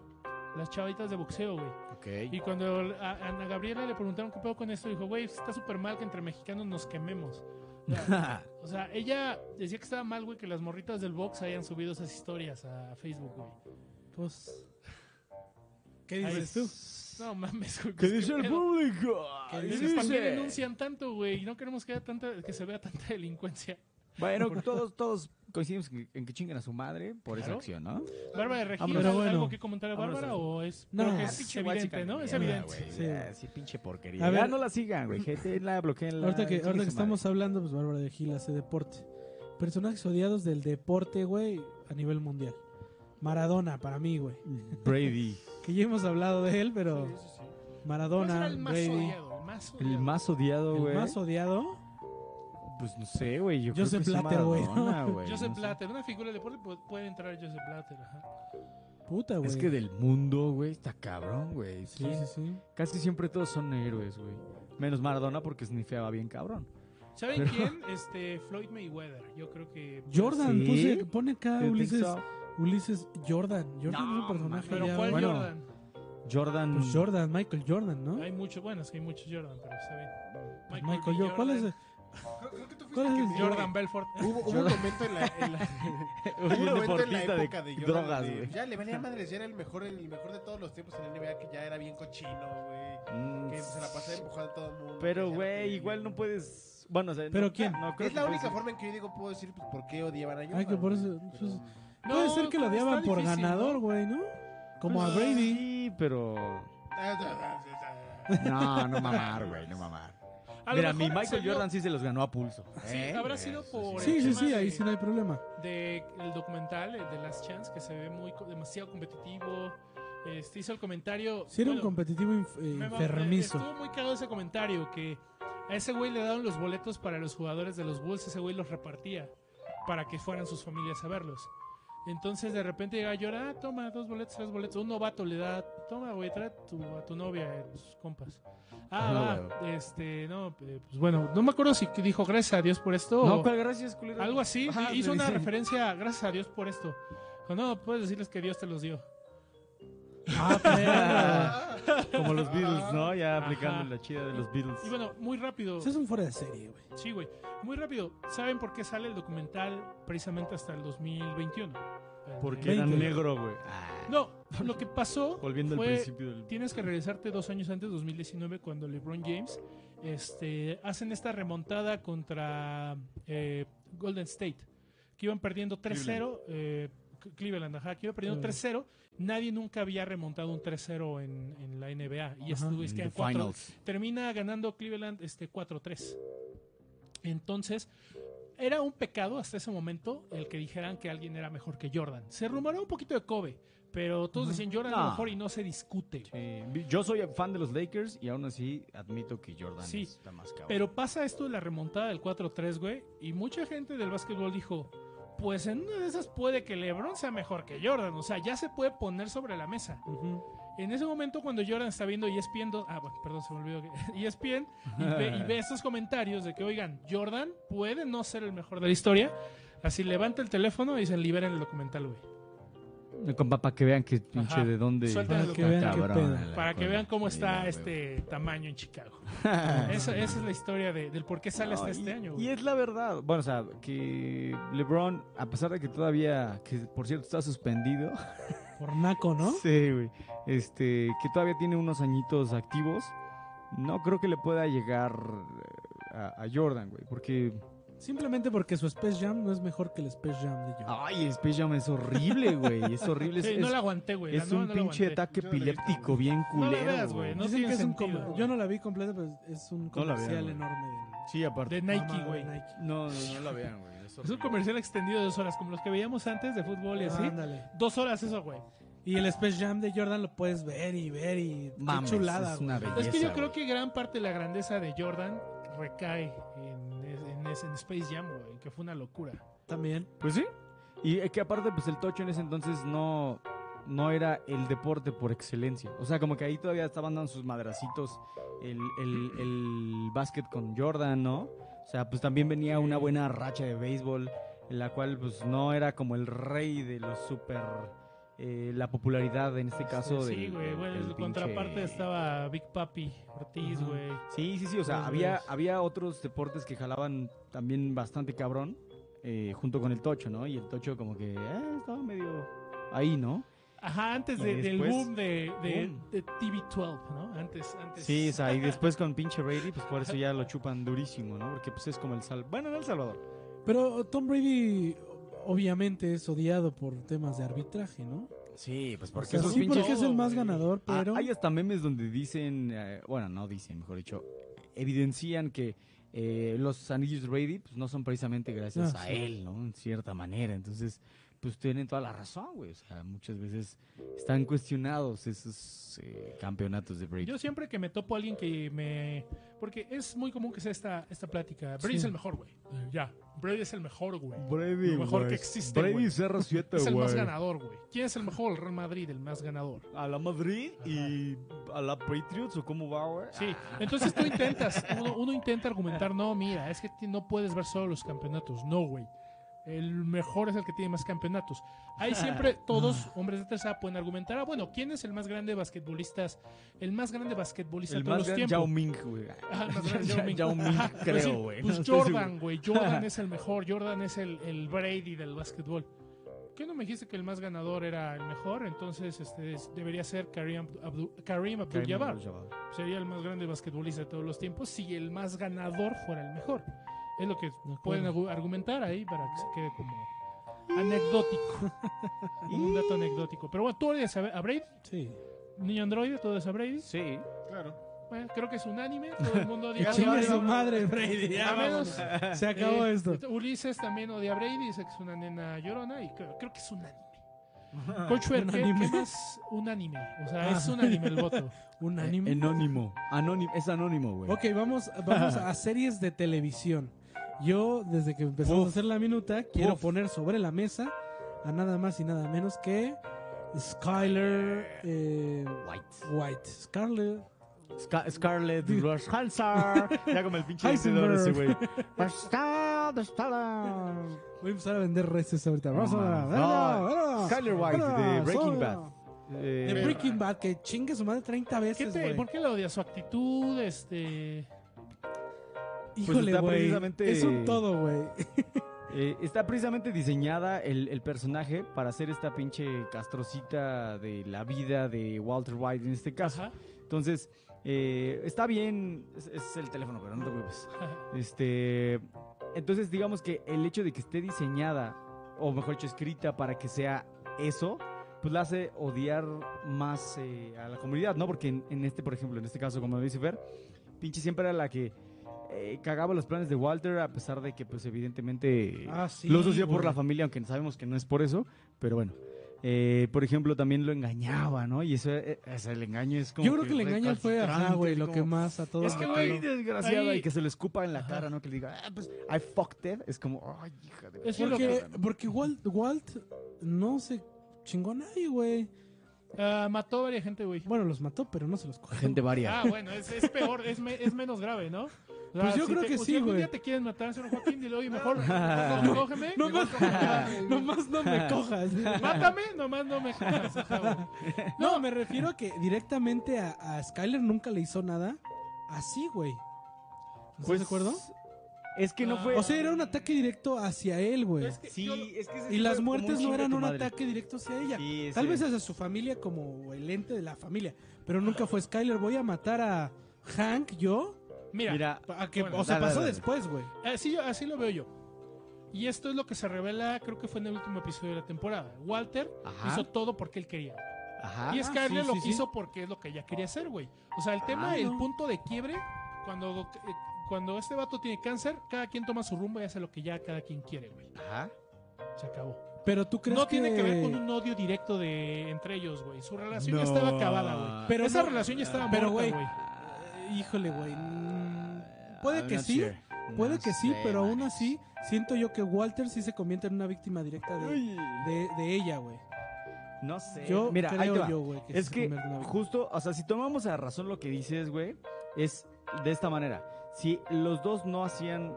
Speaker 2: las chavitas de boxeo, güey.
Speaker 4: Ok.
Speaker 2: Y cuando a a Ana Gabriela le preguntaron qué pedo con esto, dijo, güey, está súper mal que entre mexicanos nos quememos.
Speaker 4: *laughs*
Speaker 2: O sea, ella decía que estaba mal, güey, que las morritas del box hayan subido esas historias a Facebook, güey.
Speaker 1: Pues. ¿Qué
Speaker 2: Ahí
Speaker 1: dices tú?
Speaker 2: No mames, güey.
Speaker 4: ¿Qué
Speaker 2: pues,
Speaker 4: dice el
Speaker 2: pedo?
Speaker 4: público?
Speaker 1: ¿Qué
Speaker 4: ¿Qué
Speaker 2: Dices, ¿para qué
Speaker 4: dice?
Speaker 2: denuncian tanto, güey? No queremos que, haya tanta, que se vea tanta delincuencia.
Speaker 4: Bueno, todos, todos coincidimos en en que chingan a su madre por esa
Speaker 2: Claro.
Speaker 4: acción, ¿no?
Speaker 2: Bárbara de Regil,
Speaker 1: Ah, pero
Speaker 2: ¿algo
Speaker 1: bueno.
Speaker 2: que comentar a
Speaker 4: Vámonos
Speaker 2: Bárbara
Speaker 4: a-
Speaker 2: o es...?
Speaker 1: No,
Speaker 2: creo que
Speaker 1: ah,
Speaker 2: es
Speaker 4: pinche
Speaker 2: evidente,
Speaker 4: guacha
Speaker 2: ¿no? Es
Speaker 4: mierda,
Speaker 2: evidente.
Speaker 4: güey.
Speaker 1: Sí.
Speaker 4: Ya, Sí, pinche porquería.
Speaker 1: A
Speaker 4: A
Speaker 1: ver.
Speaker 4: ver, no la sigan, güey. Jetenla, bloqueenla.
Speaker 1: Ahorita que,
Speaker 4: chingue
Speaker 1: ahorita
Speaker 4: su
Speaker 1: que
Speaker 4: madre.
Speaker 1: estamos hablando, pues Bárbara de Gil hace deporte. Personajes odiados del deporte, güey, a nivel mundial. Maradona, para mí, güey.
Speaker 4: Brady.
Speaker 1: Que ya hemos hablado de él, pero
Speaker 3: Sí, eso sí.
Speaker 2: ¿Cuál
Speaker 1: Maradona,
Speaker 2: será Pues el más
Speaker 1: Brady.
Speaker 2: odiado? El más odiado.
Speaker 4: El más odiado,
Speaker 1: El
Speaker 4: güey.
Speaker 1: más odiado.
Speaker 4: Pues no sé, güey. Yo
Speaker 1: Joseph
Speaker 4: creo que sí
Speaker 1: Blatter, güey, ¿no?
Speaker 4: Maradona, güey.
Speaker 2: Joseph
Speaker 4: no sé.
Speaker 2: Blatter, una figura de deporte pu- puede entrar Joseph Blatter, ajá.
Speaker 1: Puta, güey.
Speaker 4: Es que del mundo, güey, está cabrón, güey.
Speaker 1: Sí,
Speaker 4: ¿Quién?
Speaker 1: sí, sí.
Speaker 4: Casi siempre todos son héroes, güey. Menos Maradona porque snifeaba bien cabrón.
Speaker 2: ¿Saben
Speaker 4: Pero-
Speaker 2: quién? Este, Floyd Mayweather, yo creo que... pues,
Speaker 1: Jordan,
Speaker 4: ¿Sí?
Speaker 1: puse- pone acá
Speaker 4: You think
Speaker 1: Ah, Ulises,
Speaker 4: so?
Speaker 1: Ulises Jordan. Jordan
Speaker 4: No,
Speaker 1: es un personaje
Speaker 2: Pero
Speaker 1: odiado.
Speaker 2: ¿cuál
Speaker 1: Bueno,
Speaker 2: Jordan?
Speaker 4: Jordan.
Speaker 2: Mm.
Speaker 1: Pues Jordan, Michael Jordan, ¿no? Pues
Speaker 2: Hay muchos, bueno, es que hay muchos Jordan, pero está bien.
Speaker 1: Michael, Jordan. ¿Cuál es? el-
Speaker 3: Creo, creo que tú fuiste
Speaker 1: ¿Cuál es
Speaker 3: el que
Speaker 1: el
Speaker 3: me-
Speaker 2: Jordan Belfort.
Speaker 3: Hubo, hubo un momento en la,
Speaker 4: *laughs*
Speaker 3: en la- hubo un
Speaker 4: *laughs* un
Speaker 3: momento en la
Speaker 4: deportista de,
Speaker 3: época de, Jordan,
Speaker 4: drogas,
Speaker 3: de-
Speaker 4: güey.
Speaker 3: Ya le valía madres, ya era el mejor, el mejor de todos los tiempos en la NBA, que ya era bien cochino, güey.
Speaker 4: Mm,
Speaker 3: Que se la pasaba empujando a todo el mundo. que
Speaker 4: Pero,
Speaker 3: ya
Speaker 4: güey,
Speaker 3: tenía-
Speaker 4: igual no puedes. Bueno, o sea, no-
Speaker 1: ¿Pero quién?
Speaker 4: no creo
Speaker 3: Es la
Speaker 4: que
Speaker 3: única
Speaker 4: puedes-
Speaker 3: forma en que yo digo, puedo decir pues, por qué odiaban a Jordan.
Speaker 1: que por
Speaker 3: güey,
Speaker 1: eso-
Speaker 3: *laughs* pero-
Speaker 1: Puede ser que lo
Speaker 2: está
Speaker 1: odiaban por
Speaker 2: difícil, ¿no? Pues
Speaker 1: ganador, güey, ¿no? Como a Brady.
Speaker 4: Sí, pero. No, no mamar, güey, no mamar.
Speaker 2: A lo
Speaker 4: Mira,
Speaker 2: mejor
Speaker 4: mi Michael
Speaker 2: se vio-
Speaker 4: Jordan sí se los ganó a pulso.
Speaker 2: Sí,
Speaker 4: ¿eh?
Speaker 2: habrá
Speaker 4: Eso
Speaker 2: sido
Speaker 4: sí.
Speaker 2: por el
Speaker 1: Sí, sí,
Speaker 2: tema
Speaker 1: sí,
Speaker 2: de-
Speaker 1: ahí sí no hay problema.
Speaker 2: de el documental eh, de Last Chance que se ve muy co- demasiado competitivo. Este hizo el comentario.
Speaker 1: Si era un
Speaker 2: bueno,
Speaker 1: competitivo inf- eh,
Speaker 2: me va-
Speaker 1: enfermizo.
Speaker 2: Estuvo muy cagado ese comentario que a ese güey le daban los boletos para los jugadores de los Bulls, ese güey los repartía para que fueran sus familias a verlos. Entonces de repente llega llora, ah, toma dos boletos, tres boletos. Un novato le da, toma, güey, trae a tu, a tu novia, eh, tus compas.
Speaker 4: Ah,
Speaker 2: Ah, va, este, no, eh, pues bueno, no me acuerdo si dijo gracias a Dios por esto. o-
Speaker 4: No, ¿cuál gracias, culero?
Speaker 2: algo así.
Speaker 4: Ajá,
Speaker 2: hizo
Speaker 4: le
Speaker 2: una
Speaker 4: dice.
Speaker 2: referencia, gracias a Dios por esto. Dijo, No, puedes decirles que Dios te los dio.
Speaker 4: *laughs* Como los Beatles, ¿no? Ya
Speaker 2: Ajá.
Speaker 4: aplicando la chida de los Beatles.
Speaker 2: Y bueno, muy rápido.
Speaker 1: Ese es un fuera de serie, güey.
Speaker 2: Sí, güey. Muy rápido. ¿Saben por qué sale el documental precisamente hasta el 2021?
Speaker 4: Porque era
Speaker 1: 20.
Speaker 4: negro, güey. Ah,
Speaker 2: No, lo que pasó
Speaker 4: Volviendo
Speaker 2: fue-
Speaker 4: al principio del.
Speaker 2: Tienes que regresarte dos años antes, 2019, cuando LeBron James este, hacen esta remontada contra eh, Golden State, que iban perdiendo 3-0. eh, C- Cleveland, ajá, que iba perdiendo
Speaker 1: Cleveland.
Speaker 2: 3-0. Nadie nunca había remontado un 3-0 en, en la NBA. Y
Speaker 1: Ajá.
Speaker 2: esto es
Speaker 4: en
Speaker 2: que
Speaker 4: the
Speaker 2: en cuatro,
Speaker 4: finals.
Speaker 2: termina ganando Cleveland este 4-3. Entonces, era un pecado hasta ese momento el que dijeran que alguien era mejor que Jordan. Se rumoró un poquito de Kobe, pero todos decían Jordan era
Speaker 4: No.
Speaker 2: mejor y no se discute.
Speaker 4: Ah, Sí, Eh, Yo soy fan de los Lakers y aún así admito que Jordan
Speaker 2: Sí,
Speaker 4: está más cabrón.
Speaker 2: Pero pasa esto de la remontada del 4-3, güey, y mucha gente del básquetbol dijo, pues en una de esas puede que LeBron sea mejor que Jordan, o sea, ya se puede poner sobre la mesa. En ese momento cuando Jordan está viendo ESPN, do- ah, bueno, perdón, se me olvidó que *laughs* E ESPN y ve, y ve estos comentarios de que, oigan, Jordan puede no ser el mejor de la historia, así levanta el teléfono y dicen, liberen el documental, güey.
Speaker 4: Con papá que vean que pinche
Speaker 2: Ajá.
Speaker 4: de dónde.
Speaker 2: Suelta
Speaker 1: Para
Speaker 2: el
Speaker 1: que
Speaker 2: documental.
Speaker 1: vean qué pedo.
Speaker 2: Para que vean cómo está este tamaño en
Speaker 4: *laughs*
Speaker 2: Chicago. Esa, esa es la historia de- del por qué sale hasta
Speaker 4: No,
Speaker 2: este
Speaker 4: y-
Speaker 2: año.
Speaker 4: Y
Speaker 2: güey.
Speaker 4: es la verdad. Bueno, o sea, que LeBron, a pesar de que todavía, que por cierto
Speaker 2: *laughs*
Speaker 4: está suspendido.
Speaker 1: Por naco, ¿no?
Speaker 4: Sí, güey. Este, que todavía tiene unos añitos activos. No creo que le pueda llegar eh, a, a Jordan, güey. Porque.
Speaker 1: Simplemente porque su Space Jam no es mejor que el Space Jam de
Speaker 2: Ah,
Speaker 1: Jordan.
Speaker 4: Ay, Space Jam
Speaker 2: *laughs*
Speaker 4: es horrible, güey. Es horrible. Es,
Speaker 2: Sí, no
Speaker 4: es-
Speaker 2: la aguanté, güey. la-
Speaker 4: es
Speaker 2: no,
Speaker 4: un
Speaker 2: no la
Speaker 4: pinche
Speaker 2: aguanté.
Speaker 4: ataque
Speaker 3: Yo no la he visto,
Speaker 4: epiléptico
Speaker 3: güey.
Speaker 4: bien
Speaker 2: No la
Speaker 4: culero.
Speaker 2: veas, güey, no
Speaker 1: Dicen
Speaker 2: tiene
Speaker 1: que es un
Speaker 2: sentido,
Speaker 1: com-
Speaker 2: güey.
Speaker 1: Yo no la vi completa, pero es un
Speaker 4: No la
Speaker 1: comercial
Speaker 4: vean, güey.
Speaker 1: enorme de
Speaker 4: Sí, aparte.
Speaker 2: De Nike, güey.
Speaker 4: No, no, no la vean, güey.
Speaker 2: *laughs* Es un comercial extendido de dos horas, como los que veíamos antes de fútbol y así.
Speaker 1: Ándale.
Speaker 2: Dos horas eso, güey.
Speaker 1: Y el Space Jam de Jordan lo puedes ver y ver y
Speaker 4: Mames,
Speaker 1: qué chulada,
Speaker 4: es una
Speaker 1: güey.
Speaker 2: Es que yo
Speaker 4: Belleza,
Speaker 2: creo que gran parte de la grandeza de Jordan recae en, es- en es- en Space Jam, güey, que fue una locura.
Speaker 1: También.
Speaker 4: Pues sí. Y eh, que aparte, pues el tocho en ese entonces no, no era el deporte por excelencia. O sea, como que ahí todavía estaban dando sus madracitos el, el, el básquet con Jordan, ¿no? O sea, pues también venía una buena racha de béisbol, en la cual pues no era como el rey de los super... eh, la popularidad en este caso
Speaker 2: sí,
Speaker 4: del-
Speaker 2: güey,
Speaker 4: del-
Speaker 2: bueno,
Speaker 4: del
Speaker 2: en su contraparte
Speaker 4: pinche-
Speaker 2: estaba Big Papi Ortiz,
Speaker 1: Ajá.
Speaker 2: güey.
Speaker 4: Sí, sí, sí. O sea,
Speaker 1: Los
Speaker 4: había,
Speaker 1: Bears.
Speaker 4: había otros deportes que jalaban también bastante cabrón eh, junto con el tocho, ¿no? Y el tocho como que eh, estaba medio ahí, ¿no?
Speaker 2: Ajá, antes
Speaker 4: Y
Speaker 2: de- del
Speaker 4: después-
Speaker 2: boom de, de-
Speaker 4: Boom.
Speaker 2: de TV12, ¿no? Antes, antes.
Speaker 4: Sí, o sea, y después con pinche Brady, pues por eso ya lo chupan durísimo, ¿no? Porque pues es como el sal... Bueno, no el Salvador.
Speaker 1: Pero Tom Brady obviamente es odiado por temas de arbitraje, ¿no?
Speaker 4: Sí, pues
Speaker 1: O sea,
Speaker 4: esos
Speaker 1: sí,
Speaker 4: pinches-
Speaker 1: porque es el más
Speaker 2: güey.
Speaker 1: ganador,
Speaker 4: Ah,
Speaker 1: pero...
Speaker 4: hay hasta memes donde dicen, eh, bueno, no dicen, mejor dicho, evidencian que eh, los anillos Brady pues, no son precisamente gracias
Speaker 1: Ah,
Speaker 4: a
Speaker 1: sí.
Speaker 4: él, ¿no? En cierta manera. Entonces, pues tienen toda la razón, güey. O sea, muchas veces están cuestionados esos eh, campeonatos de Brady.
Speaker 2: Yo siempre que me topo a alguien que me. Porque es muy común que sea esta, esta plática. Brady
Speaker 1: Sí.
Speaker 2: es el mejor, güey. Eh, Ya. Brady es el mejor, güey.
Speaker 4: Brady,
Speaker 2: Lo mejor güey. que existe, Brady güey. *laughs*
Speaker 4: CR7,
Speaker 2: Es el más ganador, güey. ¿Quién es el mejor? El Real Madrid, el más ganador.
Speaker 4: A la Madrid y a la Patriots, ¿o cómo va, güey? Ah,
Speaker 2: Sí, entonces tú intentas, uno, uno intenta argumentar, no, mira, es que ti- no puedes ver solo los campeonatos, no, güey. El mejor es el que tiene más campeonatos. Ahí
Speaker 4: *laughs*
Speaker 2: siempre todos, hombres de tercera, pueden argumentar, ah, bueno, ¿quién es el más grande basquetbolista? El más grande basquetbolista
Speaker 4: El
Speaker 2: de todos
Speaker 4: más
Speaker 2: los
Speaker 4: grande
Speaker 2: tiempos.
Speaker 4: Yao Ming, güey.
Speaker 2: Ah,
Speaker 4: *laughs*
Speaker 2: el más grande, Yao Ming.
Speaker 4: Yao Ming,
Speaker 2: Ajá, pues sí,
Speaker 4: creo, güey.
Speaker 2: Pues,
Speaker 4: No estoy
Speaker 2: Jordan, güey, Jordan es el mejor, Jordan es el, el Brady del básquetbol. ¿Qué no me dijiste que el más ganador era el mejor? Entonces, este es- debería ser Kareem Abdu- Kareem Abdul-Jabbar sería el más grande basquetbolista de todos los tiempos si el más ganador fuera el mejor. Es lo que pueden argu- argumentar ahí para que se quede como,
Speaker 4: *laughs*
Speaker 2: anecdótico. Como un dato anecdótico. Pero bueno, tú odias a, a Brady,
Speaker 1: Sí.
Speaker 2: niño androide, todo es a Brady.
Speaker 4: Sí.
Speaker 3: Claro.
Speaker 2: Bueno, creo que es unánime, todo el
Speaker 4: *laughs*
Speaker 2: mundo odia a
Speaker 1: Chingue
Speaker 2: Brady.
Speaker 1: su madre, Brady. Ya
Speaker 2: A menos,
Speaker 1: vámonos. Se acabó
Speaker 2: Ah, eh,
Speaker 1: esto.
Speaker 2: Ulises también odia a Brady, dice que es una nena llorona y creo, creo que es unánime.
Speaker 1: *laughs*
Speaker 2: Coach Fer, ¿qué,
Speaker 1: Unánime.
Speaker 2: qué más? Unánime. O sea,
Speaker 1: Ah.
Speaker 2: es unánime el
Speaker 1: *laughs*
Speaker 2: voto.
Speaker 1: Un anime.
Speaker 4: eh, Anónimo. Anónimo. Es anónimo, güey.
Speaker 1: Ok, vamos, vamos a series de televisión. Yo, desde que empezamos a hacer la minuta, quiero poner sobre la mesa a nada más y nada menos que Skyler eh,
Speaker 4: White.
Speaker 1: White. Scarlet.
Speaker 4: Sca- Scarlett Johansson. *laughs* Ya como el pinche
Speaker 1: Heisenberg.
Speaker 4: vencedor
Speaker 1: *laughs*
Speaker 4: ese, güey.
Speaker 1: Pues Voy a empezar a vender reces ahorita. Vamos a
Speaker 4: mames. No. Skyler White de Breaking Bad. Eh,
Speaker 1: De Breaking Bad, que chingue su madre 30
Speaker 2: ¿Qué
Speaker 1: veces,
Speaker 2: te-
Speaker 1: güey.
Speaker 2: ¿Por qué la odia? ¿Su actitud? Este...
Speaker 1: Híjole,
Speaker 4: Pues está
Speaker 1: güey.
Speaker 4: precisamente-
Speaker 1: Es un todo, güey.
Speaker 4: Eh, está precisamente diseñada el, el personaje para hacer esta pinche castrocita de la vida de Walter White en este caso.
Speaker 2: Ajá.
Speaker 4: Entonces, eh, está bien. Es, es el teléfono, pero no
Speaker 1: *laughs*
Speaker 4: te preocupes. Este. Entonces, digamos que el hecho de que esté diseñada, o mejor dicho, escrita para que sea eso, pues la hace odiar más eh, a la comunidad, ¿no? Porque en, en este, por ejemplo, en este caso, como dice Fer, pinche siempre era la que eh, cagaba los planes de Walter, a pesar de que, pues, evidentemente
Speaker 1: Ah, sí,
Speaker 4: lo asoció por
Speaker 1: güey.
Speaker 4: la familia, aunque sabemos que no es por eso, pero bueno. Eh, por ejemplo, también lo engañaba, ¿no? Y eso, eh, o sea, el engaño es como.
Speaker 1: Yo creo que el engaño fue, ajá,
Speaker 4: recalcitrante,
Speaker 1: güey, lo
Speaker 4: como-
Speaker 1: que más a todos.
Speaker 2: Es que,
Speaker 1: me
Speaker 2: güey,
Speaker 1: caló.
Speaker 4: Ay, desgraciada
Speaker 2: Ahí-
Speaker 4: y que se lo escupa en la cara, ¿no? Que le diga, ah, pues, I fucked it. Es como, ay, hija de...
Speaker 2: Es que lo que,
Speaker 1: Porque, porque Walt, Walt no se chingó a nadie, güey.
Speaker 2: ah, mató a varias gente, güey.
Speaker 1: Bueno, los mató, pero no se los cogió. *laughs*
Speaker 4: Gente varia.
Speaker 2: Ah, bueno, es, es peor, es, me- es menos grave, ¿no? O sea,
Speaker 1: Pues yo creo
Speaker 2: te-
Speaker 1: que
Speaker 2: si
Speaker 1: sí,
Speaker 2: algún
Speaker 1: güey.
Speaker 2: día te quieren matar, señor Joaquín, dile, oye,
Speaker 1: *laughs*
Speaker 2: mejor, no, cógeme.
Speaker 1: No *laughs*
Speaker 2: mejor
Speaker 1: más,
Speaker 2: cógeme.
Speaker 1: no más no me
Speaker 4: *laughs*
Speaker 1: cojas.
Speaker 2: *laughs* Mátame, nomás no me cojas. o sea, güey.
Speaker 1: No, me refiero a que directamente a, a Skyler nunca le hizo nada así, güey. ¿Estás
Speaker 4: Pues,
Speaker 1: de acuerdo? Ah.
Speaker 4: Es que no fue...
Speaker 1: O sea, era un ataque directo hacia él, güey.
Speaker 2: Es que
Speaker 4: sí,
Speaker 2: yo-
Speaker 4: es que... ese
Speaker 1: Y
Speaker 4: sí
Speaker 1: las
Speaker 4: fue como
Speaker 1: muertes
Speaker 4: un
Speaker 1: no
Speaker 4: chinga
Speaker 1: eran
Speaker 4: tu
Speaker 1: un
Speaker 4: madre.
Speaker 1: ataque directo hacia ella.
Speaker 4: Sí,
Speaker 1: Tal
Speaker 4: ese-
Speaker 1: vez hacia su familia como el ente de la familia. Pero nunca fue Skyler. Voy a matar a Hank, yo.
Speaker 2: mira, ah,
Speaker 4: Mira,
Speaker 1: A que,
Speaker 2: Bueno,
Speaker 1: o sea,
Speaker 4: dale,
Speaker 1: pasó
Speaker 4: dale.
Speaker 1: después, güey.
Speaker 2: Así, yo- así lo veo yo. Y esto es lo que se revela, creo que fue en el último episodio de la temporada. Walter
Speaker 4: Ajá.
Speaker 2: hizo todo porque él quería.
Speaker 4: ajá.
Speaker 2: y Scarlett
Speaker 4: Sí,
Speaker 2: lo
Speaker 4: sí, sí.
Speaker 2: quiso porque es lo que ella quería hacer, güey. O sea, el tema,
Speaker 4: Ah,
Speaker 2: el
Speaker 4: no.
Speaker 2: punto de quiebre, cuando, eh, cuando este vato tiene cáncer, cada quien toma su rumbo y hace lo que ya cada quien quiere, güey.
Speaker 4: Ajá.
Speaker 2: Se acabó.
Speaker 1: Pero tú crees
Speaker 2: No
Speaker 1: que...
Speaker 2: tiene que ver con un odio directo de entre ellos, güey. Su relación ya estaba acabada, güey.
Speaker 1: Pero
Speaker 2: Esa
Speaker 1: no-
Speaker 2: relación ya estaba
Speaker 1: pero,
Speaker 2: muerta,
Speaker 1: güey,
Speaker 2: güey.
Speaker 1: Eh, Híjole, güey. mm, Puede
Speaker 4: Ah, I'm
Speaker 1: que
Speaker 4: not
Speaker 1: sí,
Speaker 4: sure.
Speaker 1: puede
Speaker 4: No
Speaker 1: que sí,
Speaker 4: sé,
Speaker 1: pero aún
Speaker 4: man.
Speaker 1: así siento yo que Walter sí se convierte en una víctima directa de,
Speaker 4: Ay,
Speaker 1: de, de ella, güey.
Speaker 4: No sé.
Speaker 1: Yo
Speaker 4: Mira, ahí te
Speaker 1: creo
Speaker 4: va.
Speaker 1: yo, güey, que
Speaker 4: es
Speaker 1: se
Speaker 4: que
Speaker 1: convierte en una víctima.
Speaker 4: justo, o sea, si tomamos a razón lo que dices, güey, es de esta manera. Si los dos no hacían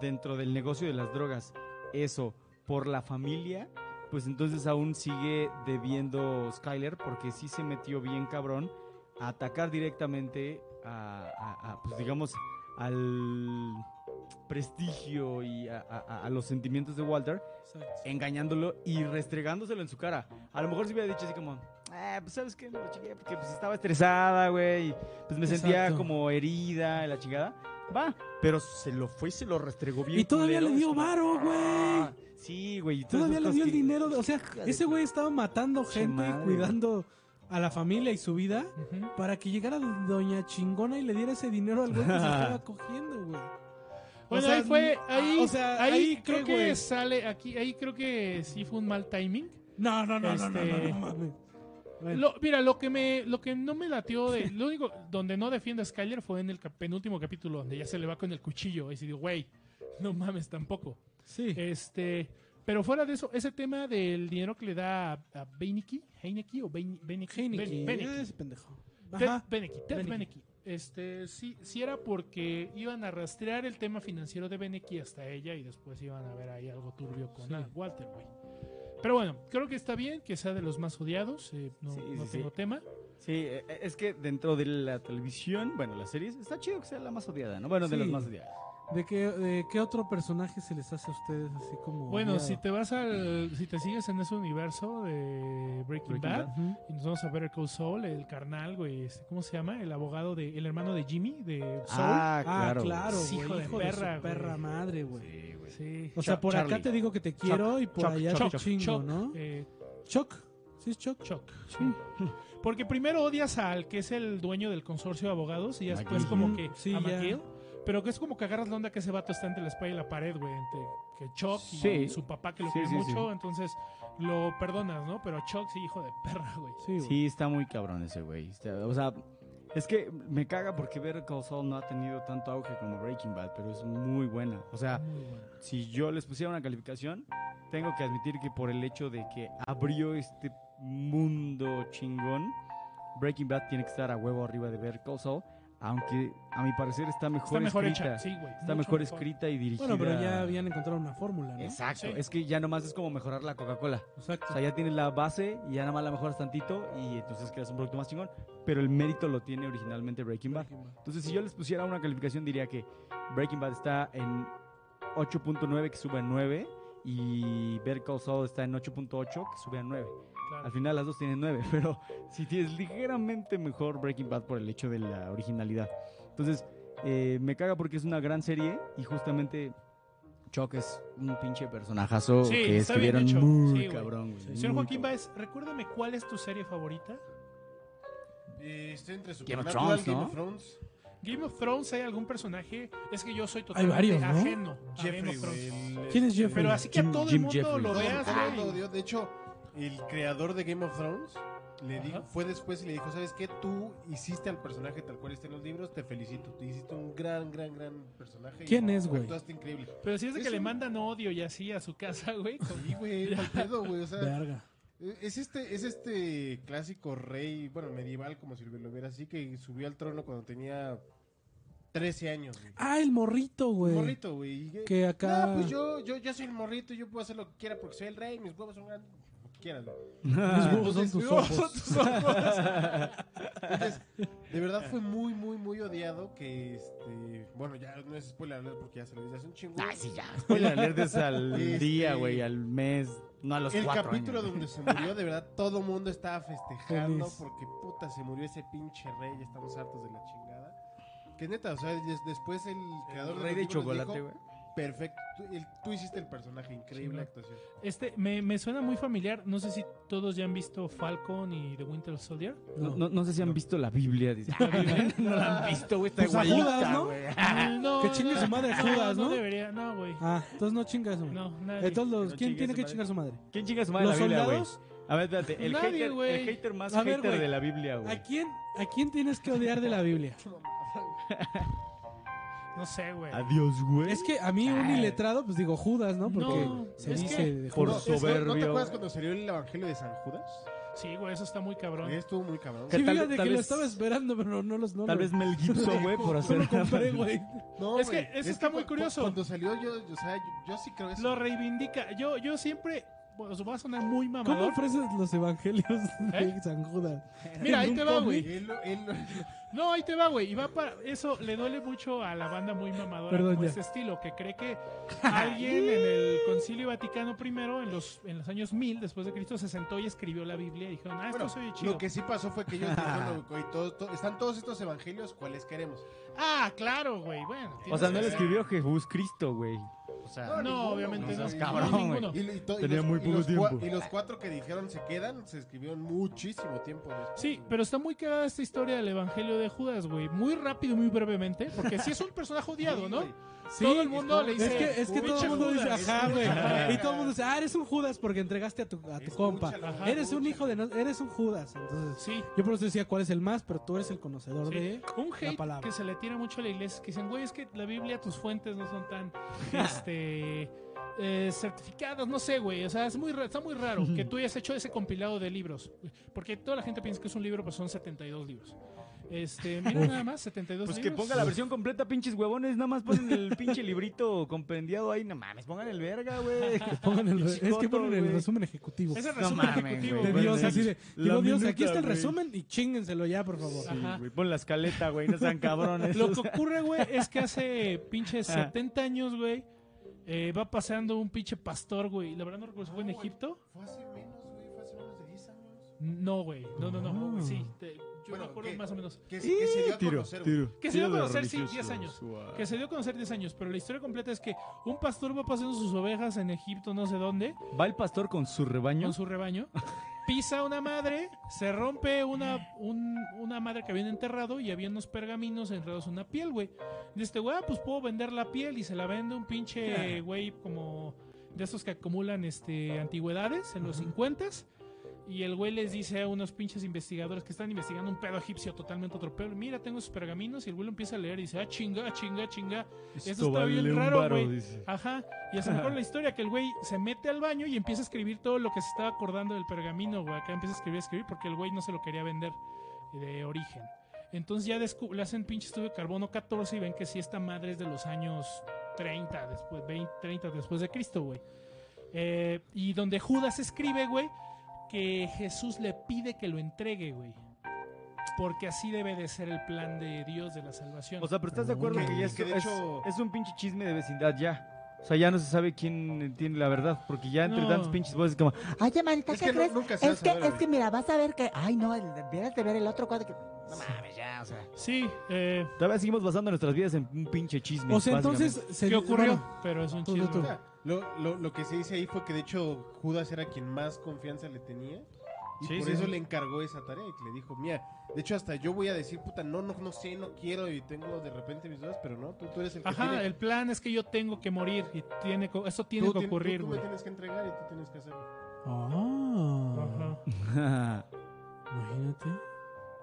Speaker 4: dentro del negocio de las drogas eso por la familia, pues entonces aún sigue debiendo Skyler porque sí se metió bien cabrón a atacar directamente a, a- a, pues digamos, al prestigio y a- a- a- a los sentimientos de Walter Eh,
Speaker 1: Exacto.
Speaker 4: engañándolo y restregándoselo en su cara. A lo mejor se hubiera dicho así como, ah, pues sabes que me lo chingué porque pues estaba estresada, güey, y, pues me sentía
Speaker 1: Exacto.
Speaker 4: como herida, y la chingada. Va, pero se lo fue y se lo restregó bien.
Speaker 1: Y todavía
Speaker 4: culero,
Speaker 1: le
Speaker 4: es
Speaker 1: dio
Speaker 4: como,
Speaker 1: varo,
Speaker 4: "Ah".
Speaker 1: güey.
Speaker 4: pues, Sí, güey. y todas
Speaker 1: Todavía le
Speaker 4: esas
Speaker 1: dio el
Speaker 4: cosas que-
Speaker 1: dinero. O sea, ese güey estaba matando
Speaker 4: Che
Speaker 1: gente,
Speaker 4: madre.
Speaker 1: cuidando a la familia y su vida
Speaker 2: Ujú.
Speaker 1: para que llegara Doña Chingona y le diera ese dinero al *laughs* güey que se estaba cogiendo, güey.
Speaker 2: Bueno,
Speaker 1: O sea,
Speaker 2: ahí fue,
Speaker 1: ah,
Speaker 2: ahí,
Speaker 1: o sea,
Speaker 2: ahí,
Speaker 1: ahí
Speaker 2: creo
Speaker 1: qué,
Speaker 2: que
Speaker 1: güey.
Speaker 2: sale aquí, ahí creo que sí fue un mal timing.
Speaker 1: No, no, no, no, no, no,
Speaker 2: Este-
Speaker 1: no, mames. Bueno.
Speaker 2: Lo- mira, lo que me, lo que no me latió de, lo único donde no defiende a Skyler fue en el cap- penúltimo capítulo donde ya se le va con el cuchillo y se digo, güey, no mames tampoco.
Speaker 1: Sí.
Speaker 2: Este, pero fuera de eso, ese tema del dinero que le da a, a Beinecke, Heineke o Bein- Benecke, Ben-
Speaker 1: Heineken. Eh,
Speaker 2: Benecke.
Speaker 1: Ese pendejo.
Speaker 2: Ted
Speaker 1: Ajá.
Speaker 2: Benecke, Ted
Speaker 1: Benecke.
Speaker 2: Benecke. Este, sí, sí era porque iban a rastrear el tema financiero de Benecke hasta ella y después iban a ver ahí algo turbio con
Speaker 1: Sí.
Speaker 2: ah, Walter, güey. Pero bueno, creo que está bien que sea de los más odiados. eh, no
Speaker 4: Sí,
Speaker 2: no
Speaker 4: sí,
Speaker 2: tengo
Speaker 4: sí.
Speaker 2: tema.
Speaker 4: Sí, eh, eh, es que dentro de la televisión, bueno, las series, está chido que sea la más odiada, ¿no? Bueno, de
Speaker 1: Sí.
Speaker 4: las más odiadas.
Speaker 1: ¿De qué, de qué otro personaje se les hace a ustedes así como.?
Speaker 2: Bueno,
Speaker 1: odiado?
Speaker 2: si te vas al. Si te sigues en ese universo de Breaking,
Speaker 4: Breaking
Speaker 2: Bad,
Speaker 1: Ujú.
Speaker 2: y nos vamos a ver Cole Saul, el carnal, güey. este, ¿Cómo se llama? El abogado de. El hermano de Jimmy, de Saul.
Speaker 1: Ah, claro.
Speaker 4: güey.
Speaker 1: güey,
Speaker 2: Hijo de
Speaker 1: hijo
Speaker 2: perra,
Speaker 1: su perra
Speaker 2: güey.
Speaker 1: madre, güey.
Speaker 4: Sí, güey. güey.
Speaker 2: Sí.
Speaker 1: O sea,
Speaker 4: Chuck,
Speaker 1: por acá
Speaker 4: Charlie.
Speaker 1: te digo que te quiero y por
Speaker 2: Choc,
Speaker 1: allá
Speaker 2: choc,
Speaker 1: te
Speaker 2: choc,
Speaker 1: chingo,
Speaker 2: choc,
Speaker 1: ¿no?
Speaker 2: eh,
Speaker 1: Choc. ¿Sí es Choc?
Speaker 2: choc. *laughs* Porque primero odias al que es el dueño del consorcio de abogados y ya después
Speaker 4: McGill.
Speaker 2: como que
Speaker 1: Sí,
Speaker 2: a
Speaker 1: ya.
Speaker 2: McGill. Pero que es como que agarras la onda que ese vato está entre la espalda y la pared, güey. Entre que Chuck y
Speaker 4: Sí.
Speaker 2: su papá que lo
Speaker 4: Sí,
Speaker 2: quiere
Speaker 4: sí,
Speaker 2: mucho, entonces lo perdonas, ¿no? Pero Chuck sí, hijo de perra, güey.
Speaker 1: Sí, güey.
Speaker 4: Sí, está muy cabrón ese güey. Está- O sea, es que me caga porque Better Call Saul no ha tenido tanto auge como Breaking Bad, pero es muy buena. O sea,
Speaker 2: Muy bueno.
Speaker 4: si yo les pusiera una calificación, tengo que admitir que por el hecho de que abrió este mundo chingón, Breaking Bad tiene que estar a huevo arriba de Better Call Saul, aunque a mi parecer está
Speaker 2: Está
Speaker 4: mejor
Speaker 2: mejor
Speaker 4: escrita.
Speaker 2: hecha, sí, güey.
Speaker 4: Está
Speaker 2: Mucho
Speaker 4: mejor escrita y dirigida.
Speaker 1: Bueno, pero ya habían encontrado una fórmula, ¿no?
Speaker 4: Exacto,
Speaker 2: Sí.
Speaker 4: es que ya nomás es como mejorar la Coca-Cola.
Speaker 1: Exacto.
Speaker 4: O sea, ya tienes la base y ya nada más la mejoras tantito y entonces creas un producto más chingón. Pero el mérito lo tiene originalmente Breaking Bad. Entonces, si yo les pusiera una calificación, diría que Breaking Bad está en 8.9, que sube a 9. Y Better Call Saul está en 8.8, que sube a 9.
Speaker 2: Claro.
Speaker 4: Al final las dos tienen 9, *laughs* pero si tienes ligeramente mejor Breaking Bad por el hecho de la originalidad. Entonces, eh, me caga porque es una gran serie y justamente Chuck es un pinche personajazo
Speaker 2: Sí,
Speaker 4: que
Speaker 2: está bien
Speaker 4: escribieron
Speaker 2: hecho.
Speaker 4: muy
Speaker 2: Sí, güey.
Speaker 4: cabrón, güey.
Speaker 2: Señor
Speaker 4: muy
Speaker 2: Joaquín
Speaker 4: cabrón.
Speaker 2: Báez, recuérdame cuál es tu serie favorita.
Speaker 3: Eh, estoy entre
Speaker 4: Game
Speaker 3: Supernatural,
Speaker 4: of Thrones,
Speaker 3: Game
Speaker 4: ¿no?
Speaker 3: of Thrones.
Speaker 2: Game of Thrones, ¿hay algún personaje? Es que yo soy totalmente
Speaker 1: varios, ¿no?
Speaker 2: ajeno a Game
Speaker 3: Jeffrey, este,
Speaker 2: of Thrones.
Speaker 3: güey, el-
Speaker 1: ¿Quién es
Speaker 3: el-
Speaker 1: Jeffrey?
Speaker 2: Pero así que a
Speaker 4: Jim-
Speaker 2: todo el
Speaker 4: Jim
Speaker 2: mundo lo
Speaker 4: Jeffries.
Speaker 2: veas,
Speaker 3: Ah,
Speaker 2: güey.
Speaker 3: lo odió. De hecho, el creador de Game of Thrones le dijo,
Speaker 2: Ajá.
Speaker 3: fue después y le dijo, ¿sabes qué? Tú hiciste al personaje tal cual está en los libros, te felicito. Te hiciste un gran, gran, gran personaje. y
Speaker 1: ¿Quién es, güey?
Speaker 3: Actuaste increíble.
Speaker 2: Pero si es de que
Speaker 3: Es
Speaker 2: le
Speaker 3: un-
Speaker 2: mandan odio y así a su casa, güey. con-
Speaker 3: Sí,
Speaker 1: *laughs*
Speaker 3: güey, mal pedo, güey. O sea,
Speaker 1: Verga.
Speaker 3: es este, es este clásico rey, bueno, medieval, como si lo viera así, que subió al trono cuando tenía 13 años, güey.
Speaker 1: Ah, el morrito, güey.
Speaker 3: Morrito, güey. y-
Speaker 1: Que acá.
Speaker 3: No,
Speaker 1: *laughs*
Speaker 3: pues yo, yo, yo soy el morrito, yo puedo hacer lo que quiera porque soy el rey, mis huevos son grandes. lo que Quieras, güey.
Speaker 1: Mis huevos son
Speaker 3: Entonces,
Speaker 1: Ah, tus
Speaker 3: mis huevos
Speaker 1: ojos.
Speaker 3: son tus ojos. Entonces, de verdad fue muy, muy, muy odiado que este. Bueno, ya no es spoiler alert porque ya se lo dice hace un chingo.
Speaker 11: Ay, sí, ya.
Speaker 4: Spoiler alert es *laughs* al
Speaker 3: Este-
Speaker 4: día, güey, al mes, no a los
Speaker 3: el
Speaker 4: cuatro
Speaker 3: capítulo
Speaker 4: años.
Speaker 3: donde se murió, de verdad, todo mundo estaba festejando
Speaker 1: Feliz.
Speaker 3: porque puta se murió ese pinche rey, ya estamos hartos de la chingada. Que neta, o sea, des- después el creador
Speaker 4: El rey
Speaker 3: los
Speaker 4: de
Speaker 3: libros
Speaker 4: chocolate,
Speaker 3: dijo,
Speaker 4: güey.
Speaker 3: Perfecto, tú, el- tú hiciste el personaje, increíble
Speaker 2: Chingón.
Speaker 3: actuación.
Speaker 2: Este, me, me suena muy familiar. No sé si todos ya han visto Falcon y The
Speaker 1: *laughs*
Speaker 2: Winter Soldier.
Speaker 4: No, no- no sé si han visto la Biblia. dice. no la han visto, güey, está
Speaker 1: Pues a Judas,
Speaker 4: igualita,
Speaker 1: ¿no?
Speaker 4: güey.
Speaker 2: No,
Speaker 1: Ah, Que chingue su madre Judas, ¿no?
Speaker 2: No debería, no, güey.
Speaker 1: Ah, entonces no chingas, güey.
Speaker 2: No, nadie.
Speaker 1: Entonces, los-
Speaker 3: No
Speaker 1: ¿quién
Speaker 3: chingue
Speaker 1: tiene
Speaker 3: su
Speaker 1: que
Speaker 3: madre.
Speaker 1: chingar su madre?
Speaker 4: ¿Quién chinga su madre
Speaker 1: ¿Los
Speaker 4: la Biblia, güey?
Speaker 1: soldados?
Speaker 4: A ver, espérate, el,
Speaker 2: Nadie,
Speaker 4: hater,
Speaker 2: güey.
Speaker 4: el hater más
Speaker 1: A ver,
Speaker 4: hater
Speaker 1: güey.
Speaker 4: de la Biblia, güey.
Speaker 1: ¿A quién, ¿A quién tienes que odiar de la Biblia?
Speaker 2: No sé, güey.
Speaker 4: Adiós, güey.
Speaker 1: Es que a mí un iletrado, pues digo Judas, ah, ¿no? Porque
Speaker 2: No,
Speaker 1: se
Speaker 2: es
Speaker 1: dice
Speaker 2: que-
Speaker 1: de
Speaker 4: Por
Speaker 3: No,
Speaker 1: Judas.
Speaker 3: es que, ¿No te
Speaker 4: soberbio.
Speaker 3: acuerdas cuando salió el evangelio de San Judas?
Speaker 2: Sí, güey, eso está muy cabrón.
Speaker 3: Ahí Estuvo muy cabrón.
Speaker 1: Sí,
Speaker 4: Que tal-
Speaker 1: fíjate que
Speaker 4: tal
Speaker 1: lo
Speaker 4: vez-
Speaker 1: estaba esperando, pero no los no
Speaker 4: Tal
Speaker 1: lo-
Speaker 4: vez Mel Gibson, güey,
Speaker 1: *laughs*
Speaker 4: por
Speaker 1: no
Speaker 4: hacer
Speaker 1: lo
Speaker 4: *laughs*
Speaker 1: compré, güey.
Speaker 3: No,
Speaker 2: Es que
Speaker 3: güey,
Speaker 2: eso está
Speaker 3: cu-
Speaker 2: muy
Speaker 3: cu-
Speaker 2: curioso.
Speaker 3: Cuando salió, yo, yo- o sea, yo, yo sí creo eso.
Speaker 2: Lo
Speaker 3: *laughs*
Speaker 2: reivindica. Yo, yo siempre. Bueno, va a sonar muy
Speaker 1: ¿Cómo
Speaker 2: mamador.
Speaker 1: ofreces los evangelios de
Speaker 2: ¿Eh?
Speaker 1: San Judas?
Speaker 2: Mira, ahí
Speaker 1: ¿En
Speaker 2: te
Speaker 1: un
Speaker 2: va,
Speaker 1: cómic?
Speaker 2: güey.
Speaker 3: Él lo- él lo-
Speaker 2: No, ahí te va, güey. Y va para. Eso le duele mucho a la banda muy mamadora
Speaker 1: Perdón,
Speaker 2: como
Speaker 1: ya.
Speaker 2: ese estilo, que cree que alguien en el Concilio Vaticano I, en los, en los años 1000 después de Cristo, se sentó y escribió la Biblia y dijeron, ah, esto
Speaker 3: Bueno,
Speaker 2: soy chido.
Speaker 3: lo que sí pasó fue que ellos
Speaker 2: *laughs*
Speaker 3: dijeron, güey, todos- to- están todos estos evangelios, ¿cuáles queremos?
Speaker 2: Ah, claro, güey. Bueno.
Speaker 4: O
Speaker 2: tienes
Speaker 4: sea,
Speaker 2: que
Speaker 4: no le
Speaker 2: ser-
Speaker 4: escribió Jesús Cristo, güey. O sea,
Speaker 2: No,
Speaker 3: ninguno,
Speaker 2: obviamente
Speaker 3: güey.
Speaker 2: no.
Speaker 4: seas
Speaker 2: no,
Speaker 4: cabrón, güey.
Speaker 2: ninguno.
Speaker 3: Y, y to- y
Speaker 4: Tenía
Speaker 3: los-
Speaker 4: muy
Speaker 3: y
Speaker 4: poco
Speaker 3: los cua-
Speaker 4: tiempo.
Speaker 3: Y los cuatro que dijeron se quedan, se escribieron muchísimo tiempo después.
Speaker 2: Sí, pero está muy cagada esta historia del Evangelio de Judas, güey. Muy rápido, muy brevemente, porque sí es un personaje odiado, ¿no? todo el mundo le dice.
Speaker 1: Es que, es que todo
Speaker 2: "Pinche
Speaker 1: el mundo dice,
Speaker 2: Judas".
Speaker 1: ajá, güey.
Speaker 3: Ajá.
Speaker 1: Y todo el mundo dice, ah, eres un Judas porque entregaste a tu, a tu
Speaker 3: Escúchalo,
Speaker 1: compa.
Speaker 3: ajá,
Speaker 1: Eres un
Speaker 3: escúchalo.
Speaker 1: hijo de... No, eres un Judas. Entonces,
Speaker 2: Sí.
Speaker 1: yo por eso decía cuál es el más, pero tú eres el conocedor
Speaker 2: Sí.
Speaker 1: de...
Speaker 2: Un hate
Speaker 1: palabra.
Speaker 2: que se le tira mucho a la iglesia es que dicen, güey, es que la Biblia, tus fuentes no son
Speaker 4: *laughs*
Speaker 2: tan este, eh, certificadas, no sé, güey. O sea, es muy, ra- está muy raro que tú hayas hecho ese compilado de libros. Porque toda la gente piensa que es un libro, pero son 72 libros. Este, mira nada más, 72
Speaker 4: pues que
Speaker 2: libros.
Speaker 4: ponga la versión completa, pinches huevones. Nada más ponen el pinche librito compendiado ahí. No mames, pongan el verga, güey.
Speaker 1: Pongan el-
Speaker 4: Pinche
Speaker 1: es que
Speaker 4: coto,
Speaker 1: ponen el
Speaker 4: güey.
Speaker 1: resumen ejecutivo.
Speaker 2: Es el
Speaker 4: No
Speaker 2: resumen
Speaker 4: mames,
Speaker 2: ejecutivo.
Speaker 4: güey.
Speaker 1: de
Speaker 4: Bueno,
Speaker 1: Dios,
Speaker 4: el-
Speaker 1: así de...
Speaker 4: la
Speaker 1: Digo, Dios, aquí
Speaker 4: minuta,
Speaker 1: está el
Speaker 4: güey.
Speaker 1: resumen y chíngenselo ya, por favor.
Speaker 2: Sí. Ajá.
Speaker 4: Güey, Pon la escaleta, güey. No sean
Speaker 2: *laughs*
Speaker 4: cabrones.
Speaker 2: Lo que ocurre, güey, es que hace pinches
Speaker 4: Ah.
Speaker 2: 70 años, güey, eh, va pasando un pinche pastor, güey. La verdad no recuerdo si fue en
Speaker 3: No, güey.
Speaker 2: Egipto.
Speaker 3: Fue hace menos, güey, fue hace menos de 10 años.
Speaker 2: No, güey. No, no, no.
Speaker 1: No.
Speaker 2: güey, Sí, te- yo
Speaker 3: Bueno,
Speaker 2: me acuerdo
Speaker 3: ¿qué?
Speaker 2: más o menos.
Speaker 3: Que, que se dio a conocer, güey.
Speaker 2: Que se dio a conocer, sí, 10 años. Que se dio a conocer 10 años, pero la historia completa es que un pastor va pasando sus ovejas en Egipto, no sé dónde,
Speaker 4: Va el pastor con su rebaño.
Speaker 2: con su rebaño, pisa una madre, se rompe una, un- una madre que habían enterrado y había unos pergaminos enredados en una piel, güey. Dice este güey, "Ah, pues puedo vender la piel y se la vende un pinche güey como de esos que acumulan este antigüedades en los 50s. Y el güey les dice a unos pinches investigadores que están investigando un pedo egipcio totalmente otro pedo. Mira, tengo esos pergaminos y el güey lo empieza a leer y dice, ah, chinga, chinga, chinga. Esto está bien
Speaker 4: un
Speaker 2: raro,
Speaker 4: varo,
Speaker 2: güey.
Speaker 4: dice.
Speaker 2: Ajá, y se
Speaker 1: *laughs*
Speaker 2: mejor la historia que el güey se mete al baño y empieza a escribir todo lo que se estaba acordando del pergamino, güey. Acá empieza a escribir, a escribir, porque el güey no se lo quería vender eh, de origen. Entonces ya descu- le hacen pinche estudio de carbono 14 y ven que sí esta madre es de los años 30, después, 20, 30 después de Cristo, güey. Eh, y donde Judas escribe, güey, que Jesús le pide que lo entregue, güey. Porque así debe de ser el plan de Dios de la salvación.
Speaker 4: O sea, pero estás de acuerdo
Speaker 1: Que-
Speaker 4: que ya es,
Speaker 3: que de
Speaker 4: es-
Speaker 3: hecho-
Speaker 4: es un pinche chisme de vecindad ya. O sea, ya no se sabe quién tiene la verdad, porque ya entre
Speaker 2: No.
Speaker 4: tantos pinches voces como,
Speaker 12: Ay, Amanita,
Speaker 3: Es
Speaker 12: ¿qué
Speaker 3: que no-
Speaker 12: crees?
Speaker 3: nunca se va a
Speaker 12: es, que,
Speaker 3: saber,
Speaker 12: es
Speaker 3: güey.
Speaker 12: que mira, vas a ver que. Ay, no, el- debieras de ver el otro cuadro que. No mames, ya, o sea.
Speaker 2: sí, eh,
Speaker 4: todavía seguimos basando nuestras vidas en un pinche chisme.
Speaker 1: O sea,
Speaker 4: básicamente.
Speaker 1: entonces. se-
Speaker 2: ¿qué ocurrió?
Speaker 1: bueno,
Speaker 2: Pero es un
Speaker 1: tú, tú,
Speaker 2: chisme.
Speaker 1: tú.
Speaker 3: O sea, lo, lo- lo que se dice ahí fue que de hecho Judas era quien más confianza le tenía. Y
Speaker 4: Sí,
Speaker 3: por
Speaker 4: sí,
Speaker 3: eso
Speaker 4: sí.
Speaker 3: le encargó esa tarea y le dijo, mira, de hecho hasta yo voy a decir, puta, no, no, no sé, no quiero y tengo de repente mis dudas, pero no, tú, tú eres el que
Speaker 2: Ajá,
Speaker 3: tiene-
Speaker 2: el plan es que yo tengo que morir y tiene co- eso tiene
Speaker 3: tú
Speaker 2: que
Speaker 3: tien- tú-
Speaker 2: ocurrir,
Speaker 3: tú
Speaker 2: güey.
Speaker 3: me tienes que entregar y tú tienes que hacerlo.
Speaker 1: Ah,
Speaker 2: Ajá.
Speaker 1: imagínate.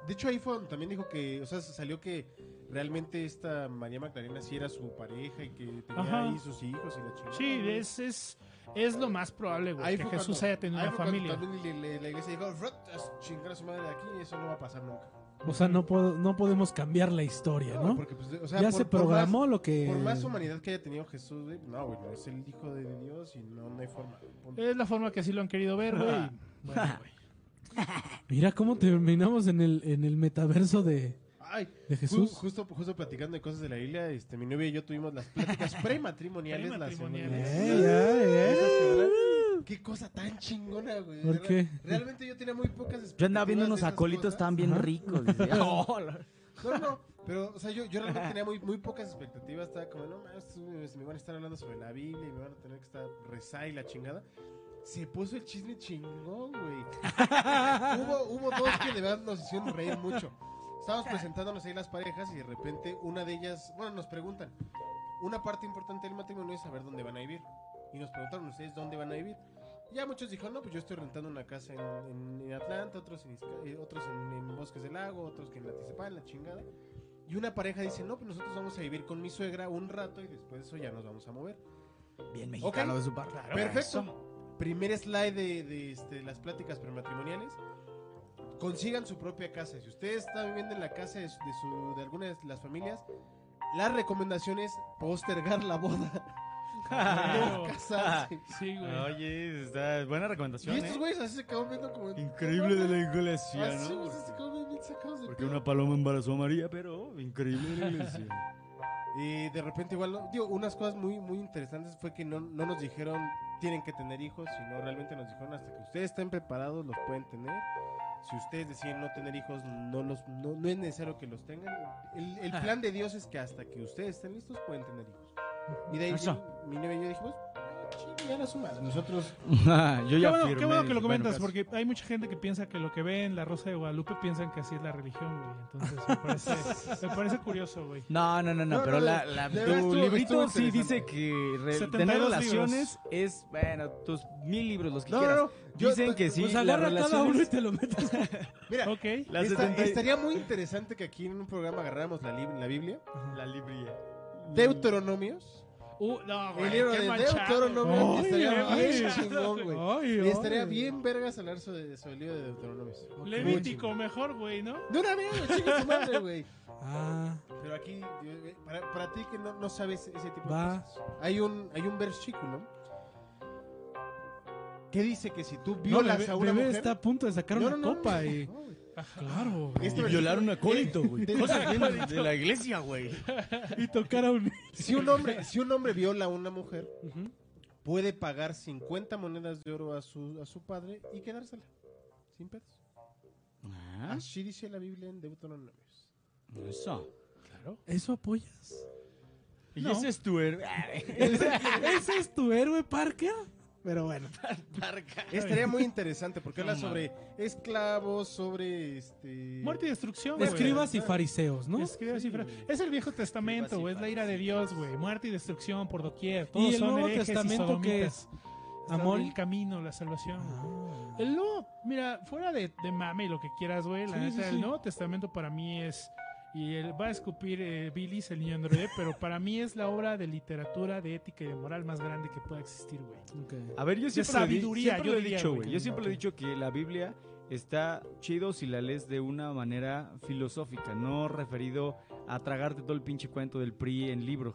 Speaker 3: De hecho ahí fue donde también dijo que, o sea, se salió que realmente esta María Magdalena sí era su pareja y que tenía
Speaker 2: Ajá.
Speaker 3: ahí sus hijos y la chingada.
Speaker 2: Sí,
Speaker 3: güey.
Speaker 2: es, es, es lo más probable, güey,
Speaker 3: Ahí
Speaker 2: que
Speaker 3: fue
Speaker 2: Jesús
Speaker 3: cuando-
Speaker 2: haya tenido
Speaker 3: ahí
Speaker 2: una
Speaker 3: fue cuando
Speaker 2: familia.
Speaker 3: También le- le- la iglesia dijo, "Rot, a chingar a su madre de aquí, eso no va a pasar nunca.
Speaker 1: O sea, no, puedo, no podemos cambiar la historia,
Speaker 3: No,
Speaker 1: ¿no?
Speaker 3: porque, pues, o sea,
Speaker 1: ya
Speaker 3: por-
Speaker 1: se
Speaker 3: por más-
Speaker 1: programó lo
Speaker 3: Por
Speaker 1: que.
Speaker 3: más, humanidad que haya tenido Jesús, güey, no, güey, no es el hijo de Dios y no, no hay forma.
Speaker 1: Eh,
Speaker 3: Punto.
Speaker 2: Es la forma que así lo han querido ver, güey.
Speaker 3: Ah.
Speaker 2: *laughs* Bueno, güey.
Speaker 1: Mira cómo terminamos en el, en el metaverso de,
Speaker 3: Ay,
Speaker 1: de
Speaker 3: ju-
Speaker 1: Jesús.
Speaker 3: Justo, justo platicando de cosas de la Biblia, este, mi novia y yo tuvimos las
Speaker 1: *laughs*
Speaker 3: pláticas prematrimoniales la semana.
Speaker 2: Prematrimoniales.
Speaker 1: Ey, ay,
Speaker 3: la
Speaker 1: ey.
Speaker 3: semana- Qué cosa tan chingona, güey.
Speaker 1: Uh. ¿Por
Speaker 3: de verdad.
Speaker 1: qué?
Speaker 3: Realmente yo tenía muy pocas
Speaker 13: Yo andaba viendo
Speaker 3: expectativas de
Speaker 13: unos
Speaker 3: esas
Speaker 13: acólitos
Speaker 3: cosas.
Speaker 13: tan bien
Speaker 1: Ajá.
Speaker 3: *laughs*
Speaker 13: ricos. dice.
Speaker 3: No, no, *laughs* pero, o sea, yo, yo realmente tenía muy, muy pocas expectativas. Estaba como, no mames, me- me van a estar hablando sobre la Biblia y me van a tener que estar rezar y la chingada. Se puso el chisme chingón, *laughs* güey. hubo, hubo dos que de verdad nos hicieron reír mucho. Estábamos presentándonos ahí las parejas y de repente una de ellas, bueno, nos preguntan. Una parte importante del matrimonio es saber dónde van a vivir. Y nos preguntaron ustedes dónde van a vivir. Ya muchos dijeron, no, pues yo estoy rentando una casa en, en- en Atlanta, otros, en, Izca- eh, otros en, en Bosques del Lago, otros que en la Tizapán, la chingada. Y una pareja dice, no, pues nosotros vamos a vivir con mi suegra un rato y después de eso ya nos vamos a mover.
Speaker 13: Bien mexicano
Speaker 3: Ok.
Speaker 13: de su parte.
Speaker 3: Perfecto. Primer slide de, de, este, las pláticas prematrimoniales. Consigan su propia casa. Si ustedes están viviendo en la casa de, su- de su- de alguna de las familias, la recomendación es postergar la boda. no casarse.
Speaker 2: Sí, güey.
Speaker 4: Oye, está buena
Speaker 3: Y
Speaker 4: recomendación.
Speaker 3: estos
Speaker 4: ¿eh?
Speaker 3: güeyes así se quedaron viendo como...
Speaker 4: Increíble de la
Speaker 3: Ah,
Speaker 4: iglesia,
Speaker 3: sí,
Speaker 4: ¿no?
Speaker 3: güey, se
Speaker 4: Porque,
Speaker 3: quedaron bien- bien sacados de
Speaker 4: porque
Speaker 3: pedo.
Speaker 4: una paloma embarazó a María, pero increíble de la iglesia.
Speaker 3: *laughs*
Speaker 13: *laughs*
Speaker 3: Y de repente igual, no- digo, unas cosas muy, muy interesantes fue que no, no nos dijeron tienen que tener hijos, sino realmente nos dijeron hasta que ustedes estén preparados los pueden tener. Si ustedes deciden no tener hijos, no, los, no, no es necesario que los tengan. El, el plan de Dios es que hasta que ustedes estén listos pueden tener hijos. Y de ahí
Speaker 13: Eso.
Speaker 3: mi, mi novia y yo dijimos, "Ah, chingar a su madre". Nosotros,
Speaker 4: Yo
Speaker 2: Qué
Speaker 4: ya
Speaker 2: bueno, qué
Speaker 4: firmé,
Speaker 2: bueno que
Speaker 4: dije,
Speaker 2: lo
Speaker 4: bueno,
Speaker 2: comentas,
Speaker 4: casi.
Speaker 2: porque hay mucha gente que piensa que lo que ve en la Rosa de Guadalupe piensan que así es la religión, güey. Entonces me parece, me parece curioso, güey.
Speaker 13: No, no, no, no,
Speaker 3: No,
Speaker 13: pero
Speaker 3: no,
Speaker 13: la,
Speaker 3: de-
Speaker 13: la-
Speaker 3: de
Speaker 13: tu
Speaker 3: verdad estuvo-
Speaker 13: librito
Speaker 3: estuvo
Speaker 13: sí
Speaker 3: interesante.
Speaker 13: dice que re-
Speaker 2: 72
Speaker 13: tener
Speaker 2: libros.
Speaker 13: relaciones es, bueno, tus mil libros, los que
Speaker 3: No, no,
Speaker 13: quieras.
Speaker 3: no, yo-
Speaker 13: Dicen que sí,
Speaker 1: Pues
Speaker 13: las
Speaker 1: agarra cada uno y
Speaker 13: relaciones...
Speaker 1: te lo metes.
Speaker 3: mira,
Speaker 2: Ok.
Speaker 4: La
Speaker 3: esta-
Speaker 4: 70 y-
Speaker 3: estaría muy interesante que aquí en un programa agarráramos la, lib- la Biblia,
Speaker 4: La libría.
Speaker 3: Deuteronomios,
Speaker 2: Uh, no, güey.
Speaker 3: el libro
Speaker 2: qué
Speaker 3: de
Speaker 2: manchado,
Speaker 3: Deuteronomios,
Speaker 2: güey.
Speaker 3: que estaría
Speaker 2: Ay,
Speaker 3: bien
Speaker 2: ay,
Speaker 3: chingón, güey.
Speaker 2: ay,
Speaker 3: Y
Speaker 1: Este,
Speaker 2: ay.
Speaker 3: estaría bien vergas hablar sobre, sobre el libro de Deuteronomio.
Speaker 2: Levítico mejor, güey, ¿no?
Speaker 3: De una vez, güey, chinga tu madre, güey.
Speaker 1: Ah,
Speaker 3: Pero aquí, eh, para, para ti que no, no sabes ese tipo
Speaker 1: Va.
Speaker 3: de cosas, hay un, hay un versículo que dice que si tú
Speaker 1: no,
Speaker 3: violas
Speaker 1: bebé,
Speaker 3: a una
Speaker 1: bebé
Speaker 3: mujer...
Speaker 1: está a punto de sacar
Speaker 3: No,
Speaker 1: una
Speaker 3: no, no,
Speaker 1: copa
Speaker 3: no,
Speaker 1: y.
Speaker 2: *laughs*
Speaker 3: no, güey.
Speaker 1: Claro, güey.
Speaker 3: Este
Speaker 13: *laughs*
Speaker 3: versículo-
Speaker 13: güey.
Speaker 3: de-
Speaker 13: Cosas
Speaker 3: *laughs*
Speaker 13: bien de la iglesia, güey.
Speaker 1: Y tocar a un.
Speaker 3: Si un, hombre, si un hombre viola a una mujer,
Speaker 1: Ujú.
Speaker 3: puede pagar 50 monedas de oro a su, a su padre y quedársela. Sin pedos.
Speaker 2: ¿Ah?
Speaker 3: Ah,
Speaker 4: Ajá.
Speaker 9: Así dice la Biblia en Deuteronomio.
Speaker 4: Ah, Eso.
Speaker 2: Claro.
Speaker 1: ¿Eso apoyas? *laughs*
Speaker 4: Y
Speaker 2: No.
Speaker 4: ese es tu héroe.
Speaker 1: ¿Ese, ese es tu héroe, Parker? Pero bueno.
Speaker 9: Estaría muy interesante
Speaker 2: *laughs*
Speaker 9: porque
Speaker 4: No
Speaker 9: habla sobre esclavos, sobre este.
Speaker 2: Muerte y destrucción, güey.
Speaker 1: Escribas y fariseos, ¿no?
Speaker 2: Escribas y fra-
Speaker 9: güey.
Speaker 2: Es el Viejo Testamento, güey. Es la ira de Dios, güey. Muerte y destrucción por doquier. Todos
Speaker 1: el
Speaker 2: son
Speaker 1: Nuevo
Speaker 2: herejes y
Speaker 1: Testamento, ¿qué
Speaker 2: sodomitas.
Speaker 1: es?
Speaker 2: Está
Speaker 1: ¿Amor?
Speaker 2: El camino, la salvación. güey.
Speaker 1: Ah.
Speaker 2: El Nuevo, mira, fuera de, de mame y lo que quieras, güey. La
Speaker 1: Sí,
Speaker 2: neta,
Speaker 1: sí,
Speaker 2: el
Speaker 1: sí.
Speaker 2: Nuevo Testamento para mí es. Y él va a escupir eh, Billis, el niño androide, *laughs* pero para mí es la obra de literatura, de ética y de moral más grande que pueda existir, güey.
Speaker 1: Ok.
Speaker 4: A ver, yo siempre, lo he di-
Speaker 2: sabiduría,
Speaker 4: siempre
Speaker 2: yo
Speaker 4: lo he
Speaker 2: diría,
Speaker 4: dicho,
Speaker 2: güey.
Speaker 4: güey. Yo siempre lo he dicho que la Biblia está chido si la lees de una manera filosófica, no referido a tragarte todo el pinche cuento del PRI en libro.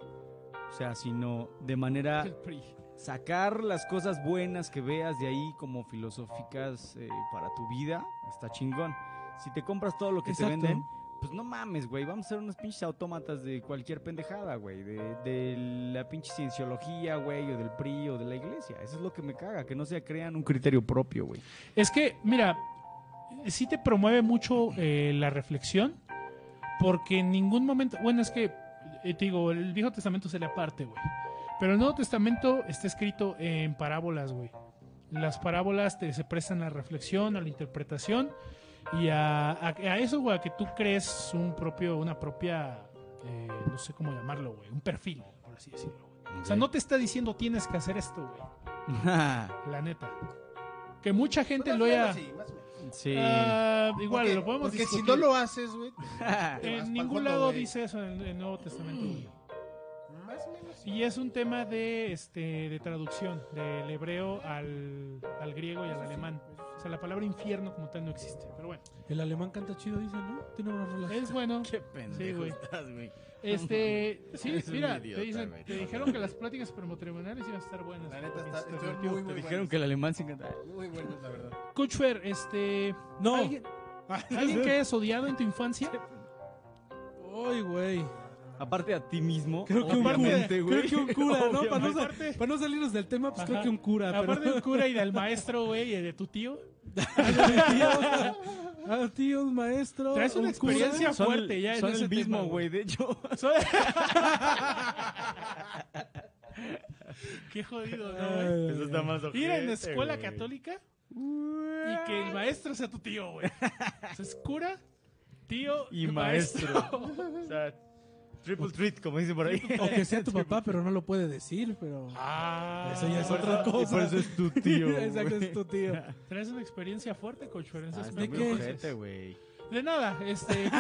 Speaker 4: O sea, sino de
Speaker 1: Ah.
Speaker 4: manera
Speaker 2: El PRI.
Speaker 4: sacar las cosas buenas que veas de ahí como filosóficas eh, para tu vida, está chingón. Si te compras todo lo que
Speaker 1: Exacto.
Speaker 4: te venden, pues no mames, güey, vamos a ser unos pinches autómatas de cualquier pendejada, güey, de, de la pinche cienciología, güey, o del PRI o de la iglesia. Eso es lo que me caga, que no se crean un criterio propio, güey.
Speaker 2: Es que, mira, sí te promueve mucho eh, la reflexión, porque en ningún momento, bueno, es que, eh, te digo, el Viejo Testamento se le aparte, güey. Pero el Nuevo Testamento está escrito en parábolas, güey. Las parábolas te, se prestan a la reflexión, a la interpretación y a, a- a eso, güey, a que tú crees un propio, una propia, eh, no sé cómo llamarlo, güey, un perfil, por así decirlo. güey. O sea, no te está diciendo tienes que hacer esto, güey, la neta. Que mucha gente
Speaker 9: Más
Speaker 3: Pues,
Speaker 2: lo
Speaker 9: o menos
Speaker 2: haya...
Speaker 9: sí, más o menos.
Speaker 4: *laughs* sí.
Speaker 2: Ah, igual,
Speaker 9: Porque-
Speaker 2: lo podemos
Speaker 9: Porque
Speaker 2: discutir.
Speaker 9: si no lo haces, güey. te
Speaker 1: Ah.
Speaker 9: vas
Speaker 4: *laughs*
Speaker 9: pa'l
Speaker 2: En ningún
Speaker 9: fondo,
Speaker 2: lado
Speaker 9: güey.
Speaker 2: dice eso en el Nuevo Testamento. güey.
Speaker 9: Más o menos. sí.
Speaker 2: Y es un tema de, este, de traducción, del hebreo al, al griego y al alemán. O sea, la palabra infierno como tal no existe. Pero bueno,
Speaker 1: El alemán canta chido, dice, ¿no? Tiene buenas rolas.
Speaker 9: *laughs*
Speaker 2: es bueno.
Speaker 5: Qué
Speaker 2: Sí, güey.
Speaker 5: estás, güey.
Speaker 2: Este, sí,
Speaker 5: Eres un
Speaker 2: mira,
Speaker 5: idiota,
Speaker 2: te, dicen-
Speaker 5: güey.
Speaker 2: te dijeron que las pláticas prematrimoniales iban a estar buenas. este,
Speaker 9: La neta,
Speaker 2: güey,
Speaker 9: está,
Speaker 2: te
Speaker 9: están
Speaker 2: divertió.
Speaker 9: muy, muy
Speaker 4: Dijeron
Speaker 9: buenos.
Speaker 4: que el alemán se encanta.
Speaker 9: Muy buenos, la verdad.
Speaker 2: Kuchfer, este,
Speaker 1: No.
Speaker 2: ¿alguien, alguien que hayas odiado en tu infancia?
Speaker 1: Ay, güey.
Speaker 4: Aparte a ti mismo,
Speaker 1: Creo que un cura.
Speaker 4: obviamente, güey.
Speaker 1: Creo que un
Speaker 4: *laughs*
Speaker 1: cura,
Speaker 2: *laughs*
Speaker 1: ¿no? Para no, sa-
Speaker 2: Obviamente.
Speaker 1: para no salirnos del tema, pues creo
Speaker 2: Ajá.
Speaker 1: que un cura. pero- *laughs*
Speaker 2: Aparte del cura y del maestro, güey, y de tu tío.
Speaker 1: tío, a tío, un maestro.
Speaker 2: Traes una
Speaker 1: un cura.
Speaker 2: experiencia
Speaker 4: Son el-
Speaker 2: fuerte ya en
Speaker 4: son
Speaker 2: ese
Speaker 4: el mismo,
Speaker 2: tema,
Speaker 4: güey, de *laughs* hecho.
Speaker 2: Soy- Qué jodido, ¿no?
Speaker 1: Ay,
Speaker 5: Eso está más
Speaker 2: güey? Ir en
Speaker 5: ojete,
Speaker 9: Este,
Speaker 2: escuela
Speaker 5: güey.
Speaker 2: católica y que el maestro sea tu tío, güey. O sea, es cura, tío
Speaker 4: Y maestro. *laughs*
Speaker 5: O sea, triple treat, como dicen por ahí.
Speaker 1: O que sea tu papá, pero no lo puede decir, pero...
Speaker 2: Ah,
Speaker 1: Eso ya es
Speaker 4: *laughs*
Speaker 2: por
Speaker 1: otra
Speaker 2: eso-
Speaker 1: cosa.
Speaker 4: Por eso es tu tío.
Speaker 1: *laughs*
Speaker 4: *laughs*
Speaker 1: Exacto,
Speaker 4: güey.
Speaker 1: es tu tío.
Speaker 2: Traes una experiencia fuerte, coach, pero en ese
Speaker 4: Ah, está
Speaker 1: ¿De
Speaker 4: muy
Speaker 2: aspecto,
Speaker 1: qué?
Speaker 2: entonces-
Speaker 4: ojete, güey.
Speaker 2: De nada,
Speaker 4: *laughs*
Speaker 2: este.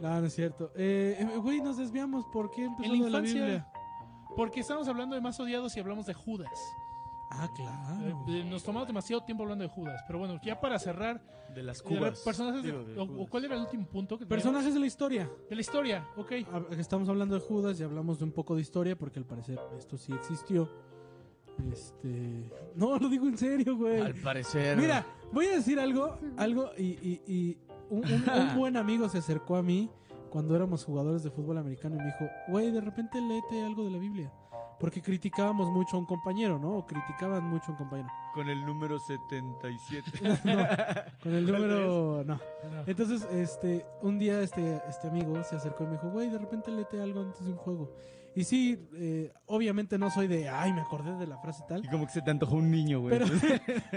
Speaker 1: No, no es cierto. Eh, eh, güey, nos desviamos. ¿Por qué empezó
Speaker 2: en la
Speaker 1: lo de la
Speaker 2: infancia.
Speaker 1: Biblia?
Speaker 2: Porque estamos hablando de más odiados y hablamos de Judas.
Speaker 1: Ah, claro.
Speaker 2: Eh, eh, nos tomamos demasiado tiempo hablando de Judas. Pero bueno, ya para cerrar,
Speaker 5: De las
Speaker 2: Y a ver,
Speaker 5: cubas.
Speaker 2: personajes de-
Speaker 5: Digo, de
Speaker 2: o, o
Speaker 5: Judas.
Speaker 2: cuál era el último punto que teníamos?
Speaker 1: Personajes de la historia.
Speaker 2: de la historia,
Speaker 4: *laughs*
Speaker 2: ok.
Speaker 1: Ah, Estamos hablando de Judas y hablamos de un poco de historia porque al parecer esto sí existió. Este. No, lo digo en serio, güey.
Speaker 10: Al parecer.
Speaker 1: Mira, voy a decir algo. Algo y. y- y un, un-
Speaker 10: *laughs*
Speaker 1: un buen amigo se acercó a mí cuando éramos jugadores de fútbol americano y me dijo: Güey, de repente léete algo de la Biblia. Porque criticábamos mucho a un compañero, ¿no? O criticaban mucho a un compañero.
Speaker 4: Con el número 77.
Speaker 1: *laughs* No, con
Speaker 4: *laughs*
Speaker 1: el número no. Entonces, este, un día este, este amigo se acercó y me dijo, güey, de repente lete algo antes de un juego. Y sí, eh, obviamente no soy de, ay, me acordé de la frase tal.
Speaker 4: *laughs* Y como que se te antojó un niño, güey. *laughs*
Speaker 1: Pero,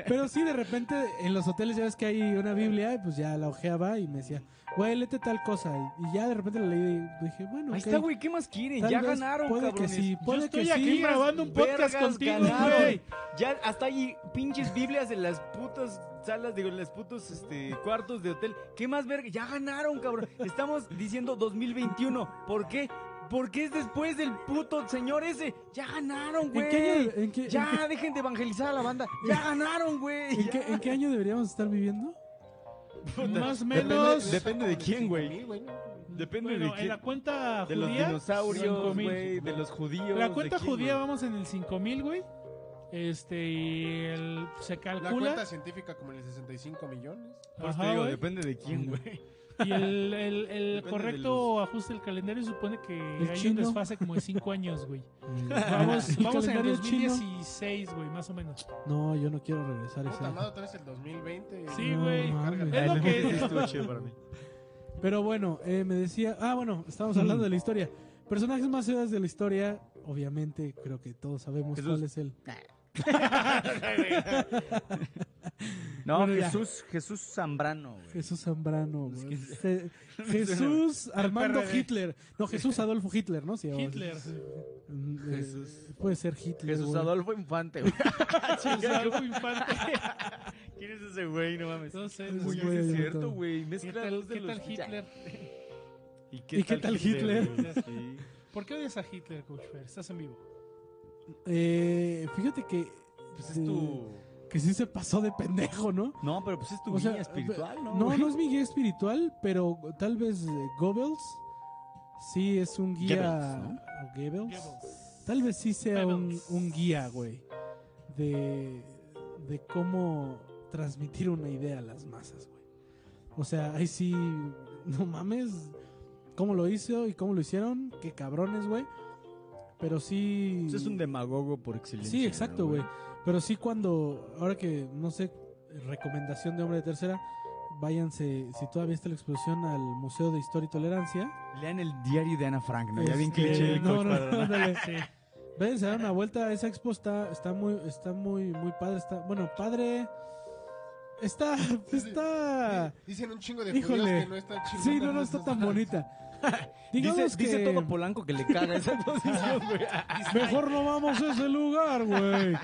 Speaker 1: pero sí, de repente en los hoteles ya ves que hay una Biblia y pues ya la ojeaba y me decía, güey, lete tal cosa. Y ya de repente la leí y dije, bueno,
Speaker 4: Ahí
Speaker 1: ok,
Speaker 4: está, güey, ¿qué más quieren?
Speaker 1: tal
Speaker 4: ya
Speaker 1: vez
Speaker 4: ganaron,
Speaker 1: Puede
Speaker 4: cabrones.
Speaker 1: que sí,
Speaker 2: Yo
Speaker 1: puede
Speaker 2: estoy
Speaker 1: que
Speaker 2: aquí
Speaker 1: sí.
Speaker 2: grabando un podcast
Speaker 4: Vergas
Speaker 2: contigo,
Speaker 4: ganaron.
Speaker 2: güey.
Speaker 4: Ya hasta hay pinches Biblias en las putas salas, digo, en las putos este, cuartos de hotel. ¿Qué más verga? Ya ganaron, cabrón. Estamos diciendo 2021. ¿Por qué? Porque es después del puto señor ese. Ya ganaron,
Speaker 1: ¿En qué año,
Speaker 4: güey.
Speaker 1: en qué- en qué-
Speaker 4: Ya, dejen de evangelizar a la
Speaker 2: *laughs*
Speaker 4: banda. Ya ganaron, güey.
Speaker 1: en qué- en qué año deberíamos estar viviendo?
Speaker 4: *laughs*
Speaker 2: Más o menos.
Speaker 4: Depende de quién, güey.
Speaker 9: Mil, güey. ¿no?
Speaker 4: Depende
Speaker 2: bueno,
Speaker 4: de quién.
Speaker 2: en la cuenta
Speaker 4: De los
Speaker 2: judía,
Speaker 4: dinosaurios,
Speaker 2: 5000.
Speaker 4: güey, de los judíos.
Speaker 2: La
Speaker 4: ¿de
Speaker 2: cuenta
Speaker 4: quién,
Speaker 2: judía
Speaker 4: güey?
Speaker 2: vamos en el 5000, güey. Este, y el- se
Speaker 9: La
Speaker 2: calcula.
Speaker 9: cuenta científica como en el 65 millones.
Speaker 10: Por eso
Speaker 2: Ajá,
Speaker 4: Pues
Speaker 10: te digo,
Speaker 2: güey.
Speaker 10: depende de quién,
Speaker 1: Anda.
Speaker 10: güey.
Speaker 2: Y el, el- el
Speaker 4: Depende
Speaker 2: correcto ajuste del calendario supone que hay
Speaker 1: chino?
Speaker 2: un desfase como de 5 años, güey.
Speaker 1: Eh,
Speaker 2: Vamos,
Speaker 1: ¿el
Speaker 2: vamos en el
Speaker 1: calendario chino?
Speaker 2: 2016, güey, más o menos.
Speaker 1: No, yo no quiero regresar a esa
Speaker 9: Puta madre,
Speaker 1: época.
Speaker 9: otra vez el 2020.
Speaker 2: Sí,
Speaker 1: No
Speaker 2: güey.
Speaker 1: mames.
Speaker 2: Es lo que es.
Speaker 9: *laughs*
Speaker 1: Pero bueno, eh, me decía. Ah, bueno, estamos hablando de la historia. Personajes más ciudades de la historia. Obviamente, creo que todos sabemos
Speaker 4: Jesús.
Speaker 1: cuál es el.
Speaker 4: No,
Speaker 1: Bueno, ya.
Speaker 4: Jesús, Jesús Zambrano, güey.
Speaker 1: Jesús Zambrano.
Speaker 4: *laughs* Es
Speaker 1: güey.
Speaker 4: que-
Speaker 1: Je- Jesús Armando
Speaker 2: PRD.
Speaker 1: Hitler. No, Jesús Adolfo Hitler, ¿no? Sí,
Speaker 2: Hitler. *laughs*
Speaker 1: Mm, eh,
Speaker 4: Jesús.
Speaker 1: Puede ser Hitler.
Speaker 4: Jesús
Speaker 1: güey.
Speaker 4: Adolfo Infante, güey.
Speaker 2: Ah, O sea, Adolfo Infante.
Speaker 4: *laughs* ¿Quién es ese güey? No mames.
Speaker 2: No sé,
Speaker 1: Es
Speaker 2: güey.
Speaker 1: muy
Speaker 4: es
Speaker 1: aventado.
Speaker 4: cierto, Pues, güey.
Speaker 2: ¿Qué
Speaker 4: Mezcla
Speaker 2: tal,
Speaker 4: dos de
Speaker 2: qué tal
Speaker 4: los-
Speaker 2: Hitler?
Speaker 4: ¿Y
Speaker 1: ¿Y qué tal Hitler?
Speaker 4: güey? Sí.
Speaker 2: ¿Por qué odias a Hitler, Coach Fer? Estás en vivo.
Speaker 1: Eh, fíjate que.
Speaker 4: Pues
Speaker 1: eh,
Speaker 4: es tu...
Speaker 1: Que sí se pasó de pendejo, ¿no?
Speaker 4: No, pero pues es tu
Speaker 1: O sea,
Speaker 4: guía espiritual, ¿no?
Speaker 1: No,
Speaker 4: güey?
Speaker 1: no es mi guía espiritual, pero tal vez eh, Goebbels sí es un guía.
Speaker 4: Goebbels, ¿no?
Speaker 1: o Goebbels.
Speaker 2: Goebbels.
Speaker 1: Tal vez sí sea un,
Speaker 2: Goebbels.
Speaker 1: un guía, güey. De, de cómo transmitir una idea a las masas, güey. O sea, ahí sí, no mames. ¿Cómo lo hizo y cómo lo hicieron? Qué cabrones, güey. Pero sí.
Speaker 4: *laughs* Pues es un demagogo por excelencia.
Speaker 1: Sí, exacto,
Speaker 4: ¿no,
Speaker 1: güey. Pero sí cuando, ahora que, no sé, recomendación de hombre de tercera, váyanse, si todavía está la exposición, al Museo de Historia y Tolerancia.
Speaker 4: Lean el diario de Ana Frank, ¿no? Ya bien
Speaker 1: Este,
Speaker 4: cliché.
Speaker 1: no,
Speaker 4: coach,
Speaker 1: no,
Speaker 4: pero no.
Speaker 1: ándale. Váyanse a dar una vuelta, esa expo está, está muy, está muy, muy padre, está, bueno, padre,
Speaker 4: *laughs*
Speaker 1: está, está,
Speaker 9: Dicen un chingo de
Speaker 1: Híjole.
Speaker 9: judíos que no están chingados.
Speaker 1: sí, no, no está tan
Speaker 4: *laughs*
Speaker 1: bonita. *laughs* Digamos
Speaker 4: dice,
Speaker 1: que
Speaker 4: dice todo Polanco que le caga esa *laughs* posición, güey.
Speaker 1: mejor no vamos a ese lugar,
Speaker 4: *laughs*
Speaker 1: güey.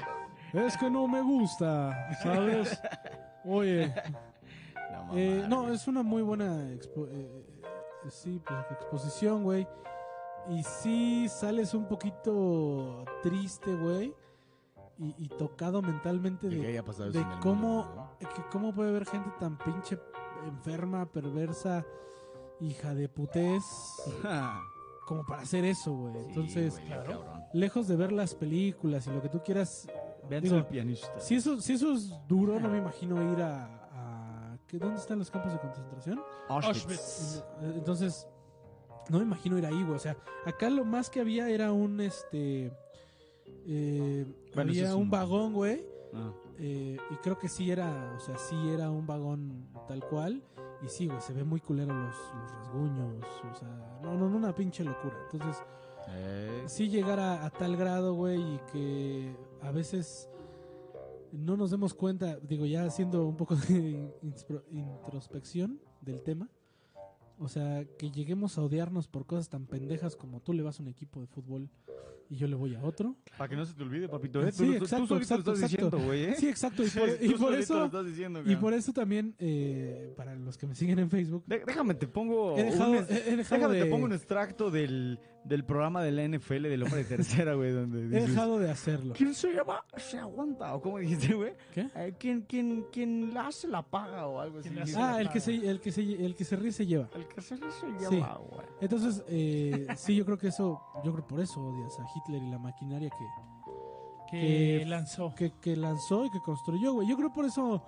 Speaker 1: Es que no me gusta, ¿sabes? Oye,
Speaker 4: No,
Speaker 1: Eh,
Speaker 4: mamá,
Speaker 1: no,
Speaker 4: güey.
Speaker 1: es una muy buena expo- eh, eh, sí, pues, exposición, güey. Y sí sales un poquito triste, güey. Y, y tocado mentalmente
Speaker 4: De que
Speaker 1: de,
Speaker 4: haya pasado
Speaker 1: de
Speaker 4: eso en el
Speaker 1: cómo-
Speaker 4: mundo, ¿no?
Speaker 1: que cómo puede haber gente tan pinche enferma, perversa, hija de
Speaker 4: *laughs*
Speaker 1: putés, como para hacer eso, güey. Entonces,
Speaker 2: claro.
Speaker 1: lejos de ver las películas y lo que tú quieras, digo,
Speaker 4: el pianista.
Speaker 1: si eso, si eso es duro, no me imagino ir a... a- ¿qué- ¿Dónde están los campos de concentración?
Speaker 4: *sniffs*
Speaker 2: Auschwitz.
Speaker 1: Entonces, no me imagino ir ahí, güey. O sea, acá lo más que había era un este. eh,
Speaker 4: Bueno, eso
Speaker 1: había
Speaker 4: es
Speaker 1: un
Speaker 4: un-
Speaker 1: vagón, güey.
Speaker 4: Ah.
Speaker 1: eh, y creo que sí era, o sea, sí era un vagón tal cual. Y sí, güey, se ve muy culero los, los rasguños. O sea, no, no, no, una pinche locura. Entonces,
Speaker 4: Eh,
Speaker 1: sí llegar a, a tal grado, güey, y que a veces no nos demos cuenta, digo, ya haciendo un poco de *laughs* inspro- introspección del tema, o sea, que lleguemos a odiarnos por cosas tan pendejas como tú le vas a un equipo de fútbol y yo le voy a otro.
Speaker 4: Para que no se te olvide, papito.
Speaker 1: ¿eh? Tú- Sí, tú- tú exacto, solito lo exacto, estás exacto. diciendo,
Speaker 4: güey, ¿eh?
Speaker 1: Sí, exacto, y
Speaker 4: *laughs*
Speaker 1: por, y por eso... Y por eso también, eh, para los que me siguen en Facebook,
Speaker 4: Déjame te pongo.
Speaker 1: he dejado,
Speaker 4: un-
Speaker 1: he- he dejado
Speaker 4: Déjame
Speaker 1: de,
Speaker 4: te pongo un extracto del, del programa de la NFL
Speaker 1: *laughs*
Speaker 4: del hombre de tercera, güey, donde
Speaker 1: he
Speaker 4: dices,
Speaker 1: dejado de hacerlo.
Speaker 4: ¿Quién se llama? Se aguanta, o como dijiste, güey.
Speaker 1: ¿Qué?
Speaker 4: Eh, ¿quién, quién, ¿Quién la hace la paga o algo así?
Speaker 2: ¿Quién la hace?
Speaker 1: Ah, el que, se, el, que se, el que se ríe se lleva.
Speaker 4: El que se la se
Speaker 1: Sí.
Speaker 4: lleva, güey.
Speaker 1: Entonces, eh, sí, yo creo que eso, yo creo por eso odias a Hitler y la maquinaria que,
Speaker 2: Que
Speaker 1: Que-
Speaker 2: lanzó.
Speaker 1: que, que lanzó y que construyó, güey. Yo creo por eso,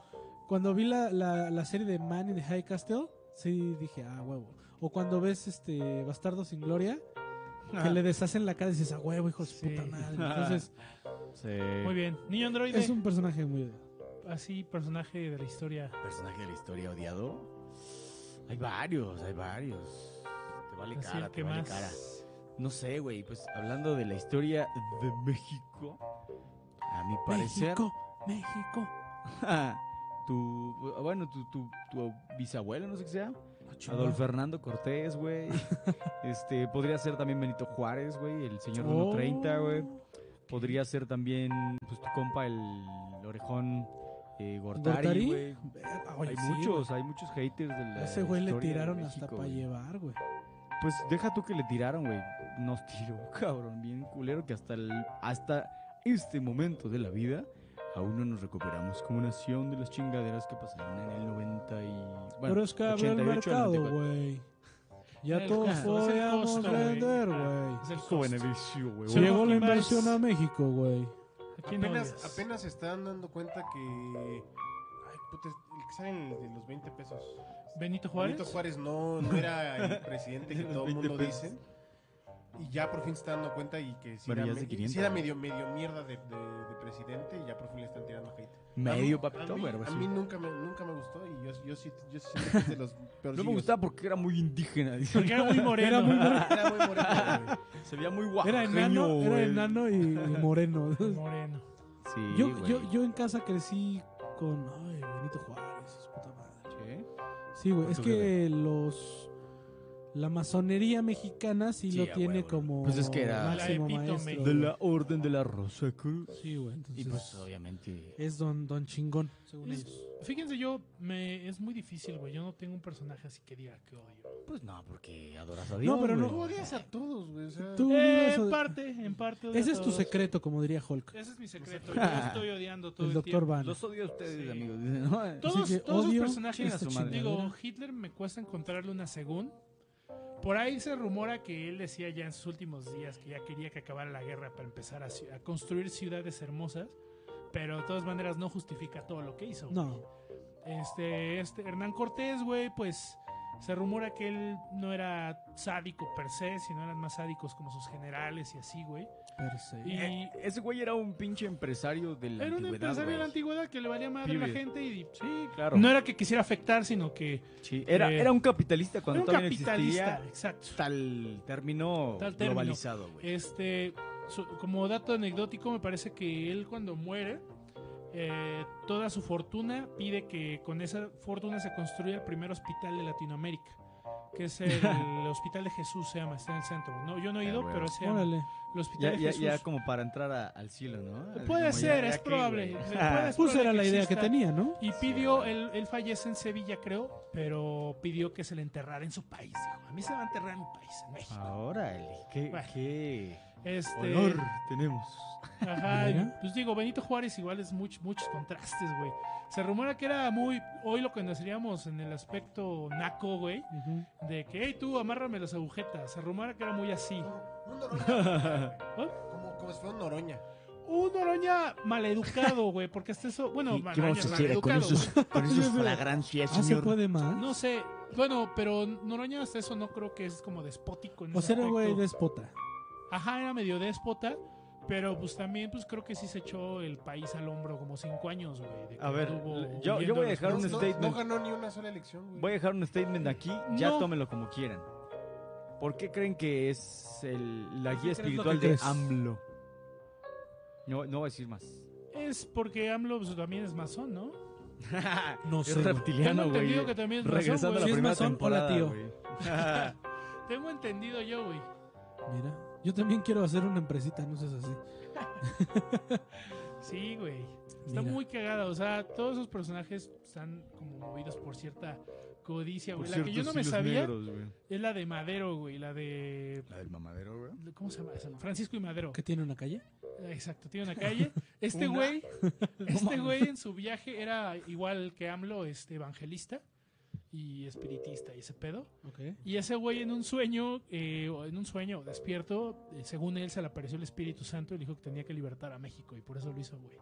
Speaker 1: cuando vi la, la, la serie de Man in the High Castle, sí dije, ah, huevo. O cuando ves este Bastardo sin Gloria, que le deshacen la cara y dices, ah, huevo, hijo de su
Speaker 2: Sí.
Speaker 1: puta madre. Entonces,
Speaker 2: Muy bien. Niño androide.
Speaker 1: es un personaje muy.
Speaker 2: Así, personaje de la historia.
Speaker 10: personaje de la historia odiado? Hay varios, hay varios. Te vale
Speaker 1: pues
Speaker 2: Así,
Speaker 10: cara,
Speaker 2: el
Speaker 10: te
Speaker 2: que
Speaker 10: vale
Speaker 2: más.
Speaker 10: cara. No sé, güey, pues hablando de la historia de México, a mi parecer,
Speaker 4: *laughs*
Speaker 1: México, México.
Speaker 10: tu, bueno, tu, tu, tu bisabuelo, no sé qué sea, Adolfo Fernando
Speaker 1: *laughs*
Speaker 10: Cortés, güey. este, podría ser también Benito Juárez, güey, el señor de
Speaker 1: Oh.
Speaker 10: 1.30, güey. Podría ser también, pues, tu compa, el orejón eh,
Speaker 1: Gortari.
Speaker 10: Gortari, güey.
Speaker 1: Verga, oye,
Speaker 10: hay
Speaker 1: sí,
Speaker 10: muchos, hay muchos haters de
Speaker 1: güey.
Speaker 10: la
Speaker 1: A ese güey le
Speaker 10: historia de
Speaker 1: tiraron
Speaker 10: México,
Speaker 1: hasta para
Speaker 10: güey.
Speaker 1: llevar, güey.
Speaker 10: Pues deja tú que le tiraron, güey. Nos tiró, *laughs* cabrón, bien culero que hasta el, hasta este momento de la vida aún no nos recuperamos como nación de las chingaderas que pasaron en el 90 y bueno,
Speaker 1: Pero es que abrió el
Speaker 10: 88,
Speaker 1: mercado,
Speaker 10: 94.
Speaker 1: güey. Ya
Speaker 2: El
Speaker 1: todos
Speaker 2: costo, es el
Speaker 1: podíamos
Speaker 2: costo, güey.
Speaker 1: vender, güey.
Speaker 2: Ah, Es el
Speaker 10: Su
Speaker 2: costo.
Speaker 10: beneficio, güey.
Speaker 2: Sí,
Speaker 1: Llegó la
Speaker 2: Joaquín Baez.
Speaker 1: inversión a México, güey.
Speaker 2: ¿A quién
Speaker 9: Apenas,
Speaker 2: odias?
Speaker 9: apenas se están dando cuenta que. Ay, puta, es- el que sale en el de los 20 pesos.
Speaker 2: Benito Juárez.
Speaker 9: Benito Juárez no, no era
Speaker 2: *laughs*
Speaker 9: el presidente que todo el mundo dice. Y ya por fin se está dando cuenta y que sí,
Speaker 4: Pero
Speaker 9: era,
Speaker 4: ya es de
Speaker 9: me-
Speaker 4: 500,
Speaker 9: sí era
Speaker 4: ¿no?
Speaker 9: medio, medio mierda de, de- de presidente y ya por fin le están tirando hate.
Speaker 4: Medio
Speaker 9: a
Speaker 4: papito,
Speaker 9: mí,
Speaker 4: güey, algo
Speaker 9: a
Speaker 4: así.
Speaker 9: mí nunca, me, nunca me gustó y yo, yo sí, yo sí siento que es de los peorcillos.
Speaker 4: No me gustaba porque era muy indígena. dice.
Speaker 2: Porque era muy moreno.
Speaker 1: Era muy moreno.
Speaker 9: Era muy moreno, güey.
Speaker 4: Se veía muy
Speaker 1: Era
Speaker 4: oaxaqueño,
Speaker 1: enano, era
Speaker 4: güey.
Speaker 1: enano y, y
Speaker 10: *laughs*
Speaker 1: moreno.
Speaker 2: *laughs* moreno.
Speaker 4: Sí,
Speaker 1: yo,
Speaker 4: güey.
Speaker 1: yo, yo en casa crecí con ay, Benito Juárez, su puta madre.
Speaker 4: Sí.
Speaker 1: Sí, güey, es
Speaker 4: Tú,
Speaker 1: que los la masonería mexicana sí,
Speaker 10: Sí,
Speaker 1: lo
Speaker 10: a
Speaker 1: tiene
Speaker 10: huevo,
Speaker 1: como
Speaker 4: Pues es que era-
Speaker 1: máximo
Speaker 2: La epítome.
Speaker 1: maestro.
Speaker 4: De la Orden de la Rosa Cruz.
Speaker 1: Sí, güey, entonces
Speaker 10: Y pues obviamente.
Speaker 1: es don don chingón, según
Speaker 2: Es-
Speaker 1: ellos.
Speaker 2: Fíjense, yo me es muy difícil, güey. Yo no tengo un personaje así que diga que odio.
Speaker 10: Pues no, porque adoras a Dios.
Speaker 1: No, pero no.
Speaker 9: Tú
Speaker 10: güey.
Speaker 9: odias a todos, güey. o sea,
Speaker 1: Tú
Speaker 2: Eh,
Speaker 1: digas,
Speaker 2: en
Speaker 1: o-
Speaker 2: parte, en parte. odio
Speaker 1: ese
Speaker 2: a
Speaker 1: es tu
Speaker 2: todos.
Speaker 1: secreto, como diría Hulk.
Speaker 2: Ese es mi secreto. Yo los estoy odiando todo
Speaker 1: El
Speaker 2: el,
Speaker 1: doctor
Speaker 2: tiempo.
Speaker 1: Van.
Speaker 4: Los odio a ustedes,
Speaker 2: Sí.
Speaker 4: amigos. Dicen, ¿no?
Speaker 2: Todos,
Speaker 1: que odio
Speaker 2: todos
Speaker 1: este
Speaker 2: los personajes.
Speaker 1: esta
Speaker 2: Digo,
Speaker 1: chingadera.
Speaker 2: Hitler me cuesta encontrarle una según. Por ahí se rumora que él decía ya en sus últimos días que ya quería que acabara la guerra para empezar a, ci- a construir ciudades hermosas. Pero de todas maneras no justifica todo lo que hizo. güey.
Speaker 1: No,
Speaker 2: Este, este Hernán Cortés, güey, pues se rumora que él no era sádico per se, sino eran más sádicos como sus generales y así, güey.
Speaker 1: per se.
Speaker 2: Y
Speaker 4: Eh, ese güey era un pinche empresario de la
Speaker 2: era un
Speaker 4: antigüedad,
Speaker 2: empresario de la
Speaker 4: güey.
Speaker 2: antigüedad que le valía madre a la
Speaker 4: Period.
Speaker 2: gente y
Speaker 4: Sí, claro.
Speaker 2: no era que quisiera afectar, sino que
Speaker 4: Sí, era,
Speaker 2: eh,
Speaker 4: era un capitalista
Speaker 2: era
Speaker 4: cuando
Speaker 2: un
Speaker 4: todavía no
Speaker 2: capitalista,
Speaker 4: existía
Speaker 2: exacto.
Speaker 4: tal término
Speaker 2: Tal término.
Speaker 4: globalizado, güey.
Speaker 2: Este, su- como dato anecdótico, me parece que él cuando muere, eh, toda su fortuna pide que con esa fortuna se construya el primer hospital de Latinoamérica, que es el,
Speaker 4: *laughs*
Speaker 2: Hospital de Jesús, se llama, está en el centro. No, yo no he
Speaker 4: Ah,
Speaker 2: ido,
Speaker 4: bueno.
Speaker 2: pero se llama
Speaker 1: Órale.
Speaker 2: el Hospital
Speaker 4: Ya,
Speaker 2: de
Speaker 4: ya,
Speaker 2: Jesús.
Speaker 4: ya como para entrar a- al cielo, ¿no? Así como
Speaker 2: Puede
Speaker 4: ya-
Speaker 2: ser,
Speaker 4: ya
Speaker 2: es
Speaker 4: qué,
Speaker 2: probable.
Speaker 4: güey.
Speaker 2: Puede-
Speaker 4: *laughs*
Speaker 2: Ah. puede-
Speaker 1: Pues
Speaker 2: es probable
Speaker 1: era la idea que
Speaker 2: exista.
Speaker 1: tenía, ¿no?
Speaker 2: Y pidió, él, él fallece en Sevilla, creo, pero pidió que se le enterrara en su país. dijo, a mí se va a enterrar en mi país, en México.
Speaker 4: Ahora, qué,
Speaker 2: Bueno.
Speaker 4: qué
Speaker 2: Este,
Speaker 4: honor tenemos.
Speaker 2: Ajá, y,
Speaker 1: Mira.
Speaker 2: pues digo, Benito Juárez igual es much- muchos contrastes, güey. Se rumora que era muy, hoy lo conoceríamos en el aspecto naco, güey,
Speaker 1: Ujú.
Speaker 2: de que, hey, tú, amárrame las agujetas. Se rumora que era muy así.
Speaker 9: como- un Noroña,
Speaker 4: *laughs* ¿Ah?
Speaker 9: güey. como, como si fuera un Noroña.
Speaker 2: Un Noroña maleducado, *laughs* güey, porque hasta eso, bueno,
Speaker 10: ¿Y ¿Qué vamos a
Speaker 2: Noroña
Speaker 10: hacer con
Speaker 2: maleducado,
Speaker 10: esos,
Speaker 2: güey.
Speaker 1: *laughs*
Speaker 10: con esos flagrancias,
Speaker 1: Ah, se
Speaker 10: señor?
Speaker 1: puede más.
Speaker 2: *laughs* No sé, bueno, pero Noroña hasta eso no creo que es como despótico en
Speaker 1: o
Speaker 2: ese
Speaker 1: sea, era güey
Speaker 2: aspecto.
Speaker 1: despota.
Speaker 2: Ajá, era medio déspota. Pero pues también pues creo que sí se echó el país al hombro como cinco años, güey. de que
Speaker 4: A ver,
Speaker 2: anduvo
Speaker 4: le- yo- yo
Speaker 2: huyendo
Speaker 4: voy a
Speaker 2: los
Speaker 4: dejar un
Speaker 2: nazis.
Speaker 9: No, no
Speaker 4: statement.
Speaker 9: ganó ni una sola elección, güey.
Speaker 4: Voy a dejar un statement aquí, ya
Speaker 2: No.
Speaker 4: tómenlo como quieran. ¿Por qué creen que es el- la guía
Speaker 1: crees lo
Speaker 4: espiritual
Speaker 1: que
Speaker 4: de
Speaker 1: crees?
Speaker 4: AMLO? No, no voy a
Speaker 1: *laughs*
Speaker 4: decir más.
Speaker 2: Es porque AMLO pues, también es masón, ¿no?
Speaker 1: No
Speaker 4: es
Speaker 1: sé, güey.
Speaker 4: reptiliano,
Speaker 2: Tengo entendido
Speaker 4: güey.
Speaker 2: que también es masón,
Speaker 4: Regresando a la
Speaker 1: güey. Si es
Speaker 4: primera
Speaker 1: masón, hola,
Speaker 4: temporada,
Speaker 1: tío.
Speaker 4: güey.
Speaker 2: güey. Tengo entendido yo, güey.
Speaker 1: Mira, yo también quiero hacer una empresita, no seas así.
Speaker 2: Sí, güey. Está
Speaker 1: Mira.
Speaker 2: muy cagada. O sea, todos esos personajes están como movidos por cierta codicia,
Speaker 4: Por
Speaker 2: güey. La que yo
Speaker 4: ciertos
Speaker 2: no me
Speaker 4: hilos
Speaker 2: sabía
Speaker 4: negros, güey.
Speaker 2: es la de Madero, güey. La de...
Speaker 10: La del mamadero, güey.
Speaker 2: ¿Cómo se llama? esa? Francisco y Madero.
Speaker 1: ¿Qué tiene una calle?
Speaker 2: Exacto, tiene una
Speaker 4: *laughs*
Speaker 2: calle. Este güey, este güey en su viaje era igual que AMLO, este evangelista y espiritista y ese pedo.
Speaker 1: Ok.
Speaker 2: Y ese güey en un sueño, eh, o en un sueño despierto, eh, según él se le apareció el Espíritu Santo y le dijo que tenía que libertar a México y por eso lo
Speaker 1: *laughs*
Speaker 2: hizo, güey.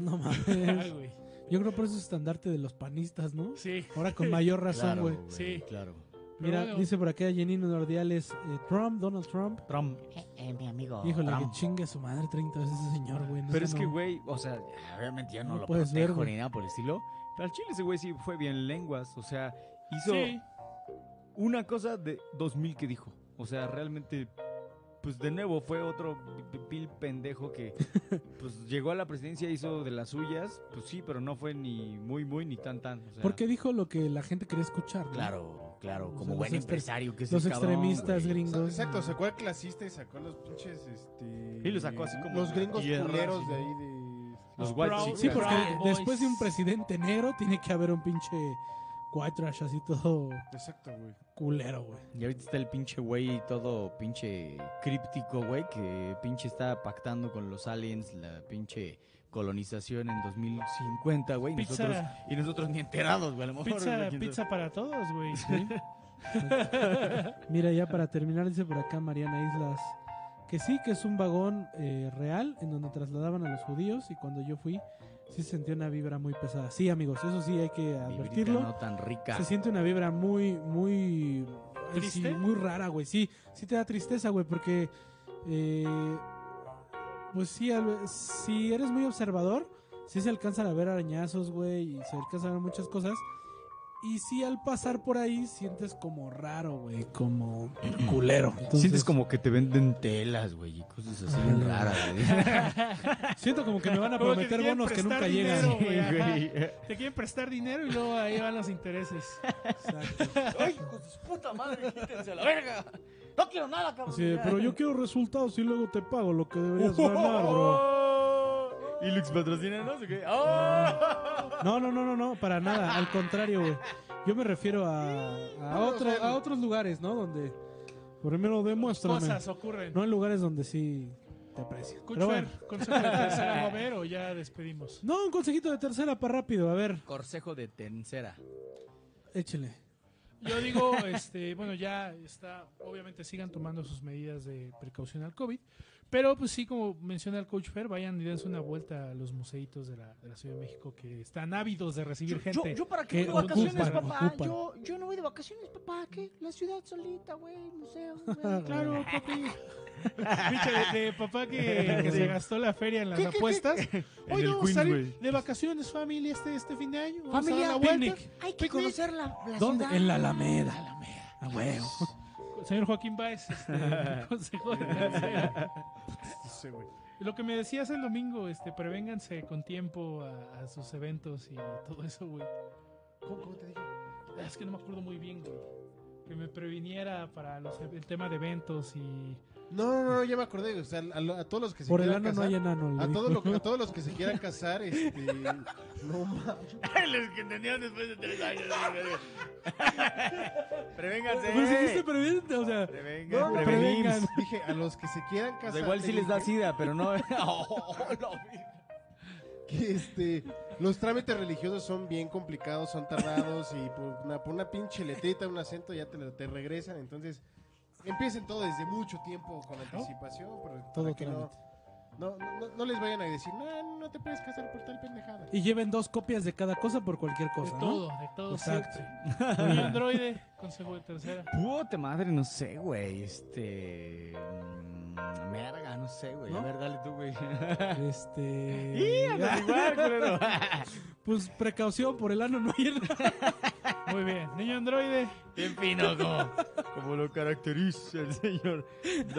Speaker 1: No
Speaker 2: Ah,
Speaker 1: mames.
Speaker 2: güey.
Speaker 1: Yo creo por eso es estandarte de los panistas, ¿no?
Speaker 2: Sí.
Speaker 1: Ahora con mayor razón,
Speaker 10: Claro,
Speaker 1: güey.
Speaker 10: güey,
Speaker 2: Sí.
Speaker 10: Claro.
Speaker 1: Mira,
Speaker 2: bueno.
Speaker 1: dice por acá Jenino Nordiales, eh, Trump, Donald Trump.
Speaker 4: Trump.
Speaker 8: Eh, eh, mi amigo.
Speaker 10: Oh,
Speaker 1: Híjole,
Speaker 8: Trump.
Speaker 1: que chingue a su madre 30 veces ese señor, güey. No,
Speaker 4: Pero es
Speaker 1: eso
Speaker 4: que,
Speaker 1: no.
Speaker 4: güey, o sea,
Speaker 10: Obviamente ya no,
Speaker 1: No
Speaker 10: lo
Speaker 1: puedes ver,
Speaker 10: protejo
Speaker 1: güey.
Speaker 10: ni nada por el estilo.
Speaker 4: estilo. Pero al chile ese güey sí fue bien lenguas. O sea, hizo
Speaker 2: Sí.
Speaker 4: una cosa de 2000 que dijo. O sea, realmente, pues de nuevo fue otro p- p- pil pendejo
Speaker 10: *laughs*
Speaker 4: que pues llegó a la presidencia, hizo de las suyas. Pues sí, pero no fue ni muy, muy, ni tan, tan. O sea,
Speaker 1: Porque dijo lo que la gente quería escuchar, ¿no?
Speaker 10: Claro, claro.
Speaker 1: O sea,
Speaker 10: Como
Speaker 1: los
Speaker 10: buen
Speaker 1: extre-
Speaker 10: empresario que es
Speaker 1: Los
Speaker 10: el cabrón,
Speaker 1: extremistas
Speaker 10: güey.
Speaker 9: O sea,
Speaker 1: gringos.
Speaker 9: Exacto, sacó al clasista y sacó a los pinches, este...
Speaker 4: Y lo sacó así como
Speaker 9: Los gringos
Speaker 4: tierras,
Speaker 9: culeros
Speaker 4: sí.
Speaker 9: de ahí, de...
Speaker 4: Los white
Speaker 2: Proud-
Speaker 4: chicas.
Speaker 1: Sí, porque
Speaker 2: Proud Boys.
Speaker 1: después de un presidente negro tiene que haber un pinche white trash así todo
Speaker 9: Exacto, güey.
Speaker 1: culero, güey.
Speaker 10: Y ahorita está el pinche güey todo pinche críptico, güey, que pinche está pactando con los aliens la pinche colonización en 2050, güey. y
Speaker 2: Pizza.
Speaker 10: Nosotros, y nosotros ni enterados, güey. A lo mejor,
Speaker 2: Pizza,
Speaker 10: güey, quién
Speaker 2: pizza para todos, güey.
Speaker 1: Mira, ya para terminar, dice por acá Mariana Islas que sí, que es un vagón eh, real en donde trasladaban a los judíos y cuando yo fui sí se sentía una vibra muy pesada. Sí, amigos, eso sí hay que advertirlo.
Speaker 4: no tan rica.
Speaker 1: Se siente una vibra muy, muy. ay, sí,
Speaker 2: ¿Triste?
Speaker 1: muy rara, güey. Sí, sí te da tristeza, güey, porque. eh, pues sí, al- si eres muy observador, sí se alcanzan a ver arañazos, güey, y se alcanzan a ver muchas cosas. Y sí, al pasar por ahí, sientes como raro, güey, como culero.
Speaker 4: Sientes
Speaker 1: Entonces,
Speaker 4: como que te venden telas, güey, y cosas así bien raras,
Speaker 1: *laughs*
Speaker 4: güey.
Speaker 1: Siento como que me van a
Speaker 2: Como que
Speaker 1: prometer
Speaker 2: quieren
Speaker 1: bonos que
Speaker 2: prestar
Speaker 1: nunca
Speaker 2: dinero,
Speaker 1: llegan.
Speaker 2: güey, ajá.
Speaker 4: Güey,
Speaker 2: Te quieren prestar dinero y luego ahí van los intereses.
Speaker 1: Exacto.
Speaker 10: puta madre, quítense a la verga. No quiero nada, cabrón.
Speaker 1: Así de, pero yo quiero resultados y luego te pago lo que deberías ganar, bro.
Speaker 4: Y Lux patrocina, ¿no? ¿O qué?
Speaker 1: No, no, no, no, no, para nada, al contrario, güey. Yo me refiero a, a, otro- a otros lugares, ¿no? Donde primero demuéstrame.
Speaker 2: Cosas ocurren.
Speaker 1: No en lugares donde sí te aprecian. Pero
Speaker 2: Cuchfer,
Speaker 1: bueno.
Speaker 2: consejo de tercera, ¿va a ver o ya despedimos?
Speaker 1: No, un consejito de tercera para rápido, a ver,
Speaker 4: Corsejo de Tencera.
Speaker 1: échele.
Speaker 2: Yo digo, este, bueno, ya está, obviamente sigan tomando sus medidas de precaución al COVID, pero pues sí, como menciona el coach Fer, vayan y dense una vuelta a los museitos de la, de la Ciudad de México que están ávidos de recibir
Speaker 8: Yo,
Speaker 2: gente.
Speaker 8: yo para
Speaker 1: que
Speaker 8: qué voy de
Speaker 1: ocupan,
Speaker 8: vacaciones, papá.
Speaker 1: ocupan.
Speaker 8: Yo, yo no voy de vacaciones, papá. ¿Qué? La ciudad solita, güey, museo.
Speaker 1: *laughs*
Speaker 8: güey.
Speaker 2: Claro, papi. Pinche de, de papá
Speaker 8: *laughs*
Speaker 2: que, que se gastó la feria en las
Speaker 8: ¿Qué, qué, qué?
Speaker 2: apuestas.
Speaker 8: *laughs*
Speaker 2: Hoy
Speaker 4: el
Speaker 2: no vamos
Speaker 4: Queens,
Speaker 2: a salir
Speaker 4: güey.
Speaker 2: de vacaciones, familia, este, este fin de año. Vamos a
Speaker 8: Familia,
Speaker 2: dar una vuelta.
Speaker 8: Hay que
Speaker 2: Picnic.
Speaker 8: conocer la, la
Speaker 1: ¿Dónde?
Speaker 8: ciudad.
Speaker 1: En la Alameda. A huevo.
Speaker 2: Señor Joaquín Báez, este, *laughs* consejo de tercera. Lo que me decías el domingo, este, prevénganse con tiempo a, a sus eventos y todo eso, güey. ¿Cómo, cómo te digo? Ah, Es que no me acuerdo muy bien, güey. Que me previniera para los, ev- el tema de eventos y...
Speaker 3: No, no, no, ya me acordé. O sea, a, lo- a todos los que se
Speaker 1: Por el
Speaker 3: quieran
Speaker 1: ano no
Speaker 3: casar.
Speaker 1: hay enano. le
Speaker 3: a, todo
Speaker 1: dijo.
Speaker 3: lo que- a todos los que se quieran casar, este. No mames.
Speaker 10: *laughs* Los que tenían después de tres años. *laughs*
Speaker 4: Prevénganse.
Speaker 1: Pues dijiste, pero bien, o sea,
Speaker 3: No,
Speaker 4: Prevengan,
Speaker 3: no,
Speaker 4: *laughs* prevenir.
Speaker 1: prevengan.
Speaker 3: Dije, a los que se quieran casar.
Speaker 4: O sea, igual
Speaker 3: te
Speaker 4: sí les
Speaker 3: dije
Speaker 4: da sida, pero no. *laughs*
Speaker 3: Que este. Los trámites religiosos son bien complicados, son tardados y por una, por una pinche letrita, un acento ya te, lo- te regresan. Entonces, empiecen todo desde mucho tiempo con anticipación. pero para
Speaker 1: Todo
Speaker 3: que no,
Speaker 1: trámite.
Speaker 3: no, no, no les vayan a decir, no, no te puedes casar por tal pendejada.
Speaker 1: Y lleven dos copias de cada cosa por cualquier
Speaker 2: De
Speaker 1: cosa, ¿no?
Speaker 2: todo, de todo.
Speaker 1: Exacto.
Speaker 2: siempre. Y androide, consejo de tercera.
Speaker 4: Puta madre, no sé, güey. Este. mm, Merga, no sé, güey.
Speaker 1: ¿No?
Speaker 4: A ver, dale tú, güey. *laughs*
Speaker 1: Este. pues precaución por el ano no hay enano.
Speaker 2: Muy bien. Niño androide,
Speaker 10: Bien fino, como.
Speaker 4: Como lo caracteriza el señor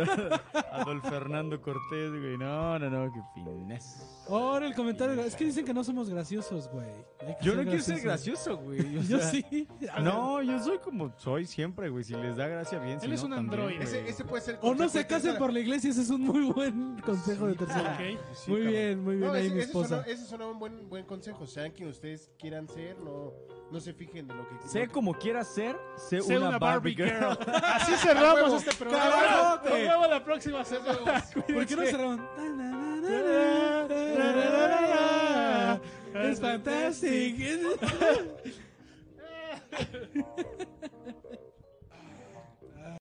Speaker 4: *laughs* Adolfo Fernando Cortés, güey. No, no, no, qué finés.
Speaker 1: Ahora el comentario. Es que dicen que no somos graciosos, güey. Hay que
Speaker 4: Yo no quiero ser gracioso, güey. o
Speaker 1: Yo
Speaker 4: sea,
Speaker 1: sí. *laughs*
Speaker 4: No, yo soy como soy siempre, güey. Si les da gracia, bien. si
Speaker 2: Él es
Speaker 4: no,
Speaker 2: un
Speaker 4: también,
Speaker 2: androide.
Speaker 4: güey.
Speaker 3: Ese, ese puede ser. el
Speaker 1: O no
Speaker 3: consejo de
Speaker 1: se casen
Speaker 3: tercera.
Speaker 1: por la iglesia, ese es un muy buen consejo de tercera.
Speaker 2: ok.
Speaker 3: Sí,
Speaker 1: Muy
Speaker 3: cabrón.
Speaker 1: bien, muy bien
Speaker 3: No,
Speaker 1: ahí
Speaker 3: ese,
Speaker 1: mi
Speaker 3: ese sonó- *laughs*
Speaker 1: esposa.
Speaker 3: ese sonó un buen, buen consejo. Sean quien ustedes quieran ser, no, no se fijen de lo que
Speaker 4: Sé
Speaker 3: lo que-
Speaker 4: como quieras ser, sé,
Speaker 2: Sé
Speaker 4: una, Barbie, girl.
Speaker 2: Así cerramos
Speaker 3: huevo.
Speaker 2: este programa.
Speaker 1: ¡Carajote!
Speaker 2: Nos vemos la próxima semana.
Speaker 3: *laughs*
Speaker 1: ¿Por qué no cerraron? Es fantástico.